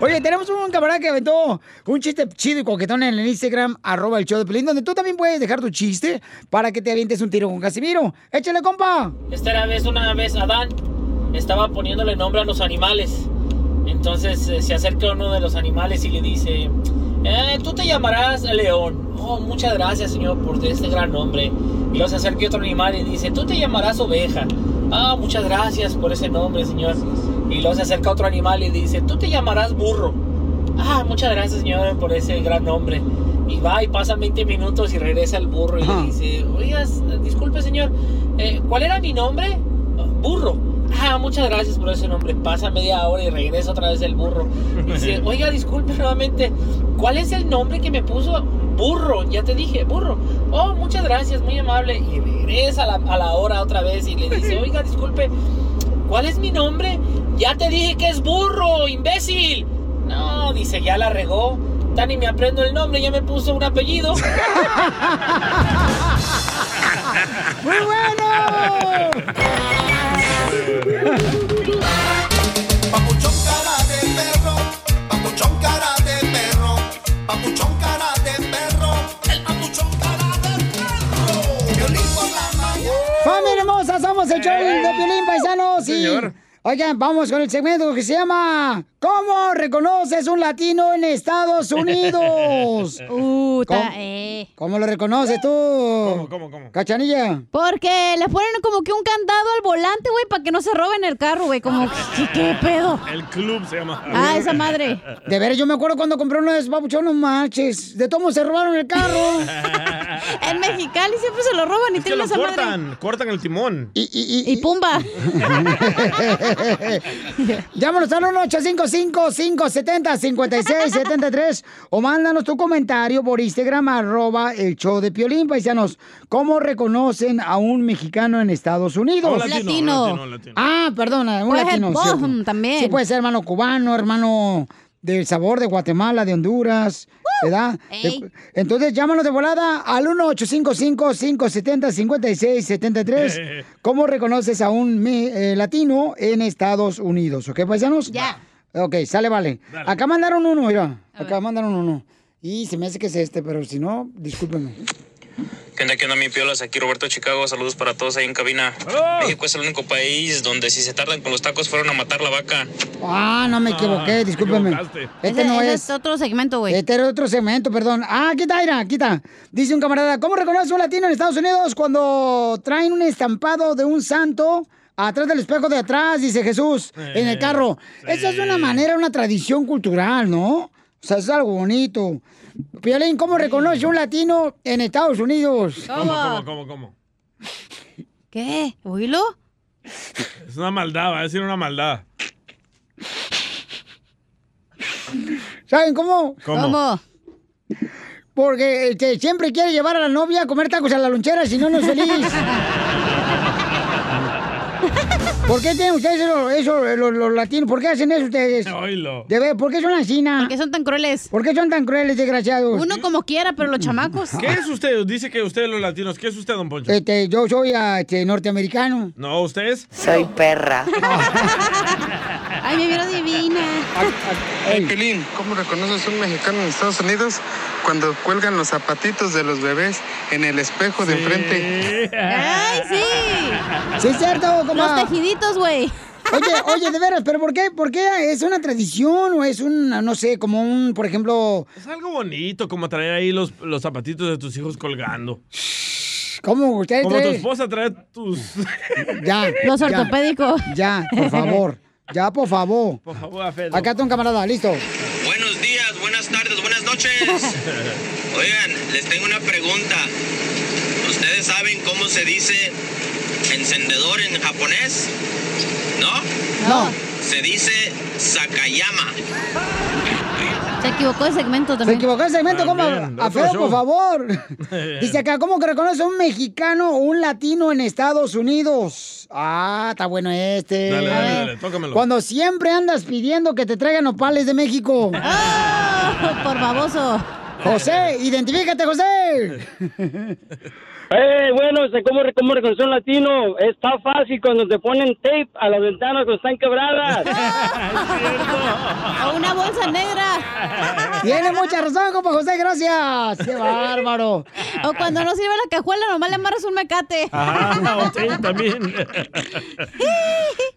Speaker 2: Oye, tenemos un camarada que aventó un chiste chido y coquetón en el Instagram, arroba el show de Pelín, donde tú también puedes dejar tu chiste para que te avientes un tiro con Casimiro. ¡Échale, compa!
Speaker 9: Esta era vez una vez Adán estaba poniéndole nombre a los animales. Entonces eh, se acerca uno de los animales y le dice, "Eh, tú te llamarás León. Oh, muchas gracias señor por este gran nombre. Y luego se acerca otro animal y dice, tú te llamarás oveja. Ah, muchas gracias por ese nombre señor. Y luego se acerca otro animal y dice, tú te llamarás burro. Ah, muchas gracias señor por ese gran nombre. Y va y pasan 20 minutos y regresa el burro y le dice, oigas, disculpe señor, eh, ¿cuál era mi nombre? burro. Ah, muchas gracias por ese nombre. Pasa media hora y regresa otra vez el burro. Dice, oiga, disculpe nuevamente, ¿cuál es el nombre que me puso? Burro, ya te dije, burro. Oh, muchas gracias, muy amable. Y regresa a la, a la hora otra vez y le dice, oiga, disculpe, ¿cuál es mi nombre? Ya te dije que es burro, imbécil. No, dice, ya la regó. Tan y me aprendo el nombre, ya me puso un apellido.
Speaker 2: ¡Muy bueno! ¡Familia hermosa! Somos el show
Speaker 3: Eh.
Speaker 2: de Piolín Paisanos y...
Speaker 10: Señor.
Speaker 2: Oigan, vamos con el segmento que se llama ¿Cómo reconoces un latino en Estados Unidos?
Speaker 3: Uh, ta-
Speaker 2: ¿Cómo,
Speaker 3: eh.
Speaker 2: cómo lo reconoces tú? ¿Cómo, cómo, cómo? ¿Cachanilla?
Speaker 3: Porque le ponen como que un candado al volante, güey, para que no se roben el carro, güey. Como, ¿qué, qué pedo?
Speaker 4: El club se llama.
Speaker 3: Ah, esa madre.
Speaker 2: De veras, yo me acuerdo cuando compré uno de esos babuchón, no manches. De todos modos se robaron el carro.
Speaker 3: En Mexicali siempre se lo roban y
Speaker 4: Que
Speaker 3: tienen
Speaker 4: lo
Speaker 3: esa madre.
Speaker 4: cortan, cortan el timón.
Speaker 2: Y, y,
Speaker 3: pumba.
Speaker 2: Eh, Llámanos al 1-855-570-5673 o mándanos tu comentario por Instagram, arroba el show de Piolín, paisanos. ¿Cómo reconocen a un mexicano en Estados Unidos?
Speaker 3: A un latino, Latino. un latino, un
Speaker 2: Ah, perdona, un
Speaker 3: Puede ser
Speaker 2: latino.
Speaker 3: Bohm
Speaker 2: cierto.
Speaker 3: Pues mm, también.
Speaker 2: Sí, puede ser hermano cubano, hermano del sabor de Guatemala, de Honduras, ¿verdad? De- entonces, llámanos de volada al 1-855-570-5673. ¿Cómo reconoces a un me- eh, latino en Estados Unidos? ¿Ok, paisanos? Ya. Ok, sale, vale. Acá mandaron uno, mira. Acá mandaron uno. Y se me hace que es este, pero si no, discúlpenme.
Speaker 14: ¿Qué onda, qué onda, mi piolas? Aquí Roberto de Chicago. Saludos para todos ahí en cabina. México es el único país donde si se tardan con los tacos fueron a matar la vaca.
Speaker 2: Ah, no me equivoqué, discúlpeme. Este
Speaker 3: Ese-
Speaker 2: no
Speaker 3: ese
Speaker 2: es.
Speaker 3: es otro segmento, güey.
Speaker 2: Este era otro segmento, perdón. Ah, quita, mira, quita. Dice un camarada, ¿cómo reconoce un latino en Estados Unidos cuando traen un estampado de un santo atrás del espejo de atrás, dice Jesús, en
Speaker 4: Eh,
Speaker 2: el carro? Esa es una manera, una tradición cultural, ¿no? O sea, es algo bonito. Piolín, ¿cómo reconoce un latino en Estados Unidos?
Speaker 4: ¿Cómo, cómo, cómo, cómo?
Speaker 3: ¿Qué? ¿Oílo?
Speaker 4: Es una maldad, va a decir una maldad.
Speaker 2: ¿Saben cómo?
Speaker 10: ¿Cómo? ¿Cómo?
Speaker 2: Porque este, siempre quiere llevar a la novia a comer tacos a la lonchera, si no, no es feliz. ¿Por qué tienen ustedes eso, eso, los, los latinos? ¿Por qué hacen eso ustedes?
Speaker 4: Oílo.
Speaker 2: De ver, ¿por qué son así? ¿Por qué son tan crueles? ¿Por qué son tan crueles, desgraciados? Mm.
Speaker 3: Uno como quiera, pero los chamacos.
Speaker 4: ¿Qué es usted? Dice que usted los latinos. ¿Qué es usted, don Poncho?
Speaker 2: Este, yo soy ah, este, norteamericano.
Speaker 4: No, usted es. Ah,
Speaker 2: Soy perra.
Speaker 3: Ay, me vieron divina.
Speaker 16: Hey, Piolín, ¿cómo reconoces un mexicano en Estados Unidos cuando cuelgan los zapatitos de los bebés en el espejo de enfrente?
Speaker 3: ¡Ay, sí!
Speaker 2: Sí, es cierto,
Speaker 3: Los
Speaker 2: comadre.
Speaker 3: tejiditos, güey.
Speaker 2: Oye, oye, de veras, pero ¿por qué? ¿Por qué es una tradición o es un, no sé, como un, por ejemplo,
Speaker 4: Es algo bonito como traer ahí los, los zapatitos de tus hijos colgando.
Speaker 2: ¿cómo ustedes
Speaker 4: Como tu
Speaker 2: tres?
Speaker 4: esposa trae tus.
Speaker 2: Ya.
Speaker 4: Los
Speaker 2: ya.
Speaker 4: ortopédicos.
Speaker 2: Ya, por favor. Ya, por favor.
Speaker 4: Por favor, Afedo.
Speaker 2: Acá está un camarada, listo.
Speaker 17: Buenos días, buenas tardes, buenas noches. Oigan, les tengo una pregunta. ¿Ustedes saben cómo se dice encendedor en japonés? ¿No?
Speaker 3: No.
Speaker 17: Se dice sakayama.
Speaker 3: Se equivocó el segmento también.
Speaker 2: Se equivocó el segmento, ¿cómo?
Speaker 3: También,
Speaker 2: A
Speaker 3: otro
Speaker 2: feo,
Speaker 3: show.
Speaker 2: por favor. Dice acá, ¿cómo que reconoce un mexicano o un latino en Estados Unidos? Ah, está bueno este.
Speaker 4: Dale,
Speaker 2: A
Speaker 4: dale,
Speaker 2: ver.
Speaker 4: dale, tócamelo.
Speaker 2: Cuando siempre andas pidiendo que te traigan opales de México.
Speaker 3: Ah,
Speaker 2: por baboso. José, identifícate, José.
Speaker 18: Eh, bueno, o sea, ¿cómo, cómo reconocer un latino? Está fácil cuando te ponen tape a las ventanas cuando están quebradas.
Speaker 3: O una bolsa negra.
Speaker 2: Tiene mucha razón, compa José, gracias. Qué bárbaro.
Speaker 3: O cuando no sirve la cajuela, nomás le amarras un mecate.
Speaker 4: Ah, ok, también.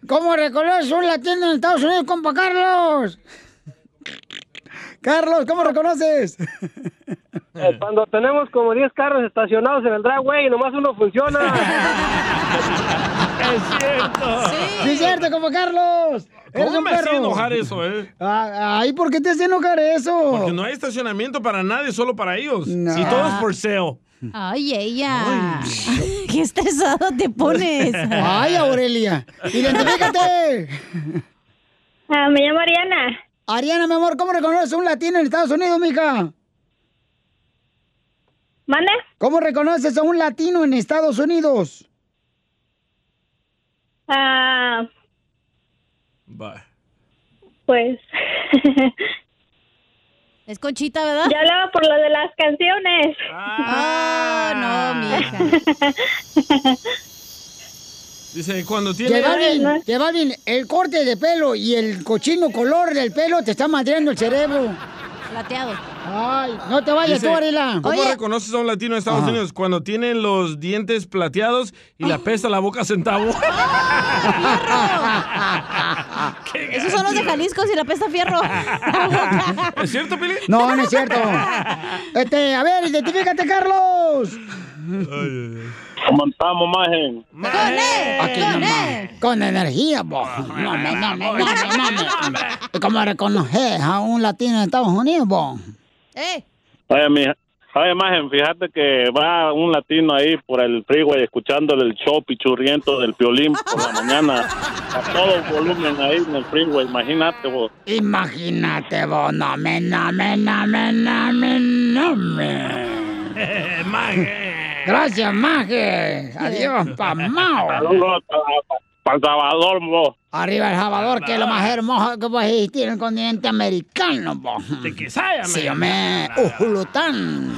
Speaker 2: ¿Cómo reconoces un latino en Estados Unidos, compa Carlos? Carlos, ¿cómo reconoces?
Speaker 18: Eh, cuando tenemos como 10 carros estacionados en el driveway y nomás uno funciona.
Speaker 4: Es cierto.
Speaker 2: Sí, es cierto, compa Carlos.
Speaker 4: ¿Cómo
Speaker 2: Eres un
Speaker 4: me hacía
Speaker 2: perro.
Speaker 4: enojar eso, eh?
Speaker 2: Ah, Ay, ¿por qué te hace enojar eso?
Speaker 4: Porque no hay estacionamiento para nadie, solo para ellos. Y todo es por sale.
Speaker 3: Ay, ella. Qué estresado te pones.
Speaker 2: Ay, Aurelia. Identifícate. Ah, me llamo Ariana. Ariana, mi amor, ¿cómo reconoces un latino en Estados Unidos, mija? ¿Manda? ¿Cómo reconoces a un latino en Estados Unidos?
Speaker 26: Ah,
Speaker 4: Bye.
Speaker 26: pues.
Speaker 3: Es Conchita, ¿verdad?
Speaker 26: Yo hablaba por lo de las canciones.
Speaker 3: Ah, no, mija.
Speaker 4: Dice, cuando tiene.
Speaker 2: Te va bien, te va bien. El corte de pelo y el cochino color del pelo te está madreando el cerebro.
Speaker 3: Plateado.
Speaker 2: Ay, no te vayas
Speaker 4: Dice,
Speaker 2: tú, Ah. Ariela.
Speaker 4: ¿Cómo reconoces a un latino en Estados Unidos cuando tiene los dientes plateados y
Speaker 2: Ah.
Speaker 4: le apesta la boca a centavo?
Speaker 3: Esos son los de Jalisco si la pesta fierro.
Speaker 4: ¿Es cierto, Pili?
Speaker 2: No, no es cierto. Este, a ver, identifícate, Carlos.
Speaker 24: ¿Cómo estamos, maje?
Speaker 2: Aquí nomás, Con energía, vos. No, no, no, no, no, no, no. ¿Y ¿Cómo reconoces a un latino en Estados Unidos, vos?
Speaker 24: Oye, mija. Oye, maje, fíjate que va un latino ahí por el freeway escuchándole el show pichurriento del violín por la mañana a todo volumen ahí en el freeway, imagínate vos.
Speaker 2: Imagínate vos, no me, no me, no me, no me, no me.
Speaker 4: Eh,
Speaker 2: Gracias, Maje. Adiós, pamao.
Speaker 24: Saludos para El Salvador, vos.
Speaker 2: Arriba el Salvador, que es lo más hermoso que puede existir en el continente americano, vos.
Speaker 4: Te quisaya,
Speaker 2: Sí, yo me...
Speaker 4: Ah.
Speaker 2: Ujulután.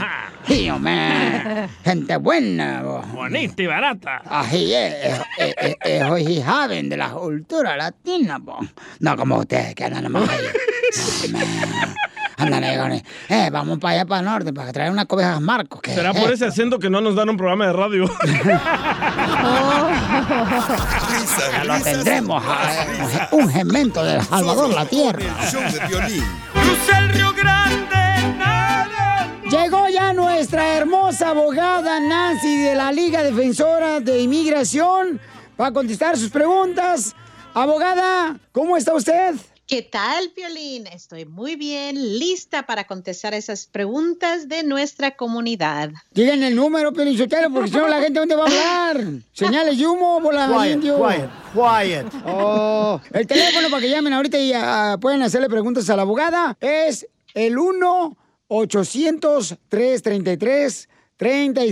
Speaker 2: Sí, yo me... Gente buena, vos.
Speaker 4: Bonita y barata.
Speaker 2: Así es, es, es, es, hoy saben de la cultura latina, po. No como ustedes que andan nomás ahí. Andan ahí con el, eh, vamos para allá, para el norte, para traer unas cobejas Marcos. que-
Speaker 4: Será por
Speaker 2: eh.
Speaker 4: ese acento que no nos dan un programa de radio.
Speaker 2: Ya lo tendremos, ah, un gemento del Salvador, la tierra. Llegó ya nuestra hermosa abogada Nancy de la Liga Defensora de Inmigración para contestar sus preguntas. Abogada, ¿cómo está usted?
Speaker 25: ¿Qué tal, Piolín? Estoy muy bien, lista para contestar esas preguntas de nuestra comunidad.
Speaker 2: Digan el número, Piolín Sotelo, porque si no la gente dónde va a hablar. Señales de humo, bola de
Speaker 18: Quiet,
Speaker 2: indio. Oh,
Speaker 18: quiet,
Speaker 2: quiet. el teléfono para que llamen ahorita y ah, pueden hacerle preguntas a la abogada es el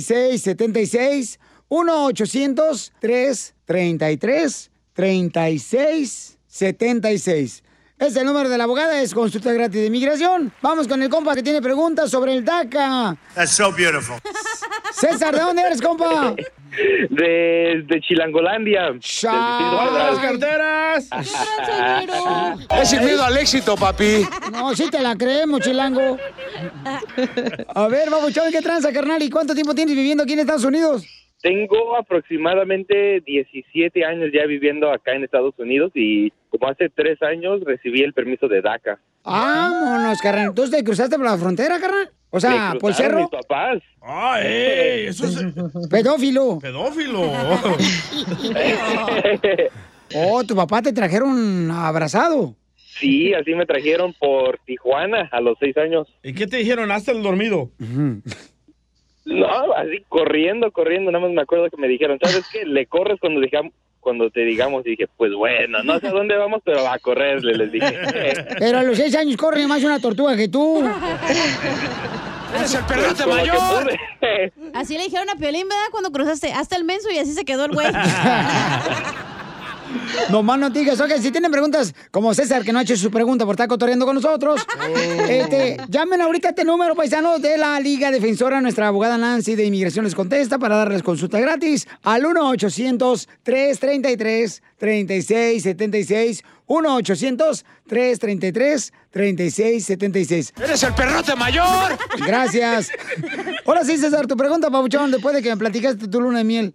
Speaker 2: 1-800-333-3676. 1-800-333-3676. Es el número de la abogada, es consulta gratis de inmigración. Vamos con el compa que tiene preguntas sobre el DACA.
Speaker 19: That's so beautiful.
Speaker 2: César, ¿de dónde eres, compa?
Speaker 19: De, de Chilangolandia.
Speaker 2: ¡Guarda las
Speaker 19: carteras!
Speaker 2: Es el miedo al éxito, papi. No, sí te la creemos, chilango. A ver, babuchón, ¿qué tranza, carnal? ¿Y cuánto tiempo tienes viviendo aquí en Estados Unidos?
Speaker 19: Tengo aproximadamente 17 años ya viviendo acá en Estados Unidos y como hace tres años recibí el permiso de DACA.
Speaker 2: Vámonos, carnal. ¿Entonces te cruzaste por la frontera, carnal? O sea,
Speaker 19: Me
Speaker 2: por
Speaker 19: cruzaron
Speaker 2: el cerro. Eh.
Speaker 19: Mis papás.
Speaker 4: ¡Ay! Eso es. eh,
Speaker 2: Pedófilo.
Speaker 4: Pedófilo.
Speaker 2: Oh, tu papá te trajeron abrazado.
Speaker 19: Sí, así me trajeron por Tijuana a los seis años.
Speaker 4: ¿Y qué te dijeron? Hasta el dormido.
Speaker 19: No, así corriendo, corriendo. Nada más me acuerdo que me dijeron, ¿sabes qué? Le corres cuando digamos cuando te digamos, y dije, pues bueno, no sé a dónde vamos, pero a correrle, les dije.
Speaker 2: Pero a los seis años corre más una tortuga que tú.
Speaker 19: ¡Es el
Speaker 2: perrote mayor!
Speaker 3: Así le dijeron a Piolín, ¿verdad? Cuando cruzaste hasta el menso y así se quedó el güey.
Speaker 2: No más no digas. Ok, si tienen preguntas como César, que no ha hecho su pregunta por estar cotorreando con nosotros, este, llamen ahorita a este número, paisanos, de la Liga Defensora. Nuestra abogada Nancy de Inmigración les contesta para darles consulta gratis al 1-800-333-3676. 1-800-333-3676.
Speaker 10: ¡Eres el perrote mayor!
Speaker 2: Gracias. Ahora sí, César, tu pregunta, Pabuchón, después de que me platicaste tu luna de miel.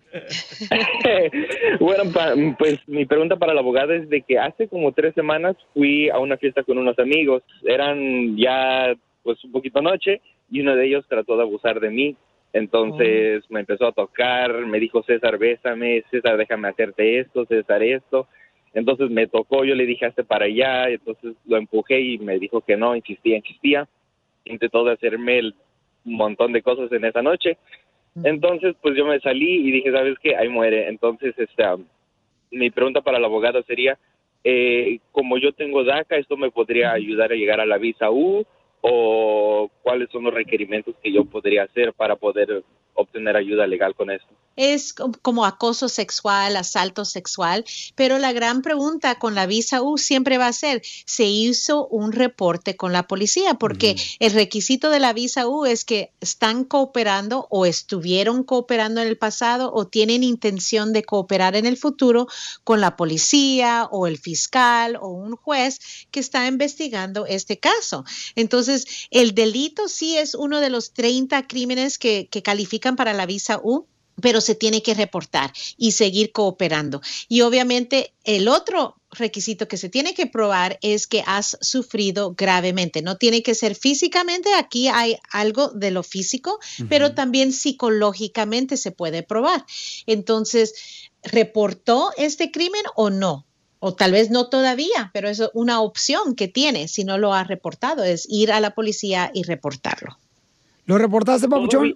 Speaker 19: bueno, pa- pues mi pregunta para la abogada es de que hace como tres semanas fui a una fiesta con unos amigos. Eran ya pues un poquito noche y uno de ellos trató de abusar de mí. Entonces me empezó a tocar, me dijo César, bésame, César, déjame hacerte esto, César, esto. Entonces me tocó, yo le dije, hazte para allá, entonces lo empujé y me dijo que no, insistía, insistía. Intentó de hacerme el montón de cosas en esa noche. Entonces, pues yo me salí y dije, ¿sabes qué? Ahí muere. Entonces, este, am, mi pregunta para la abogada sería, eh, como yo tengo DACA, ¿esto me podría ayudar a llegar a la visa U? ¿O cuáles son los requerimientos que yo podría hacer para poder obtener ayuda legal con esto?
Speaker 25: Es co- como acoso sexual, asalto sexual, pero la gran pregunta con la visa U siempre va a ser, ¿se hizo un reporte con la policía? Porque el requisito de la visa U es que están cooperando o estuvieron cooperando en el pasado o tienen intención de cooperar en el futuro con la policía o el fiscal o un juez que está investigando este caso. Entonces, el delito sí es uno de los 30 crímenes que, que califican para la visa U pero se tiene que reportar y seguir cooperando. Y obviamente el otro requisito que se tiene que probar es que has sufrido gravemente. No tiene que ser físicamente, aquí hay algo de lo físico, pero también psicológicamente se puede probar. Entonces, ¿reportó este crimen o no? O tal vez no todavía, pero es una opción que tiene si no lo ha reportado, es ir a la policía y reportarlo.
Speaker 2: ¿Lo reportaste, Papuchón?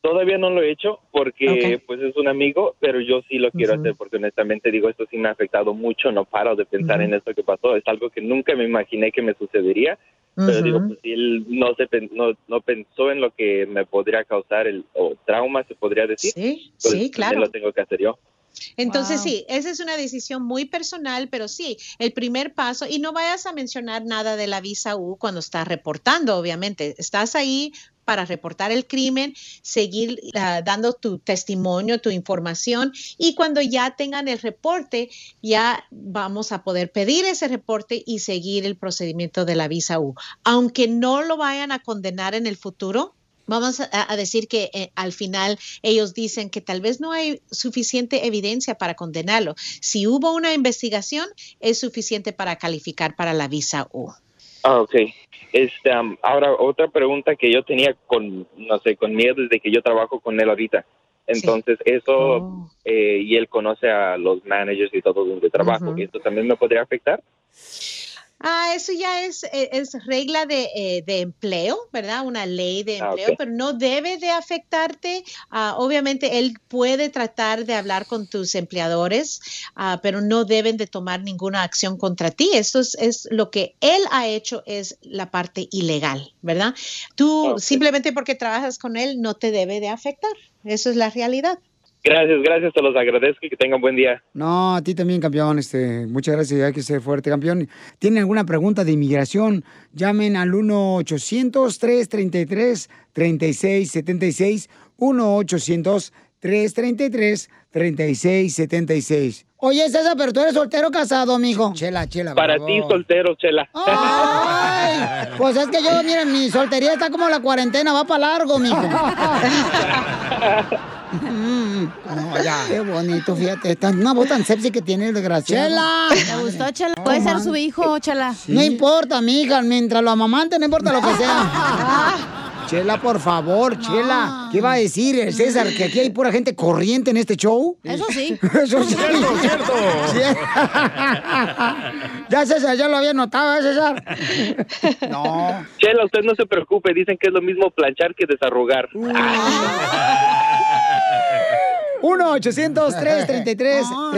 Speaker 19: Todavía no lo he hecho porque
Speaker 2: Ok.
Speaker 19: pues es un amigo, pero yo sí lo quiero hacer porque honestamente digo, esto sí me ha afectado mucho, no paro de pensar en esto que pasó, es algo que nunca me imaginé que me sucedería, pero
Speaker 20: Ujú.
Speaker 19: digo, pues si él no, se pen- no, no pensó en lo que me podría causar el o trauma, se podría decir.
Speaker 25: Sí,
Speaker 19: pues,
Speaker 25: sí, claro.
Speaker 19: también lo tengo que hacer yo.
Speaker 25: Entonces, sí, esa es una decisión muy personal, pero sí, el primer paso, y no vayas a mencionar nada de la visa U cuando estás reportando, obviamente, estás ahí para reportar el crimen, seguir ah, dando tu testimonio, tu información, y cuando ya tengan el reporte, ya vamos a poder pedir ese reporte y seguir el procedimiento de la visa U. Aunque no lo vayan a condenar en el futuro, Vamos a, a decir que eh, al final ellos dicen que tal vez no hay suficiente evidencia para condenarlo. Si hubo una investigación, es suficiente para calificar para la visa U.
Speaker 19: Ah, ok. Este, am, ahora, otra pregunta que yo tenía con, no sé, con miedo desde que yo trabajo con él ahorita. Entonces, eso, eh, y él conoce a los managers y todo donde trabajo, ¿esto también me podría afectar?
Speaker 25: Ah, eso ya es, eh, es regla de, eh, de empleo, ¿verdad? Una ley de
Speaker 26: Ah,
Speaker 25: empleo,
Speaker 26: ok.
Speaker 25: pero no debe de afectarte. Ah, obviamente, él puede tratar de hablar con tus empleadores, ah, pero no deben de tomar ninguna acción contra ti. Esto es, es lo que él ha hecho, es la parte ilegal, ¿verdad? Tú simplemente porque trabajas con él no te debe de afectar. Eso es la realidad.
Speaker 19: Gracias, gracias, te los agradezco y que tengan buen día.
Speaker 2: No, a ti también, campeón. Este, muchas gracias. Hay que ser fuerte, campeón. ¿Tienen alguna pregunta de inmigración? Llamen al 1-800-333-3676. 1-800-333-3676. Oye, César, pero tú eres soltero o casado, mijo. Chela, chela. por
Speaker 19: Para
Speaker 2: favor.
Speaker 19: ti, soltero, chela.
Speaker 2: Ay, pues es que yo, miren, mi soltería está como la cuarentena, va para largo, mijo. Mm, no, ya. Qué bonito, fíjate. Tan, una voz tan sexy que tiene el desgraciado.
Speaker 3: Chela. Me gustó, Chela. Puede ser su hijo, Chela.
Speaker 2: No importa, mija, mientras lo amamante, no importa lo que sea. Chela, por favor, Chela. ¿Qué va a decir el César? Que aquí hay pura gente corriente en este show.
Speaker 3: Eso sí.
Speaker 2: Eso sí.
Speaker 10: Cierto, cierto.
Speaker 2: Ya, César, ya lo había notado, ¿eh, César? No.
Speaker 19: Chela, usted no se preocupe, dicen que es lo mismo planchar que desarrugar.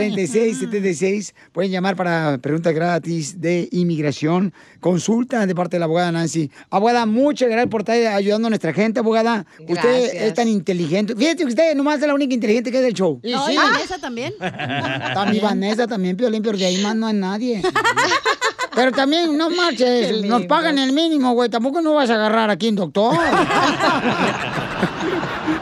Speaker 2: 1-800-333-3676. Pueden llamar para preguntas gratis de inmigración. Consulta de parte de la abogada Nancy. Abogada, muchas gracias por estar ayudando a nuestra gente, abogada. Usted
Speaker 3: Gracias.
Speaker 2: es tan inteligente. Fíjate que usted nomás es la única inteligente que es del show.
Speaker 3: Y no, y Vanessa también.
Speaker 2: También Vanessa, también Piolín, pero de ahí más no hay nadie. Pero también, no marches, nos pagan el mínimo, güey. Tampoco no vas a agarrar aquí un doctor.
Speaker 25: Un